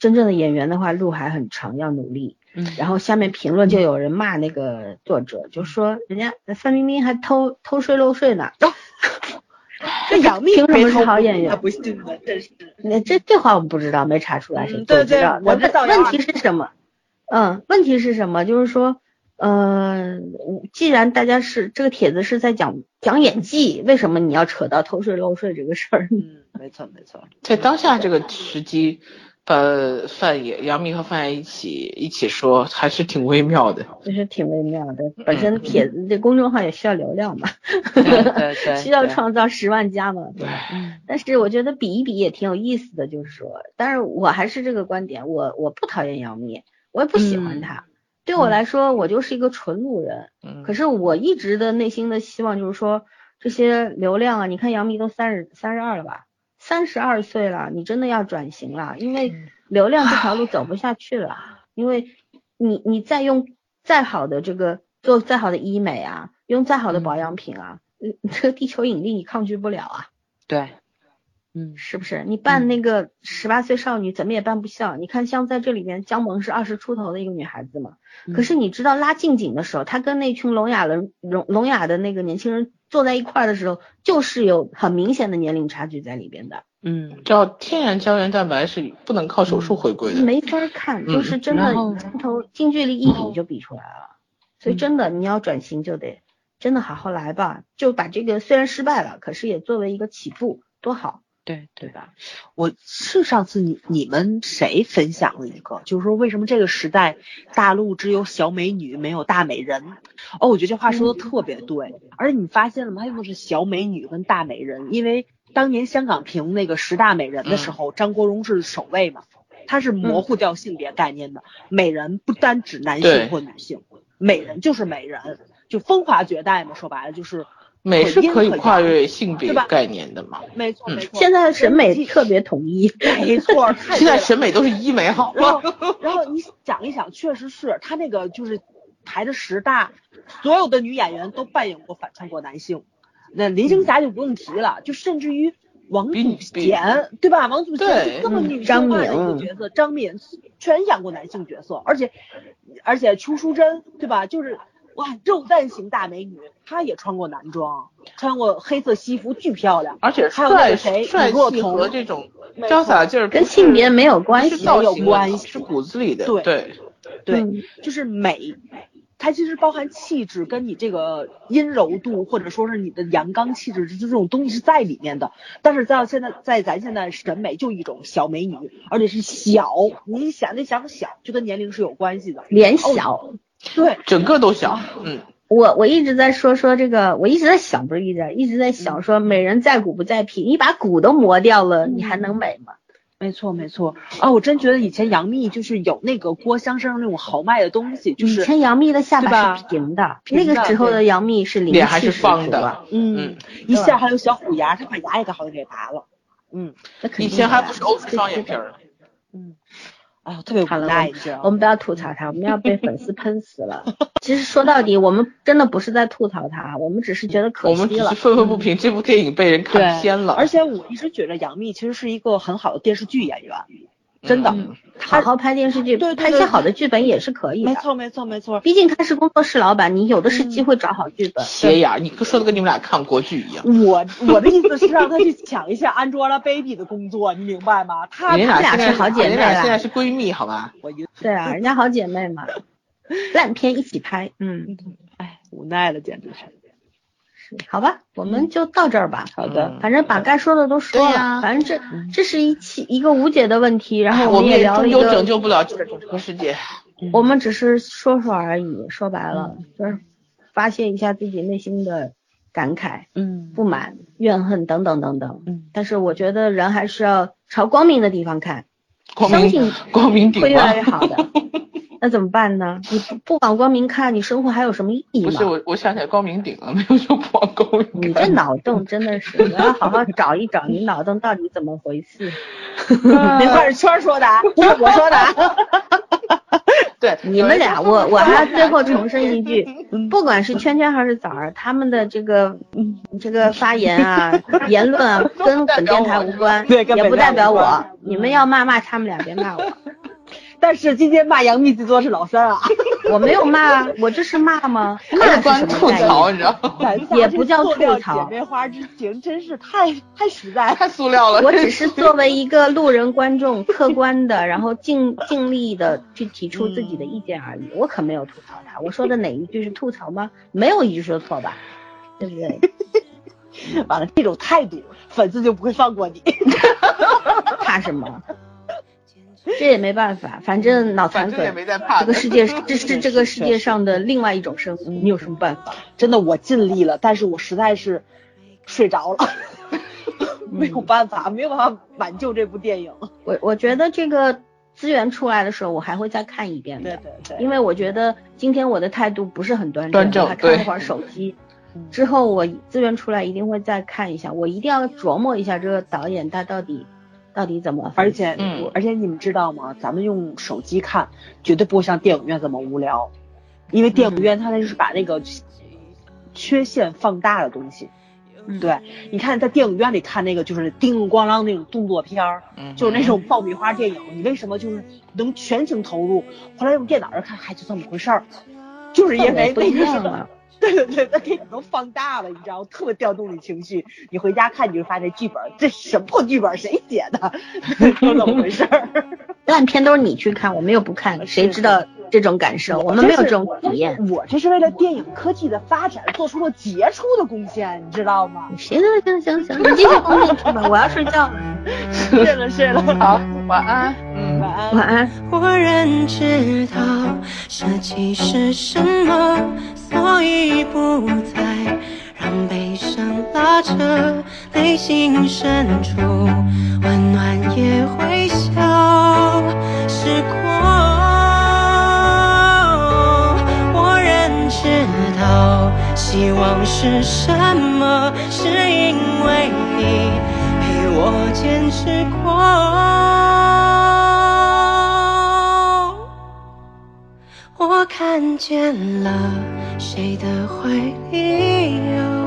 Speaker 1: 真正的演员的话，路还很长，要努力。
Speaker 3: 嗯
Speaker 1: 然后下面评论就有人骂那个作者，就说人家范冰冰还偷偷税漏税呢，
Speaker 3: 这杨幂
Speaker 1: 凭什么
Speaker 3: 没
Speaker 1: 是
Speaker 3: 偷
Speaker 1: 好
Speaker 3: 过
Speaker 1: 演员
Speaker 3: 他不信的，真是。
Speaker 1: 那这这话我们不知道，没查出来
Speaker 3: 嗯
Speaker 1: 谁做
Speaker 3: 对
Speaker 1: 不知
Speaker 3: 对
Speaker 1: 道
Speaker 3: 我
Speaker 1: 但
Speaker 3: 知道
Speaker 1: 问
Speaker 3: 呀
Speaker 1: 问题是什么？嗯，问题是什么？就是说，呃，我既然大家是这个帖子是在讲讲演技，为什么你要扯到偷税漏税这个事儿呢？
Speaker 3: 嗯，没错没错。
Speaker 2: 在当下这个时机，把范爷、杨幂和范爷一起一起说，还是挺微妙的。
Speaker 1: 就是挺微妙
Speaker 3: 嗯
Speaker 1: 的。本身帖子这公众号也需要流量嘛，
Speaker 3: 对对对，
Speaker 1: 需要
Speaker 3: 对。
Speaker 1: 创造十万加嘛，对吧？
Speaker 3: 嗯
Speaker 1: 但是我觉得比一比也挺有意思的，就是说，但是我还是这个观点，我我不讨厌杨幂，我也不喜欢
Speaker 3: 嗯
Speaker 1: 她，对我来说，我就是一个纯路人。
Speaker 2: 嗯
Speaker 1: 可是我一直的内心的希望就是说，这些流量啊，你看杨幂都三十三十二了吧，三十二岁了，你真的要转型了，因为流量这条路走不下去了，因为你你再用再好的这个做再好的医美啊，用再好的保养品啊，嗯，这个地球引力你抗拒不了啊，
Speaker 3: 对，嗯
Speaker 1: 是不是？你办那个十八岁少女怎么也办不像，你看像在这里面，江萌是二十出头的一个女孩子嘛，
Speaker 3: 嗯
Speaker 1: 可是你知道拉近景的时候，她跟那群聋哑人聋聋哑的那个年轻人坐在一块儿的时候，就是有很明显的年龄差距在里边的，
Speaker 3: 嗯
Speaker 2: 叫天然胶原蛋白是不能靠手术回归
Speaker 3: 嗯
Speaker 2: 的。
Speaker 1: 没法看，就是真的
Speaker 3: 然后嗯
Speaker 1: 从头近距离一比就比出来了。所以真的你要转型就得真的好好来吧，就把这个虽然失败了，可是也作为一个起步，多好，
Speaker 3: 对对
Speaker 1: 对。吧？
Speaker 3: 我是上次你你们谁分享了一个，就是说为什么这个时代大陆只有小美女没有大美人？哦，我觉得这话
Speaker 2: 嗯
Speaker 3: 说的特别对，而且你发现了吗？它用的是小美女跟大美人，因为当年香港评那个十大美人的
Speaker 2: 嗯
Speaker 3: 时候，张国荣是首位嘛，他是模糊掉性别概念的，美人不单指男
Speaker 2: 对
Speaker 3: 性或女性，美人就是美人，就风华绝代嘛，说白了就是
Speaker 2: 美是可以跨
Speaker 3: 阴和阳，
Speaker 2: 越性别
Speaker 3: 对吧
Speaker 2: 概念的嘛？
Speaker 3: 没错
Speaker 2: 嗯
Speaker 3: 没错，
Speaker 1: 现在审美特别统一，
Speaker 3: 没错， 太
Speaker 2: 现在
Speaker 3: 对了
Speaker 2: 审美都是医美好
Speaker 3: 然
Speaker 2: 了。
Speaker 3: 后，然后你想一想，确实是他那个就是排的十大，所有的女演员都扮演过反穿过男性。那林青霞就不用提了，就甚至于王
Speaker 2: 比
Speaker 3: 祖
Speaker 2: 你比
Speaker 3: 贤，对吧？王祖贤
Speaker 2: 对
Speaker 3: 就这么
Speaker 1: 嗯
Speaker 3: 女性化的一
Speaker 1: 张
Speaker 3: 个
Speaker 1: 敏
Speaker 3: 角色，张敏全演过男性角色，而且而且邱淑贞，对吧？就是哇，肉蛋型大美女，她也穿过男装，穿过黑色西服，巨漂亮。
Speaker 2: 而且
Speaker 3: 还有那
Speaker 2: 帅
Speaker 3: 个谁
Speaker 2: 帅
Speaker 3: 李若
Speaker 2: 气和
Speaker 3: 彤
Speaker 2: 这种
Speaker 3: 没
Speaker 2: 潇
Speaker 3: 错
Speaker 2: 洒劲儿不
Speaker 1: 跟
Speaker 2: 是
Speaker 1: 性别没有
Speaker 2: 不
Speaker 1: 关
Speaker 2: 是
Speaker 1: 系。
Speaker 2: 造
Speaker 3: 没有
Speaker 2: 型的
Speaker 3: 关系
Speaker 2: 是骨子里的。
Speaker 3: 对
Speaker 2: 对，
Speaker 3: 对，
Speaker 1: 嗯
Speaker 3: 就是美，它其实包含气质跟你这个阴柔度，或者说是你的阳刚气质，就这种东西是在里面的。但是到现在，在咱现在审美就一种小美女，而且是小，你想得想小，就跟年龄是有关系的。哦
Speaker 1: 脸小，
Speaker 3: 对，
Speaker 2: 整个都
Speaker 3: 啊
Speaker 2: 小。嗯，
Speaker 1: 我我一直在说说这个，我一直在想，不是一直在一直在
Speaker 2: 嗯
Speaker 1: 想说，美人在骨不在皮，你把骨都磨掉了，你还
Speaker 2: 嗯
Speaker 1: 能美吗？
Speaker 3: 没错没错啊，我真觉得以前杨幂就是有那个郭襄身上那种豪迈的东西，就
Speaker 1: 以
Speaker 3: 是
Speaker 1: 前杨幂的下
Speaker 3: 对吧
Speaker 1: 巴是平的，
Speaker 3: 平
Speaker 1: 那
Speaker 3: 的
Speaker 1: 个时候的
Speaker 3: 对
Speaker 1: 杨幂是灵
Speaker 2: 脸还
Speaker 1: 气
Speaker 2: 是
Speaker 1: 十
Speaker 2: 方
Speaker 1: 足
Speaker 2: 的
Speaker 1: 啊，
Speaker 3: 嗯
Speaker 2: 嗯，
Speaker 3: 一下还有小虎牙，她把牙也给好像给拔了，嗯
Speaker 1: 那肯定
Speaker 2: 以前还不
Speaker 1: 的
Speaker 2: 是欧式双眼皮儿。
Speaker 3: 嗯，啊，特别无
Speaker 1: 好了
Speaker 3: 奈，你知道吗
Speaker 1: 我？们不要吐槽他，我们要被粉丝喷死了。 其实说到底，我们真的不是在吐槽他，我们只是觉得可
Speaker 2: 我们只
Speaker 1: 惜
Speaker 2: 是
Speaker 1: 了。
Speaker 2: 愤愤不平，这部电影被人看偏了，
Speaker 3: 而且我一直觉得杨幂其实是一个很好的电视剧演员，真的，
Speaker 2: 嗯
Speaker 1: 好好拍电视剧，
Speaker 3: 对对
Speaker 1: 拍一
Speaker 3: 对
Speaker 1: 些好的剧本也是可以
Speaker 3: 没
Speaker 1: 的。
Speaker 3: 错没错没错，
Speaker 1: 毕竟他是工作室老板，你有的
Speaker 2: 嗯
Speaker 1: 是机会找好剧本。
Speaker 2: 斜眼儿，你说的跟你们俩看国剧一样。
Speaker 3: 我我的意思是让她去抢一下 Angelababy 的工作，你明白吗？她
Speaker 2: 你
Speaker 1: 啊俩
Speaker 2: 现
Speaker 1: 是
Speaker 2: 在
Speaker 1: 好姐妹啊
Speaker 2: 你俩
Speaker 1: 啦
Speaker 2: 现在是闺蜜好吧？
Speaker 3: 我一
Speaker 1: 对啊，人家好姐妹 嘛，烂片一起拍，嗯，
Speaker 3: 哎无奈了，简直是。
Speaker 1: 是好吧，我们就到这儿吧。
Speaker 3: 好
Speaker 2: 嗯
Speaker 1: 反正把该说的都说
Speaker 2: 对
Speaker 1: 了，
Speaker 2: 呀嗯哎
Speaker 1: 反正这这是一期一个无解的问题，然后
Speaker 2: 我
Speaker 1: 们
Speaker 2: 们
Speaker 1: 也
Speaker 2: 也
Speaker 1: 聊了
Speaker 2: 终
Speaker 1: 一
Speaker 2: 究
Speaker 1: 个
Speaker 2: 拯救不了这整个世 界。
Speaker 3: 嗯
Speaker 1: 我们只是说说而已，说白了、
Speaker 2: 嗯
Speaker 1: 就是发泄一下自己内心的感慨、
Speaker 3: 嗯
Speaker 1: 不满、怨恨等等等等。
Speaker 3: 嗯，
Speaker 1: 但是我觉得人还是要朝光明的地方看，
Speaker 2: 光
Speaker 1: 相
Speaker 2: 明
Speaker 1: 信
Speaker 2: 光明顶
Speaker 1: 会越来越
Speaker 2: 吗？
Speaker 1: 好 的。那怎么办呢？你不不往光明看，你生活还有什么意义
Speaker 2: 不是
Speaker 1: 吗？
Speaker 2: 我，我想起来光明顶了，没有说不往光
Speaker 1: 你
Speaker 2: 明
Speaker 1: 这
Speaker 2: 看。
Speaker 1: 脑洞真的是，你要好好找一找，你脑洞到底怎么回事？
Speaker 3: 那话是圈儿说的啊，不是我说的啊。
Speaker 2: 对，
Speaker 1: 你们俩，我我还要最后重申一 句，嗯不管是圈圈还是枣儿，他们的这个嗯这个发言 啊、言论啊，跟本电台无关，
Speaker 3: 对跟
Speaker 1: 也不
Speaker 3: 本
Speaker 1: 代
Speaker 3: 台
Speaker 1: 表
Speaker 3: 无
Speaker 1: 我
Speaker 3: 关。
Speaker 1: 你们要骂骂他们俩，别骂我，
Speaker 3: 但是今天骂杨幂最多是老 三啊，
Speaker 1: 我没有骂啊，我这是骂吗？骂
Speaker 2: 还
Speaker 1: 是
Speaker 2: 是关
Speaker 1: 什
Speaker 2: 吐
Speaker 1: 么概
Speaker 2: 槽，
Speaker 1: 念？
Speaker 2: 你知道吗？
Speaker 3: 咱仨
Speaker 1: 也不叫
Speaker 3: 这塑料
Speaker 1: 吐槽
Speaker 3: 姐妹花之情真是太太实在了。
Speaker 2: 太塑料了。
Speaker 1: 我只是作为一个路人观众，客观的，然后尽尽力的去提出自己的意见而已，我可没有吐槽他。我说的哪一句是吐槽吗？没有一句说错吧？对不对？
Speaker 3: 完了，这种态度，粉丝就不会放过你。
Speaker 1: 怕什么？这也没办法，反正脑
Speaker 2: 反
Speaker 1: 残
Speaker 2: 正也
Speaker 1: 粉
Speaker 2: 没在怕
Speaker 1: 这个
Speaker 2: 的。
Speaker 1: 世界， 这是这个世界上的另外一种生物，你有什么办法？
Speaker 3: 真的我尽力了，但是我实在是睡着了，嗯没有办法，没有办法挽救这部电影。
Speaker 1: 我我觉得这个资源出来的时候，我还会再看一遍
Speaker 3: 对
Speaker 1: 的，
Speaker 3: 对对，
Speaker 1: 因为我觉得今天我的态度不是很端
Speaker 2: 端
Speaker 1: 正，
Speaker 2: 正
Speaker 1: 我还看了
Speaker 2: 对
Speaker 1: 会儿手机
Speaker 3: 嗯。
Speaker 1: 之后我资源出来一定会再看一下，我一定要琢磨一下这个导演他到底到底怎么分析。
Speaker 3: 而且、
Speaker 2: 嗯
Speaker 3: 而且你们知道吗？咱们用手机看，绝对不会像电影院这么无聊，因为电影院它那是把那个缺陷放大的东西。
Speaker 1: 嗯
Speaker 3: 对，你看在电影院里看那个就是叮铃咣啷那种动作片儿，
Speaker 2: 嗯
Speaker 3: 就是那种爆米花电影，你为什么就是能全情投入？后来用电脑儿看，还就这么回事儿，就是因为
Speaker 1: 不
Speaker 3: 那
Speaker 1: 一
Speaker 3: 个是
Speaker 1: 样
Speaker 3: 个
Speaker 1: 了，
Speaker 3: 对对对，它给你都放大了，你知道吗？特别调动你情绪。你回家看，你就发现剧本这什么剧本，谁写的， 就怎么回事儿？
Speaker 1: 烂片都是你去看，我们又不看，谁知道这种感受？ 我们没有这种体验。
Speaker 3: 我这是为了电影科技的发展做出了杰出的贡献，你知道吗？
Speaker 1: 谁都行行行，你继 续工作去吧，我要睡觉了，嗯
Speaker 3: 睡了睡了，
Speaker 2: 好，晚安。嗯
Speaker 3: 晚。安。
Speaker 1: 晚安。
Speaker 4: 我认知道舍弃是什么，所以不再让悲伤拉扯内心深处，温暖也会消失过。我认知道希望是什么，是因为你陪我坚持过。我看见了谁的坏理由。